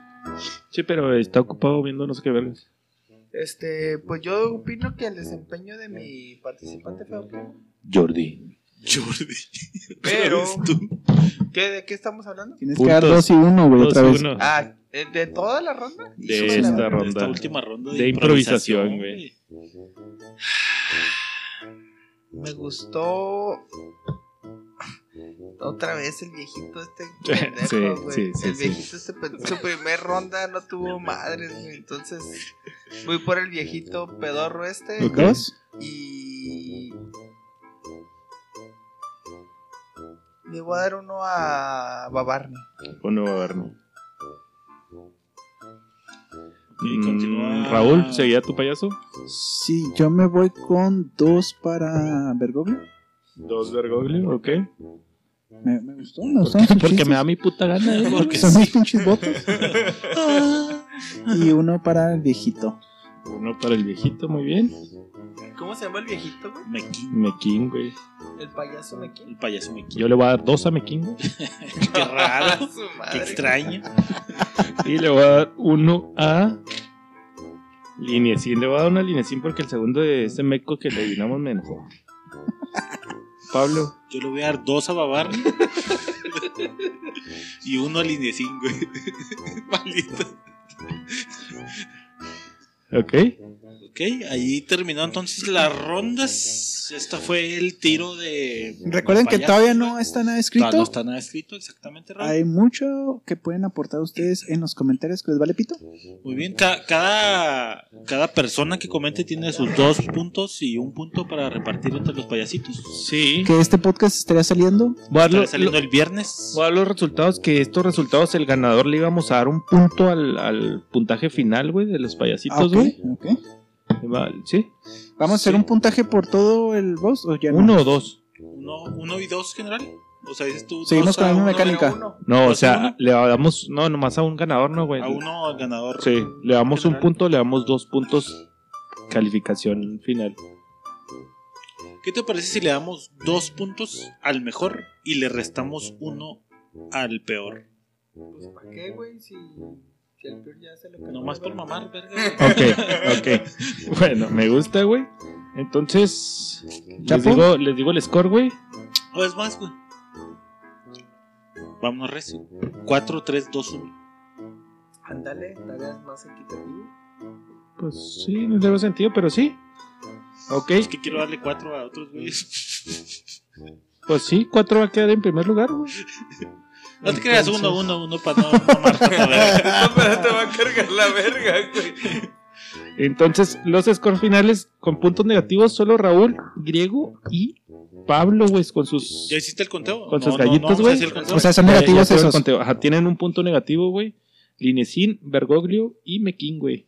Speaker 2: Sí, pero está ocupado viendo no sé qué vergas.
Speaker 1: Este, pues yo opino que el desempeño de mi participante fue ok.
Speaker 2: Jordi.
Speaker 3: Jordi.
Speaker 2: *laughs*
Speaker 1: Pero,
Speaker 3: ¿Eres tú?
Speaker 1: ¿qué, ¿de qué estamos hablando?
Speaker 4: Tienes
Speaker 2: Puntos.
Speaker 4: que dar dos y uno, güey, otra vez.
Speaker 2: 2-1
Speaker 1: Ah, ¿de, de toda la ronda?
Speaker 2: de
Speaker 1: Híjole, la
Speaker 2: esta
Speaker 1: verdad.
Speaker 3: De Esta
Speaker 2: ronda.
Speaker 3: última ronda de,
Speaker 2: De improvisación,
Speaker 3: improvisación,
Speaker 2: güey.
Speaker 3: güey.
Speaker 1: Me gustó. Otra vez el viejito este
Speaker 2: *laughs*
Speaker 1: pendejo,
Speaker 2: Sí,
Speaker 1: güey.
Speaker 2: sí, sí,
Speaker 1: el
Speaker 2: sí.
Speaker 1: viejito este pen- su primer ronda no
Speaker 2: *laughs*
Speaker 1: tuvo madres, güey. Entonces, voy por el viejito pedorro este.
Speaker 2: Ok.
Speaker 4: ¿Dos?
Speaker 1: Y. Le voy a dar uno a Babarni.
Speaker 2: Uno va a ver, no.
Speaker 3: Y continúa-
Speaker 2: Mm, Raúl, ¿seguía tu payaso?
Speaker 4: Sí, yo me voy con dos para Bergoglio.
Speaker 2: Dos Bergoglio, ok.
Speaker 4: Me, me gustó, me gustó. Porque,
Speaker 2: me da mi puta gana. eh.
Speaker 4: son
Speaker 3: *laughs*
Speaker 4: mis pinches botas.
Speaker 3: Ah.
Speaker 4: y uno para el viejito.
Speaker 2: Uno para el viejito, muy bien.
Speaker 1: ¿Cómo se llama el viejito, güey?
Speaker 3: Mequín.
Speaker 2: Mequín, güey.
Speaker 1: El payaso *laughs* Mequín.
Speaker 3: El payaso Mequín.
Speaker 2: Yo le voy a dar dos a Mequín, güey.
Speaker 3: Qué raro.
Speaker 1: A Ah, su
Speaker 3: Qué
Speaker 1: madre.
Speaker 3: extraño.
Speaker 2: Y le voy a dar uno a Linecín. Le voy a dar una Linecín porque el segundo de ese meco que le adivinamos me enojó. Pablo,
Speaker 3: Yo le voy a dar dos a Babar. y uno al Indecín, güey. *laughs* Maldito.
Speaker 2: ok.
Speaker 3: Ok, ahí terminó entonces las rondas. Esta fue el tiro de.
Speaker 4: Recuerden que
Speaker 3: payasos,
Speaker 4: todavía
Speaker 3: güey.
Speaker 4: no está nada
Speaker 3: No, no
Speaker 4: escrito.
Speaker 3: está nada escrito, exactamente, Raúl.
Speaker 4: Hay mucho que pueden aportar ustedes en los comentarios que les vale pito.
Speaker 3: Muy bien, ca- cada, cada persona que comente tiene sus dos puntos y un punto para repartir entre los payasitos.
Speaker 2: Sí.
Speaker 4: Que este podcast estaría saliendo.
Speaker 2: Voy a dar
Speaker 3: Estará
Speaker 2: lo-
Speaker 3: saliendo el viernes.
Speaker 2: Voy a dar los resultados, que estos resultados el ganador le íbamos a dar un punto al, al puntaje final, güey, de los
Speaker 4: Ah,
Speaker 2: payasitos,
Speaker 4: ok,
Speaker 2: güey.
Speaker 4: ok.
Speaker 2: Va- ¿Sí?
Speaker 4: ¿Vamos a hacer
Speaker 3: Sí.
Speaker 4: un puntaje por todo el boss o ya no?
Speaker 2: ¿Uno o dos?
Speaker 3: Uno, uno y dos, general. O sea, dices tú.
Speaker 4: Seguimos
Speaker 3: dos
Speaker 4: con
Speaker 3: a
Speaker 4: la misma
Speaker 3: uno,
Speaker 4: mecánica.
Speaker 3: uno.
Speaker 2: No, o
Speaker 3: ¿Dos a
Speaker 2: sea,
Speaker 3: uno?
Speaker 2: le damos, no, nomás a un ganador, ¿no, güey?
Speaker 3: A uno al ganador.
Speaker 2: Sí, le damos un
Speaker 3: General.
Speaker 2: punto, le damos dos puntos calificación final.
Speaker 3: ¿Qué te parece si le damos dos puntos al mejor y le restamos uno al peor?
Speaker 1: Pues, ¿para qué, güey? Si, si el peor ya se lo cargó
Speaker 3: Nomás
Speaker 1: la
Speaker 3: por
Speaker 1: verga.
Speaker 3: mamar, verga.
Speaker 2: Ok, ok. Bueno, me gusta, güey. Entonces, les
Speaker 4: ¿Chapo?
Speaker 2: digo, les digo el score, güey.
Speaker 3: O es más, güey. Vámonos recio. 4, 3, 2, 1.
Speaker 1: Ándale, tareas más equitativo.
Speaker 2: Pues sí, no tengo sentido, pero sí. Ok,
Speaker 3: Es que quiero darle 4 a otros güeyes.
Speaker 2: pues sí, cuatro va a quedar en primer lugar, güey.
Speaker 3: No te creas, 1, 1, 1 para no mamar tanta verga.
Speaker 1: No, Ah, pero te va a cargar la verga, *laughs* güey.
Speaker 2: Entonces, los scores finales con puntos negativos, solo Raúl, Griego y Pablo, güey, con sus...
Speaker 3: ¿Ya hiciste el conteo?
Speaker 2: Con sus
Speaker 3: vamos
Speaker 2: gallitos,
Speaker 3: a
Speaker 2: güey.
Speaker 3: hacer el conteo.
Speaker 4: O sea, son
Speaker 2: Ya- ya
Speaker 4: negativos
Speaker 2: tuve el
Speaker 4: esos.
Speaker 2: conteo. Ajá, tienen un punto negativo, güey. Linecín, Bergoglio y Mequín, güey.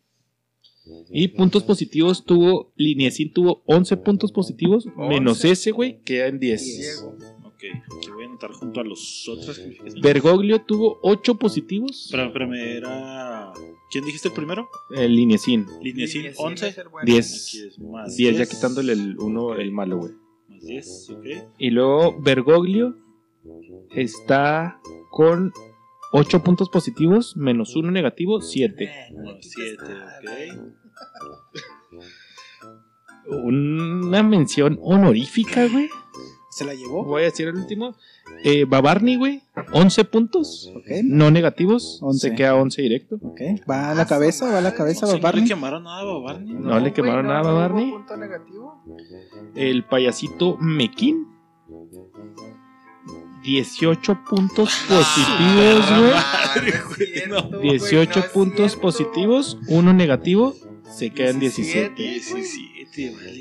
Speaker 2: Y puntos positivos tuvo, Linecín tuvo 11 puntos positivos, menos ese, güey, queda en 10.
Speaker 1: Diego.
Speaker 3: Ok, aquí voy a anotar junto a los otros. Pero,
Speaker 2: Bergoglio tuvo 8 positivos,
Speaker 3: pero me era. ¿Quién dijiste el primero?
Speaker 2: el Linecín,
Speaker 3: Lineacin,
Speaker 1: Lineacin
Speaker 3: 11.
Speaker 1: es el bueno.
Speaker 2: 10.
Speaker 3: es más
Speaker 2: 10, ya quitándole el 1, el malo, güey.
Speaker 3: Más 10, ok.
Speaker 2: Y luego Bergoglio está con 8 puntos positivos, menos 1 negativo, 7.
Speaker 3: Más 7, ok.
Speaker 2: Una mención honorífica, güey.
Speaker 4: ¿Se la llevó?
Speaker 2: Voy a decir el último. Eh, Babarni, güey, 11 puntos,
Speaker 4: Ok,
Speaker 2: no negativos.
Speaker 4: 11.
Speaker 2: Se queda 11 directo.
Speaker 4: ok. Va a la cabeza, va a la cabeza, va
Speaker 3: No le
Speaker 4: Barney.
Speaker 3: quemaron nada a Barney.
Speaker 2: No le
Speaker 1: güey,
Speaker 2: quemaron nada a
Speaker 1: ¿no hubo
Speaker 2: Barney.
Speaker 1: punto negativo?
Speaker 2: El payasito Mequín. 18 puntos
Speaker 3: Ah,
Speaker 2: positivos, güey.
Speaker 1: Ah, no es cierto, Ah, *laughs* güey, no es
Speaker 2: 18 puntos
Speaker 1: cierto.
Speaker 2: positivos, uno negativo, se quedan 17.
Speaker 3: 17, vale,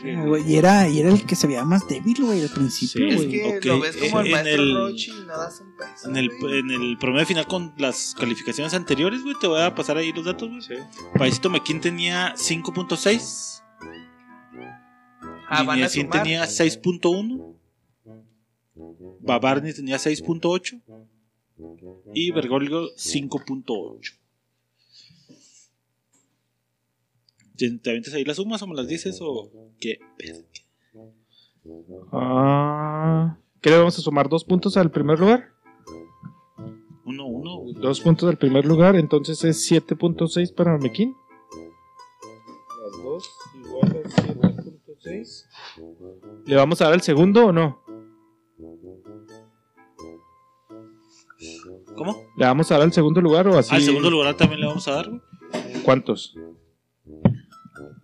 Speaker 4: Ah,
Speaker 3: verga.
Speaker 4: güey, Y era, y era el que se veía más débil, güey, al principio,
Speaker 2: Sí.
Speaker 1: Es
Speaker 4: güey.
Speaker 1: que
Speaker 3: Ok,
Speaker 1: lo ves como el
Speaker 3: en
Speaker 1: maestro
Speaker 3: el-
Speaker 1: Rochi y no das un peso.
Speaker 3: En el,
Speaker 1: güey.
Speaker 3: en el promedio final con las calificaciones anteriores, güey, te voy a pasar ahí los datos, güey.
Speaker 2: Sí.
Speaker 3: Paisito Mequín tenía 5.6.
Speaker 1: Ah, van a
Speaker 3: Lineacin
Speaker 1: sumar.
Speaker 3: tenía 6.1. Babarni tenía 6.8. Y Bergoglio 5.8. ¿Te te avientas ahí las sumas o me las dices o qué?
Speaker 2: Ah, ¿Qué le vamos a sumar? ¿Dos puntos al primer lugar?
Speaker 3: 1, 1,
Speaker 2: Dos puntos al primer lugar, entonces es 7.6 para Mequín. Las dos igual a 7.6. ¿Le vamos a dar al segundo o no?
Speaker 3: ¿Cómo?
Speaker 2: ¿Le vamos a dar al segundo lugar o así?
Speaker 3: Al segundo lugar también le vamos a dar, güey.
Speaker 2: ¿Cuántos?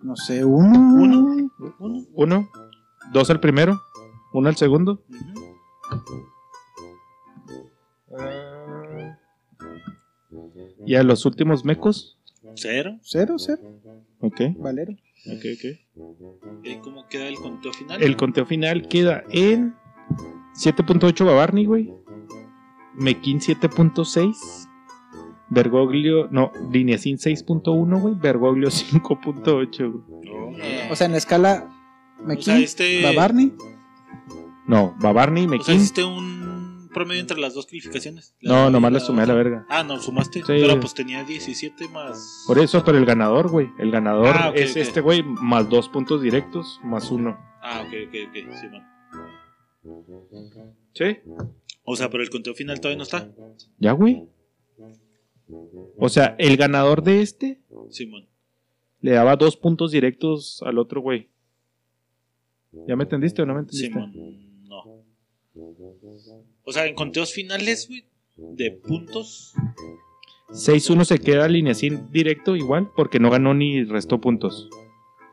Speaker 4: No sé, uno.
Speaker 3: Uno. Uno.
Speaker 2: ¿Uno? ¿Dos al primero? ¿Uno al segundo?
Speaker 3: Ujú.
Speaker 2: Ah. ¿Y a los últimos mecos?
Speaker 3: Cero.
Speaker 4: Cero, cero.
Speaker 2: Ok,
Speaker 4: Valero.
Speaker 2: ok, ok.
Speaker 3: ¿Y ¿Cómo queda el conteo final?
Speaker 2: El conteo final queda en 7.8 Babarni, güey. Mequín 7.6. Bergoglio, no, Lineacin 6.1, güey. Bergoglio *laughs* 5.8, güey.
Speaker 4: O sea, en la escala
Speaker 3: O sea,
Speaker 4: McKinney,
Speaker 3: este-
Speaker 4: va Barney.
Speaker 2: No, Babarni,
Speaker 3: O sea,
Speaker 2: Mequín.
Speaker 3: hiciste un promedio entre las dos calificaciones.
Speaker 2: no, nomás la sumé a la verga.
Speaker 3: Ah, no, sumaste. Pero pues tenía 17 más.
Speaker 2: Por eso, pero el ganador, güey. El ganador
Speaker 3: Ah, ok,
Speaker 2: es
Speaker 3: ok.
Speaker 2: este, güey, más dos puntos directos, más uno.
Speaker 3: Ah, ok, ok, ok. Sí, man.
Speaker 2: ¿Sí?
Speaker 3: O sea, pero el conteo final todavía no está.
Speaker 2: ¿Ya, güey? O sea, el ganador de este
Speaker 3: Simón.
Speaker 2: le daba dos puntos directos al otro, güey. ¿Ya me entendiste o no me entendiste?
Speaker 3: Simón. No. O sea, en conteos finales, güey, de puntos.
Speaker 2: 6-1 se queda Lineacin directo igual porque no ganó ni restó puntos.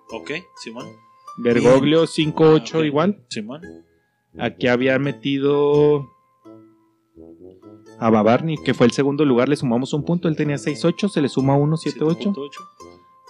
Speaker 3: Ok, Simón.
Speaker 2: Bergoglio 5-8
Speaker 3: Ah, ok.
Speaker 2: igual.
Speaker 3: Simón.
Speaker 2: Aquí había metido a Babarni, que fue el segundo lugar, le sumamos un punto. Él tenía 6-8, se le suma 1-7-8.
Speaker 3: 7.8.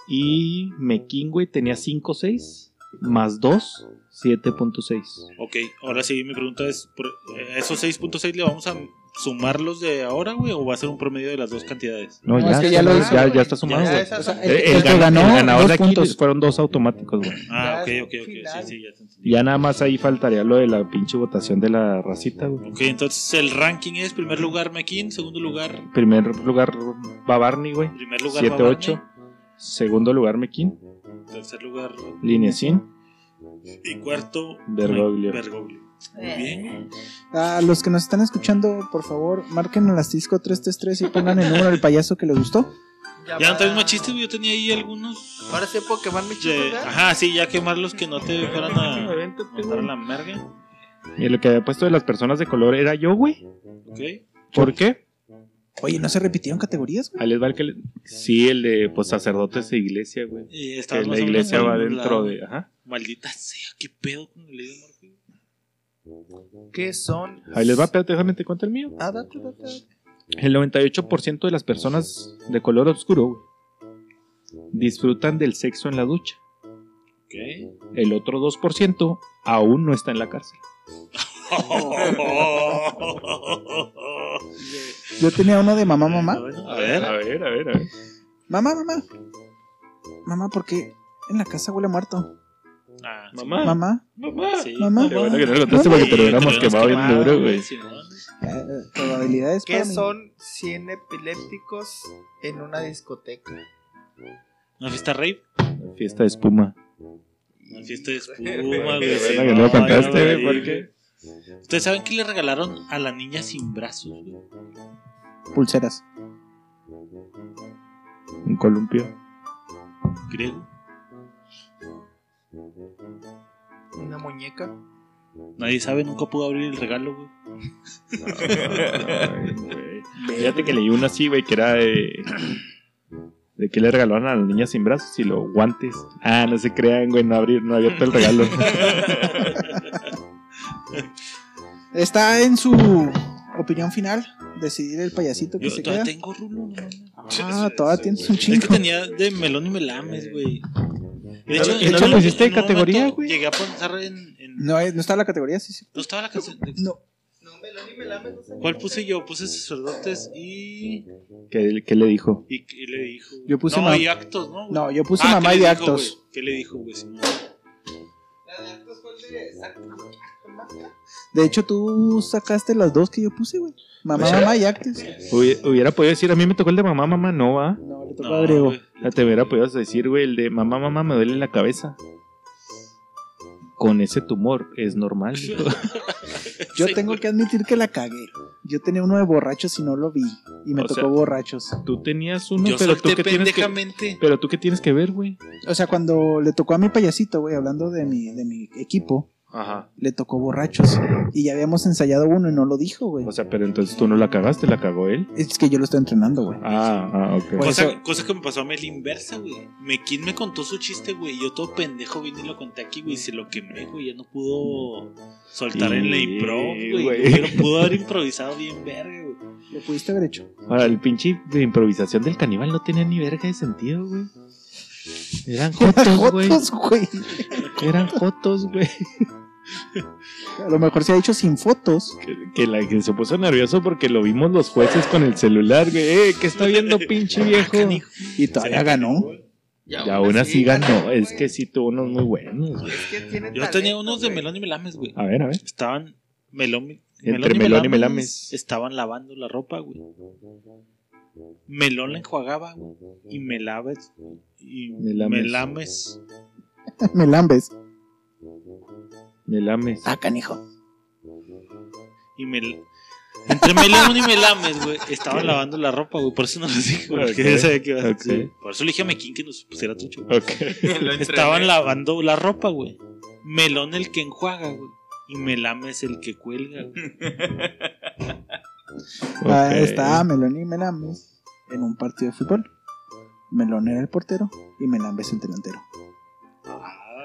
Speaker 2: Y Mequín, güey, tenía 5-6 más 2, 7.6.
Speaker 3: Ok, ahora sí, mi pregunta es: por- eh, ¿esos 6.6 le vamos a sumar los de ahora, güey, o va a ser un promedio de las dos cantidades?
Speaker 2: No,
Speaker 4: No,
Speaker 2: ya,
Speaker 4: es que ya
Speaker 2: ya,
Speaker 4: lo-
Speaker 2: ya, ya está sumado,
Speaker 1: Ya,
Speaker 2: güey.
Speaker 1: esas
Speaker 4: O sea,
Speaker 1: son-
Speaker 4: el,
Speaker 2: Eh,
Speaker 4: el que
Speaker 2: gan-
Speaker 4: ganó,
Speaker 2: el ganador
Speaker 4: dos
Speaker 2: de aquí
Speaker 4: puntos.
Speaker 2: fueron dos automáticos, güey.
Speaker 3: Ah, ok,
Speaker 1: Ya es
Speaker 3: ok, ok.
Speaker 1: final.
Speaker 3: Sí, sí, ya te entendí.
Speaker 2: Ya nada más ahí faltaría lo de la pinche votación de la racita, güey.
Speaker 3: Ok, entonces el ranking es primer lugar Mekin, segundo lugar,
Speaker 2: Primer lugar va Barney, güey.
Speaker 3: primer lugar
Speaker 2: 7-8. Segundo lugar Mequín.
Speaker 3: Babarni, tercer lugar
Speaker 2: Lineacín.
Speaker 3: y cuarto
Speaker 2: Bergoglio.
Speaker 3: Bergoglio. Muy
Speaker 1: Eh,
Speaker 7: Eh,
Speaker 3: bien.
Speaker 4: A los que nos están escuchando, por favor, marquen al asterisco 333 y pongan el número del payaso que les gustó.
Speaker 3: Ya no
Speaker 1: para-
Speaker 3: traes más chistes, güey, yo tenía ahí algunos.
Speaker 1: Ahora sí puedo quemar mis
Speaker 3: de-
Speaker 1: chistes, ¿verdad?
Speaker 3: Ajá, sí, ya quemar los que no te fueran a mandar a la merga.
Speaker 2: Y lo que había puesto de las personas de color era yo, güey.
Speaker 3: Ok.
Speaker 2: ¿Por qué?
Speaker 4: Oye, ¿no se repitieron categorías, güey?
Speaker 2: Ahí les va el que le- Sí, el de pues, sacerdotes e iglesia, güey.
Speaker 3: Y
Speaker 2: Que
Speaker 3: estabas
Speaker 2: la
Speaker 3: más o menos
Speaker 2: iglesia va
Speaker 3: en un
Speaker 2: dentro
Speaker 3: lado.
Speaker 2: de. Ajá.
Speaker 3: Maldita sea, qué pedo con el Lady Murphy.
Speaker 1: ¿Qué son?
Speaker 2: Ahí les va, espérate, déjame te cuento el mío.
Speaker 1: Ah, date, date, date.
Speaker 2: El 98% de las personas de color oscuro güey, disfrutan del sexo en la ducha. El otro 2% aún no está en la cárcel.
Speaker 4: Yo tenía uno de mamá, mamá.
Speaker 3: Ah, A ver,
Speaker 2: a ver, Ah, a ver. A ver.
Speaker 4: Mamá, mamá. Mamá, ¿por qué en la casa huele a muerto?
Speaker 3: Ah, sí.
Speaker 2: Mamá.
Speaker 4: Mamá.
Speaker 3: Sí,
Speaker 4: mamá.
Speaker 2: Qué bueno que no lo contaste porque te lo hubiéramos quemado bien duro, güey.
Speaker 3: Simón.
Speaker 4: Eh, eh, probabilidades
Speaker 1: ¿Qué
Speaker 4: para mí.
Speaker 1: son 100 epilépticos en una discoteca?
Speaker 3: Una fiesta rave.
Speaker 2: Fiesta de espuma.
Speaker 3: Una
Speaker 2: *laughs*
Speaker 3: fiesta de espuma, güey.
Speaker 1: Sí,
Speaker 2: Bueno, que no lo
Speaker 3: ya
Speaker 2: contaste,
Speaker 3: me di,
Speaker 2: güey, porque
Speaker 3: ¿Ustedes saben qué le regalaron a la niña sin brazos, güey?
Speaker 4: Pulseras.
Speaker 2: un columpio.
Speaker 3: Griego.
Speaker 1: ¿Una muñeca?
Speaker 3: Nadie sabe, nunca pudo abrir el regalo, güey.
Speaker 2: *laughs* Ay, güey. Fíjate que leí una así, güey, que era de. ¿De qué le regalaron a la niña sin brazos y los guantes? Ah, no se crean, güey, no, abrir, no abierto el *laughs* regalo.
Speaker 4: Está en su opinión final decidir el payasito que
Speaker 3: Yo
Speaker 4: se
Speaker 3: todavía
Speaker 4: queda.
Speaker 3: tengo rulo, no mames.
Speaker 4: Ah, todavía tienes un
Speaker 3: Es que
Speaker 4: chingo.
Speaker 3: tenía de melón y melames, güey. De
Speaker 2: hecho, de hecho,
Speaker 3: un-
Speaker 2: lo hiciste
Speaker 3: en
Speaker 2: de
Speaker 3: un
Speaker 2: categoría,
Speaker 3: momento
Speaker 2: güey.
Speaker 3: Llegué a pensar en. en- no.
Speaker 4: No, eh, no está la categoría, sí, sí.
Speaker 3: estaba la canción?
Speaker 4: No.
Speaker 3: ¿Cuál puse yo? Puse sacerdotes y.
Speaker 2: ¿Qué, qué le dijo?
Speaker 3: ¿Y qué le dijo? güey?
Speaker 4: Yo puse
Speaker 3: No,
Speaker 4: ma-
Speaker 3: y actos, ¿no? güey?
Speaker 4: No, yo puse
Speaker 3: Ah, ¿qué
Speaker 4: mamá
Speaker 3: le
Speaker 4: y de
Speaker 3: dijo,
Speaker 4: actos.
Speaker 3: güey? ¿Qué le dijo, güey? Simón?
Speaker 4: De hecho, tú sacaste las dos que yo puse, güey.
Speaker 3: Pues
Speaker 4: Mamá, mamá y actes.
Speaker 2: Hubi- Hubiera podido decir, a mí me tocó el de mamá, mamá, no va.
Speaker 4: No, le tocó
Speaker 3: No,
Speaker 4: a Grego.
Speaker 3: güey.
Speaker 2: Ya te hubiera podido decir, güey, el de mamá, mamá, me duele la cabeza. Con ese tumor es normal. hijo.
Speaker 4: Yo
Speaker 3: Sí,
Speaker 4: tengo
Speaker 3: güey.
Speaker 4: que admitir que la cagué. Yo tenía uno de borrachos y no lo vi. Y me
Speaker 2: O
Speaker 4: tocó
Speaker 2: sea-
Speaker 4: borrachos.
Speaker 2: *laughs* Tú tenías uno,
Speaker 3: Yo
Speaker 2: pero tú
Speaker 3: salté
Speaker 2: qué tienes que,
Speaker 3: pendejamente.
Speaker 2: pero tú qué tienes que ver, güey.
Speaker 4: O sea, cuando le tocó a mi payasito, güey, hablando de mi, de mi equipo,
Speaker 2: Ajá.
Speaker 4: le tocó borrachos. Y ya habíamos ensayado uno y no lo dijo, güey.
Speaker 2: O sea, pero entonces tú no la cagaste, la cagó él.
Speaker 4: Es que yo lo estoy entrenando, güey.
Speaker 2: Ah, ah, ok.
Speaker 4: Pues-
Speaker 3: Cosa,
Speaker 4: eso-
Speaker 3: cosa que me pasó a mí es la inversa, güey. Mequín me contó su chiste, güey. y Yo todo pendejo vine y lo conté aquí, güey. y Se lo quemé, güey. Ya no pudo soltar en la
Speaker 2: Sí,
Speaker 3: impro, güey.
Speaker 2: güey.
Speaker 3: Pero pudo haber improvisado bien verga, güey.
Speaker 4: Lo pudiste haber hecho.
Speaker 2: Ahora, el pinche de improvisación del caníbal no tenía ni verga de sentido, güey.
Speaker 4: *laughs*
Speaker 2: Eran jotos, güey.
Speaker 4: Jotos, güey.
Speaker 2: Eran jotos, güey.
Speaker 4: A lo mejor se ha hecho sin fotos.
Speaker 2: Que, que la que se puso nervioso porque lo vimos los jueces con el celular, güey. Eh, ¿Qué está viendo, pinche viejo?
Speaker 4: Y todavía ganó. *laughs*
Speaker 2: Y aún así ganó. Es que sí tuvo unos muy buenos, güey.
Speaker 1: Es que tiene
Speaker 3: Yo tenía
Speaker 1: talento,
Speaker 3: unos de
Speaker 1: güey. *laughs*
Speaker 3: melón y melames, güey.
Speaker 2: A ver, a ver.
Speaker 3: Estaban melón,
Speaker 2: Entre melón y melames.
Speaker 3: Estaban lavando la ropa, güey. Melón la enjuagaba, güey. Y melames. Y
Speaker 2: Melames.
Speaker 3: melames.
Speaker 4: Me lambes.
Speaker 2: Me lames.
Speaker 4: Ah, canijo.
Speaker 3: Y mel... Entre melón y melames, güey. Estaban lavando la ropa, güey. Por eso no lo dije, güey. porque
Speaker 2: Ok,
Speaker 3: ya sabía que iba a
Speaker 2: ok.
Speaker 3: sí. Por eso le dije a Mequín que nos pusiera tucho. güey.
Speaker 2: Ok.
Speaker 1: Lo entrené.
Speaker 3: Estaban lavando la ropa, güey. Melón el que enjuaga, güey. Y melames el que cuelga, güey.
Speaker 4: Ah,
Speaker 2: ok.
Speaker 4: está Melón y Melambes en un partido de fútbol. Melón era el portero y Melambes el delantero.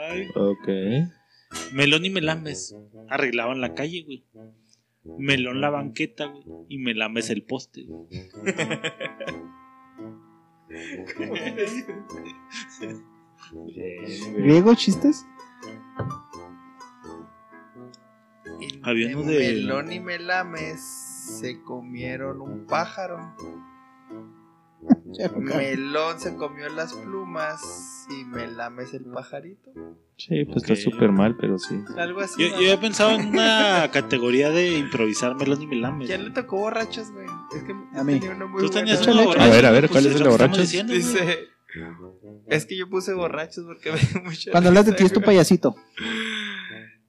Speaker 3: Ay,
Speaker 2: Ok.
Speaker 3: Melón y Melames arreglaban la calle, güey. Melón la banqueta, güey. Y Melames el poste, güey.
Speaker 1: *laughs*
Speaker 4: Griego, chistes.
Speaker 1: Entre
Speaker 3: Había uno de-
Speaker 1: Melón y melames. se comieron un pájaro.
Speaker 4: Ya, porque-
Speaker 1: Melón se comió las plumas y me lames el pajarito.
Speaker 2: Sí, pues
Speaker 3: Ok.
Speaker 2: está súper mal, pero sí.
Speaker 1: Algo así.
Speaker 3: Yo,
Speaker 1: ¿no?
Speaker 3: yo había pensado en una categoría de improvisar melón y melames.
Speaker 1: ¿Quién le tocó borrachos, güey? Es que
Speaker 4: A mí.
Speaker 1: tenía uno muy
Speaker 3: Tú
Speaker 1: bueno.
Speaker 3: tenías
Speaker 4: Échale,
Speaker 3: una
Speaker 4: échale.
Speaker 3: borracha.
Speaker 12: A ver, a ver,
Speaker 3: pues,
Speaker 12: ¿cuál es
Speaker 3: lo
Speaker 12: el
Speaker 3: que estamos
Speaker 12: borracho?
Speaker 3: diciendo, güey.
Speaker 1: Dice, es que yo puse borrachos porque me dio mucha
Speaker 4: Cuando hablas de ti es
Speaker 1: risa,
Speaker 4: tu
Speaker 1: güey.
Speaker 4: payasito.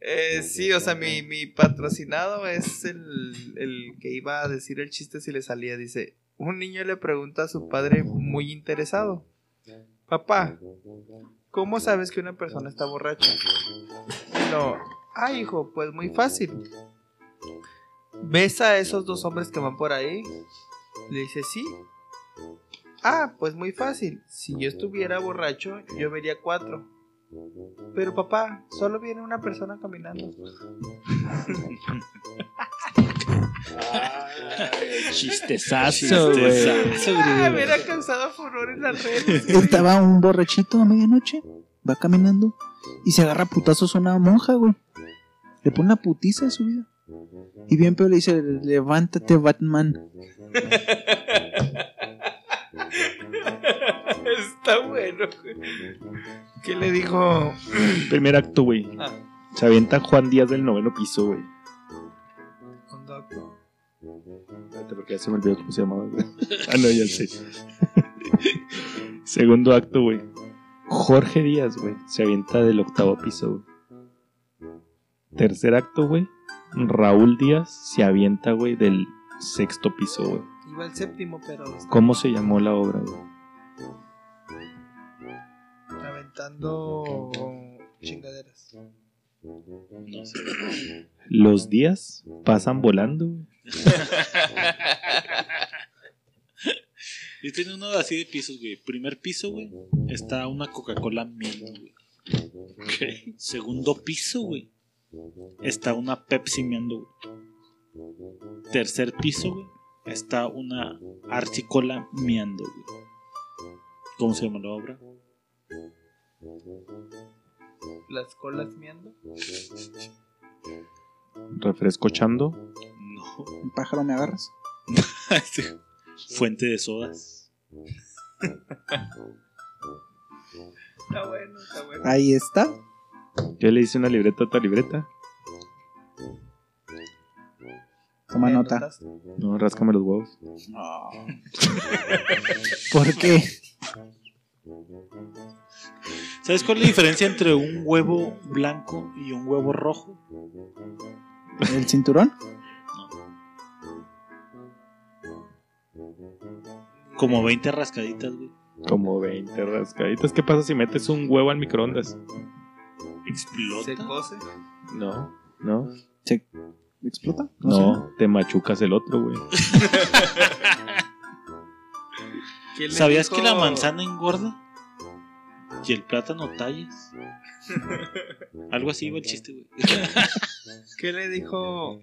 Speaker 1: Eh, sí, o sea, mi, mi patrocinado es el, el que iba a decir el chiste si le salía. Dice, un niño le pregunta a su padre muy interesado, papá, ¿cómo sabes que una persona está borracha? Y lo, ah, hijo, pues muy fácil. ¿Ves a esos dos hombres que van por ahí? Le dice, sí. Ah, pues muy fácil. Si yo estuviera borracho, yo vería cuatro. Pero papá, solo viene una persona caminando.
Speaker 2: Chistezazo, güey.
Speaker 1: Ah, hubiera causado furor en las
Speaker 3: *laughs*
Speaker 1: redes. güey.
Speaker 4: Estaba un borrachito a medianoche, va caminando y se agarra a putazos a una monja, güey. Le pone una putiza de su vida. Y bien pero le dice, levántate Batman.
Speaker 1: Está bueno. güey. ¿Qué le dijo?
Speaker 2: Primer acto, güey.
Speaker 1: Ah,
Speaker 2: Se avienta Juan Díaz del noveno piso, güey.
Speaker 1: un doctor.
Speaker 2: Espérate, porque ya se me olvidó cómo se llamaba, güey. *laughs* Ah, no, ya sé. *laughs* Segundo acto, güey. Jorge Díaz, güey. Se avienta del octavo piso, güey. Tercer acto, güey. Raúl Díaz se avienta, güey, del sexto piso, güey.
Speaker 1: Iba el séptimo, pero está
Speaker 2: ¿Cómo se llamó la obra, güey?
Speaker 1: aventando chingaderas.
Speaker 2: Los días pasan volando, güey.
Speaker 3: Yo tenía uno así de pisos, güey. Primer piso, güey, está una Coca-Cola Mint, güey. Segundo piso, güey, está una Pepsi Miendo, güey. Tercer piso, güey, está una Articola Miendo, güey. ¿Cómo se llama la obra?
Speaker 1: Las colas miando.
Speaker 2: Refresco chando.
Speaker 3: No. *laughs* Este,
Speaker 4: El pájaro me agarras.
Speaker 3: Fuente de sodas.
Speaker 1: Está bueno, está bueno.
Speaker 4: Ahí está.
Speaker 2: Yo le hice una libreta a otra libreta.
Speaker 4: Toma
Speaker 1: ¿Me
Speaker 4: nota.
Speaker 1: notas?
Speaker 2: No, ráscame los huevos.
Speaker 4: ¿Por qué?
Speaker 3: ¿Sabes cuál es la diferencia entre un huevo blanco y un huevo rojo?
Speaker 4: ¿El cinturón?
Speaker 3: Como 20 rascaditas, güey.
Speaker 2: Como 20 rascaditas. ¿Qué pasa si metes un huevo al microondas?
Speaker 1: Se
Speaker 3: Explota.
Speaker 1: cose.
Speaker 2: No, no.
Speaker 4: ¿Explota?
Speaker 2: No, te machucas el otro, güey. *laughs*
Speaker 1: ¿Quién le
Speaker 3: ¿Sabías
Speaker 1: dijo-
Speaker 3: que la manzana engorda? Y el plátano tallas. Algo así iba el chiste, güey.
Speaker 1: ¿Qué le dijo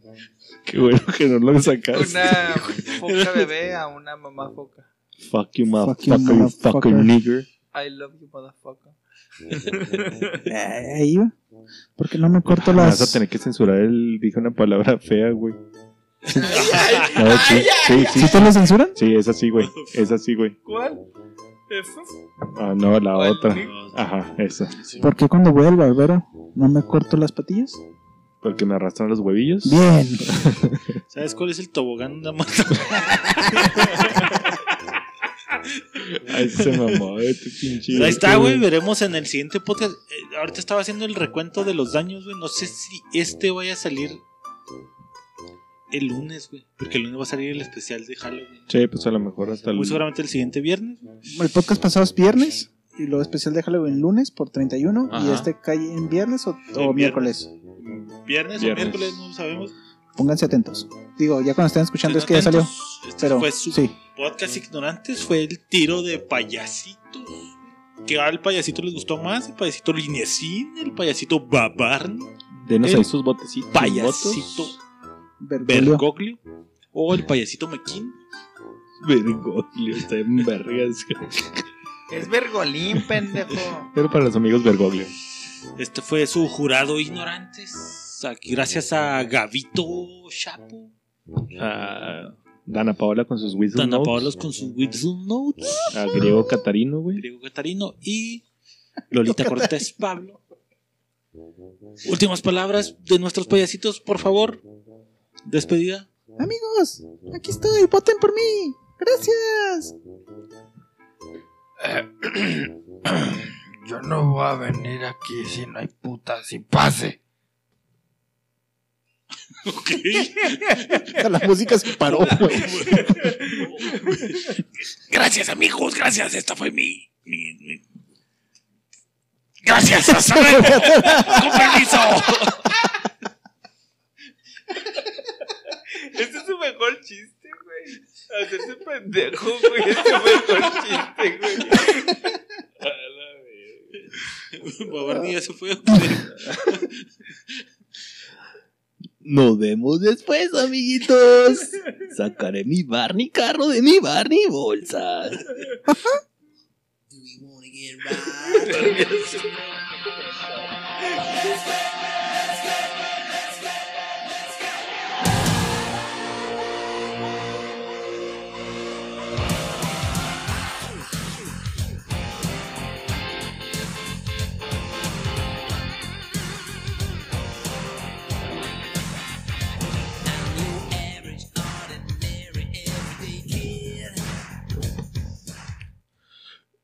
Speaker 2: Qué bueno que no lo
Speaker 3: *laughs*
Speaker 2: sacaste.
Speaker 1: una foca bebé a una mamá foca?
Speaker 2: Fuck you,
Speaker 4: Fuck you,
Speaker 2: motherfucker, you
Speaker 4: motherfucker.
Speaker 2: fucking nigger.
Speaker 1: I love you, motherfucker.
Speaker 4: sé. Ah, Ahí va. Porque no me corto las.
Speaker 2: Vas a tener que censurar el. Dije una palabra
Speaker 3: *laughs*
Speaker 2: fea, güey. No, sí, sí, sí.
Speaker 4: ¿Sí te lo censuran?
Speaker 2: Sí, es así, güey. Es así, güey.
Speaker 1: ¿Cuál? ¿Eso?
Speaker 2: Ah, no, la
Speaker 1: ¿Cuál?
Speaker 2: otra. Ajá, esa.
Speaker 4: ¿Por qué cuando voy al barbero no me corto las patillas?
Speaker 2: Porque me arrastran los huevillos.
Speaker 4: Bien.
Speaker 3: ¿Sabes cuál es el tobogán de
Speaker 2: *laughs* Ay, se mamó, eh, tu pinche.
Speaker 3: Ahí está, güey. Veremos en el siguiente podcast. Eh, ahorita estaba haciendo el recuento de los daños, güey. No sé si este vaya a salir el lunes, güey. Porque el lunes va a salir el especial de Halloween.
Speaker 2: Sí, pues a lo mejor hasta el.
Speaker 3: Muy seguramente el siguiente viernes. güey.
Speaker 4: El podcast pasado es viernes y lo especial de Halloween lunes por 31 y
Speaker 2: Ajá.
Speaker 4: este cae en viernes o, o
Speaker 3: viernes.
Speaker 4: miércoles.
Speaker 3: Viernes, o
Speaker 2: Viernes.
Speaker 3: miércoles, no sabemos.
Speaker 4: Pónganse atentos. Digo, ya cuando estén escuchando es que ya
Speaker 3: Estén
Speaker 4: salió.
Speaker 3: atentos. Este
Speaker 4: Pero
Speaker 3: fue su
Speaker 4: sí,
Speaker 2: Mm.
Speaker 3: podcast ignorantes fue el tiro de payasitos. Que al payasito les gustó más, el payasito Linecín, el payasito Babarni,
Speaker 2: Denos
Speaker 3: El
Speaker 2: ahí sus botecitos. sus
Speaker 3: payasito
Speaker 2: votos.
Speaker 4: Bergoglio.
Speaker 3: Bergoglio o el payasito Mequín.
Speaker 2: Bergoglio, está en vergas.
Speaker 1: Es Bergolín, pendejo.
Speaker 2: Pero para los amigos, Bergoglio.
Speaker 3: Este fue su jurado ignorantes. Aquí gracias a Gavito Chapo, Ah.
Speaker 2: a Dana Paola con sus Whistle
Speaker 8: Dana
Speaker 2: Notes,
Speaker 8: Paolos con sus Whistle Notes.
Speaker 2: a Griego Catarino, güey.
Speaker 8: Griego Catarino y
Speaker 2: *laughs*
Speaker 8: Lolita Cortés Pablo.
Speaker 3: Últimas palabras de nuestros payasitos, por favor. Despedida.
Speaker 4: Amigos, aquí estoy, voten por mí. Gracias.
Speaker 1: *clears throat* Yo no voy a venir aquí si no hay putas y pase.
Speaker 13: La música se paró, güey.
Speaker 6: Gracias, amigos, gracias. Esta fue mi. mi- mi- Gracias, hasta luego. Con permiso.
Speaker 1: Este es su mejor chiste, güey. Hacerse pendejo, güey. Es su mejor chiste, güey.
Speaker 3: *laughs* Babardi ya se fue.
Speaker 8: Nos vemos después, amiguitos. Sacaré mi Barney carro de mi Barney bolsa.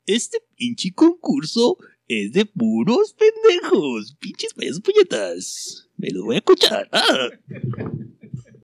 Speaker 8: Este pinche concurso es de puros pendejos. Pinches payasos puñetas. Me los voy a escuchar. ¡Ah!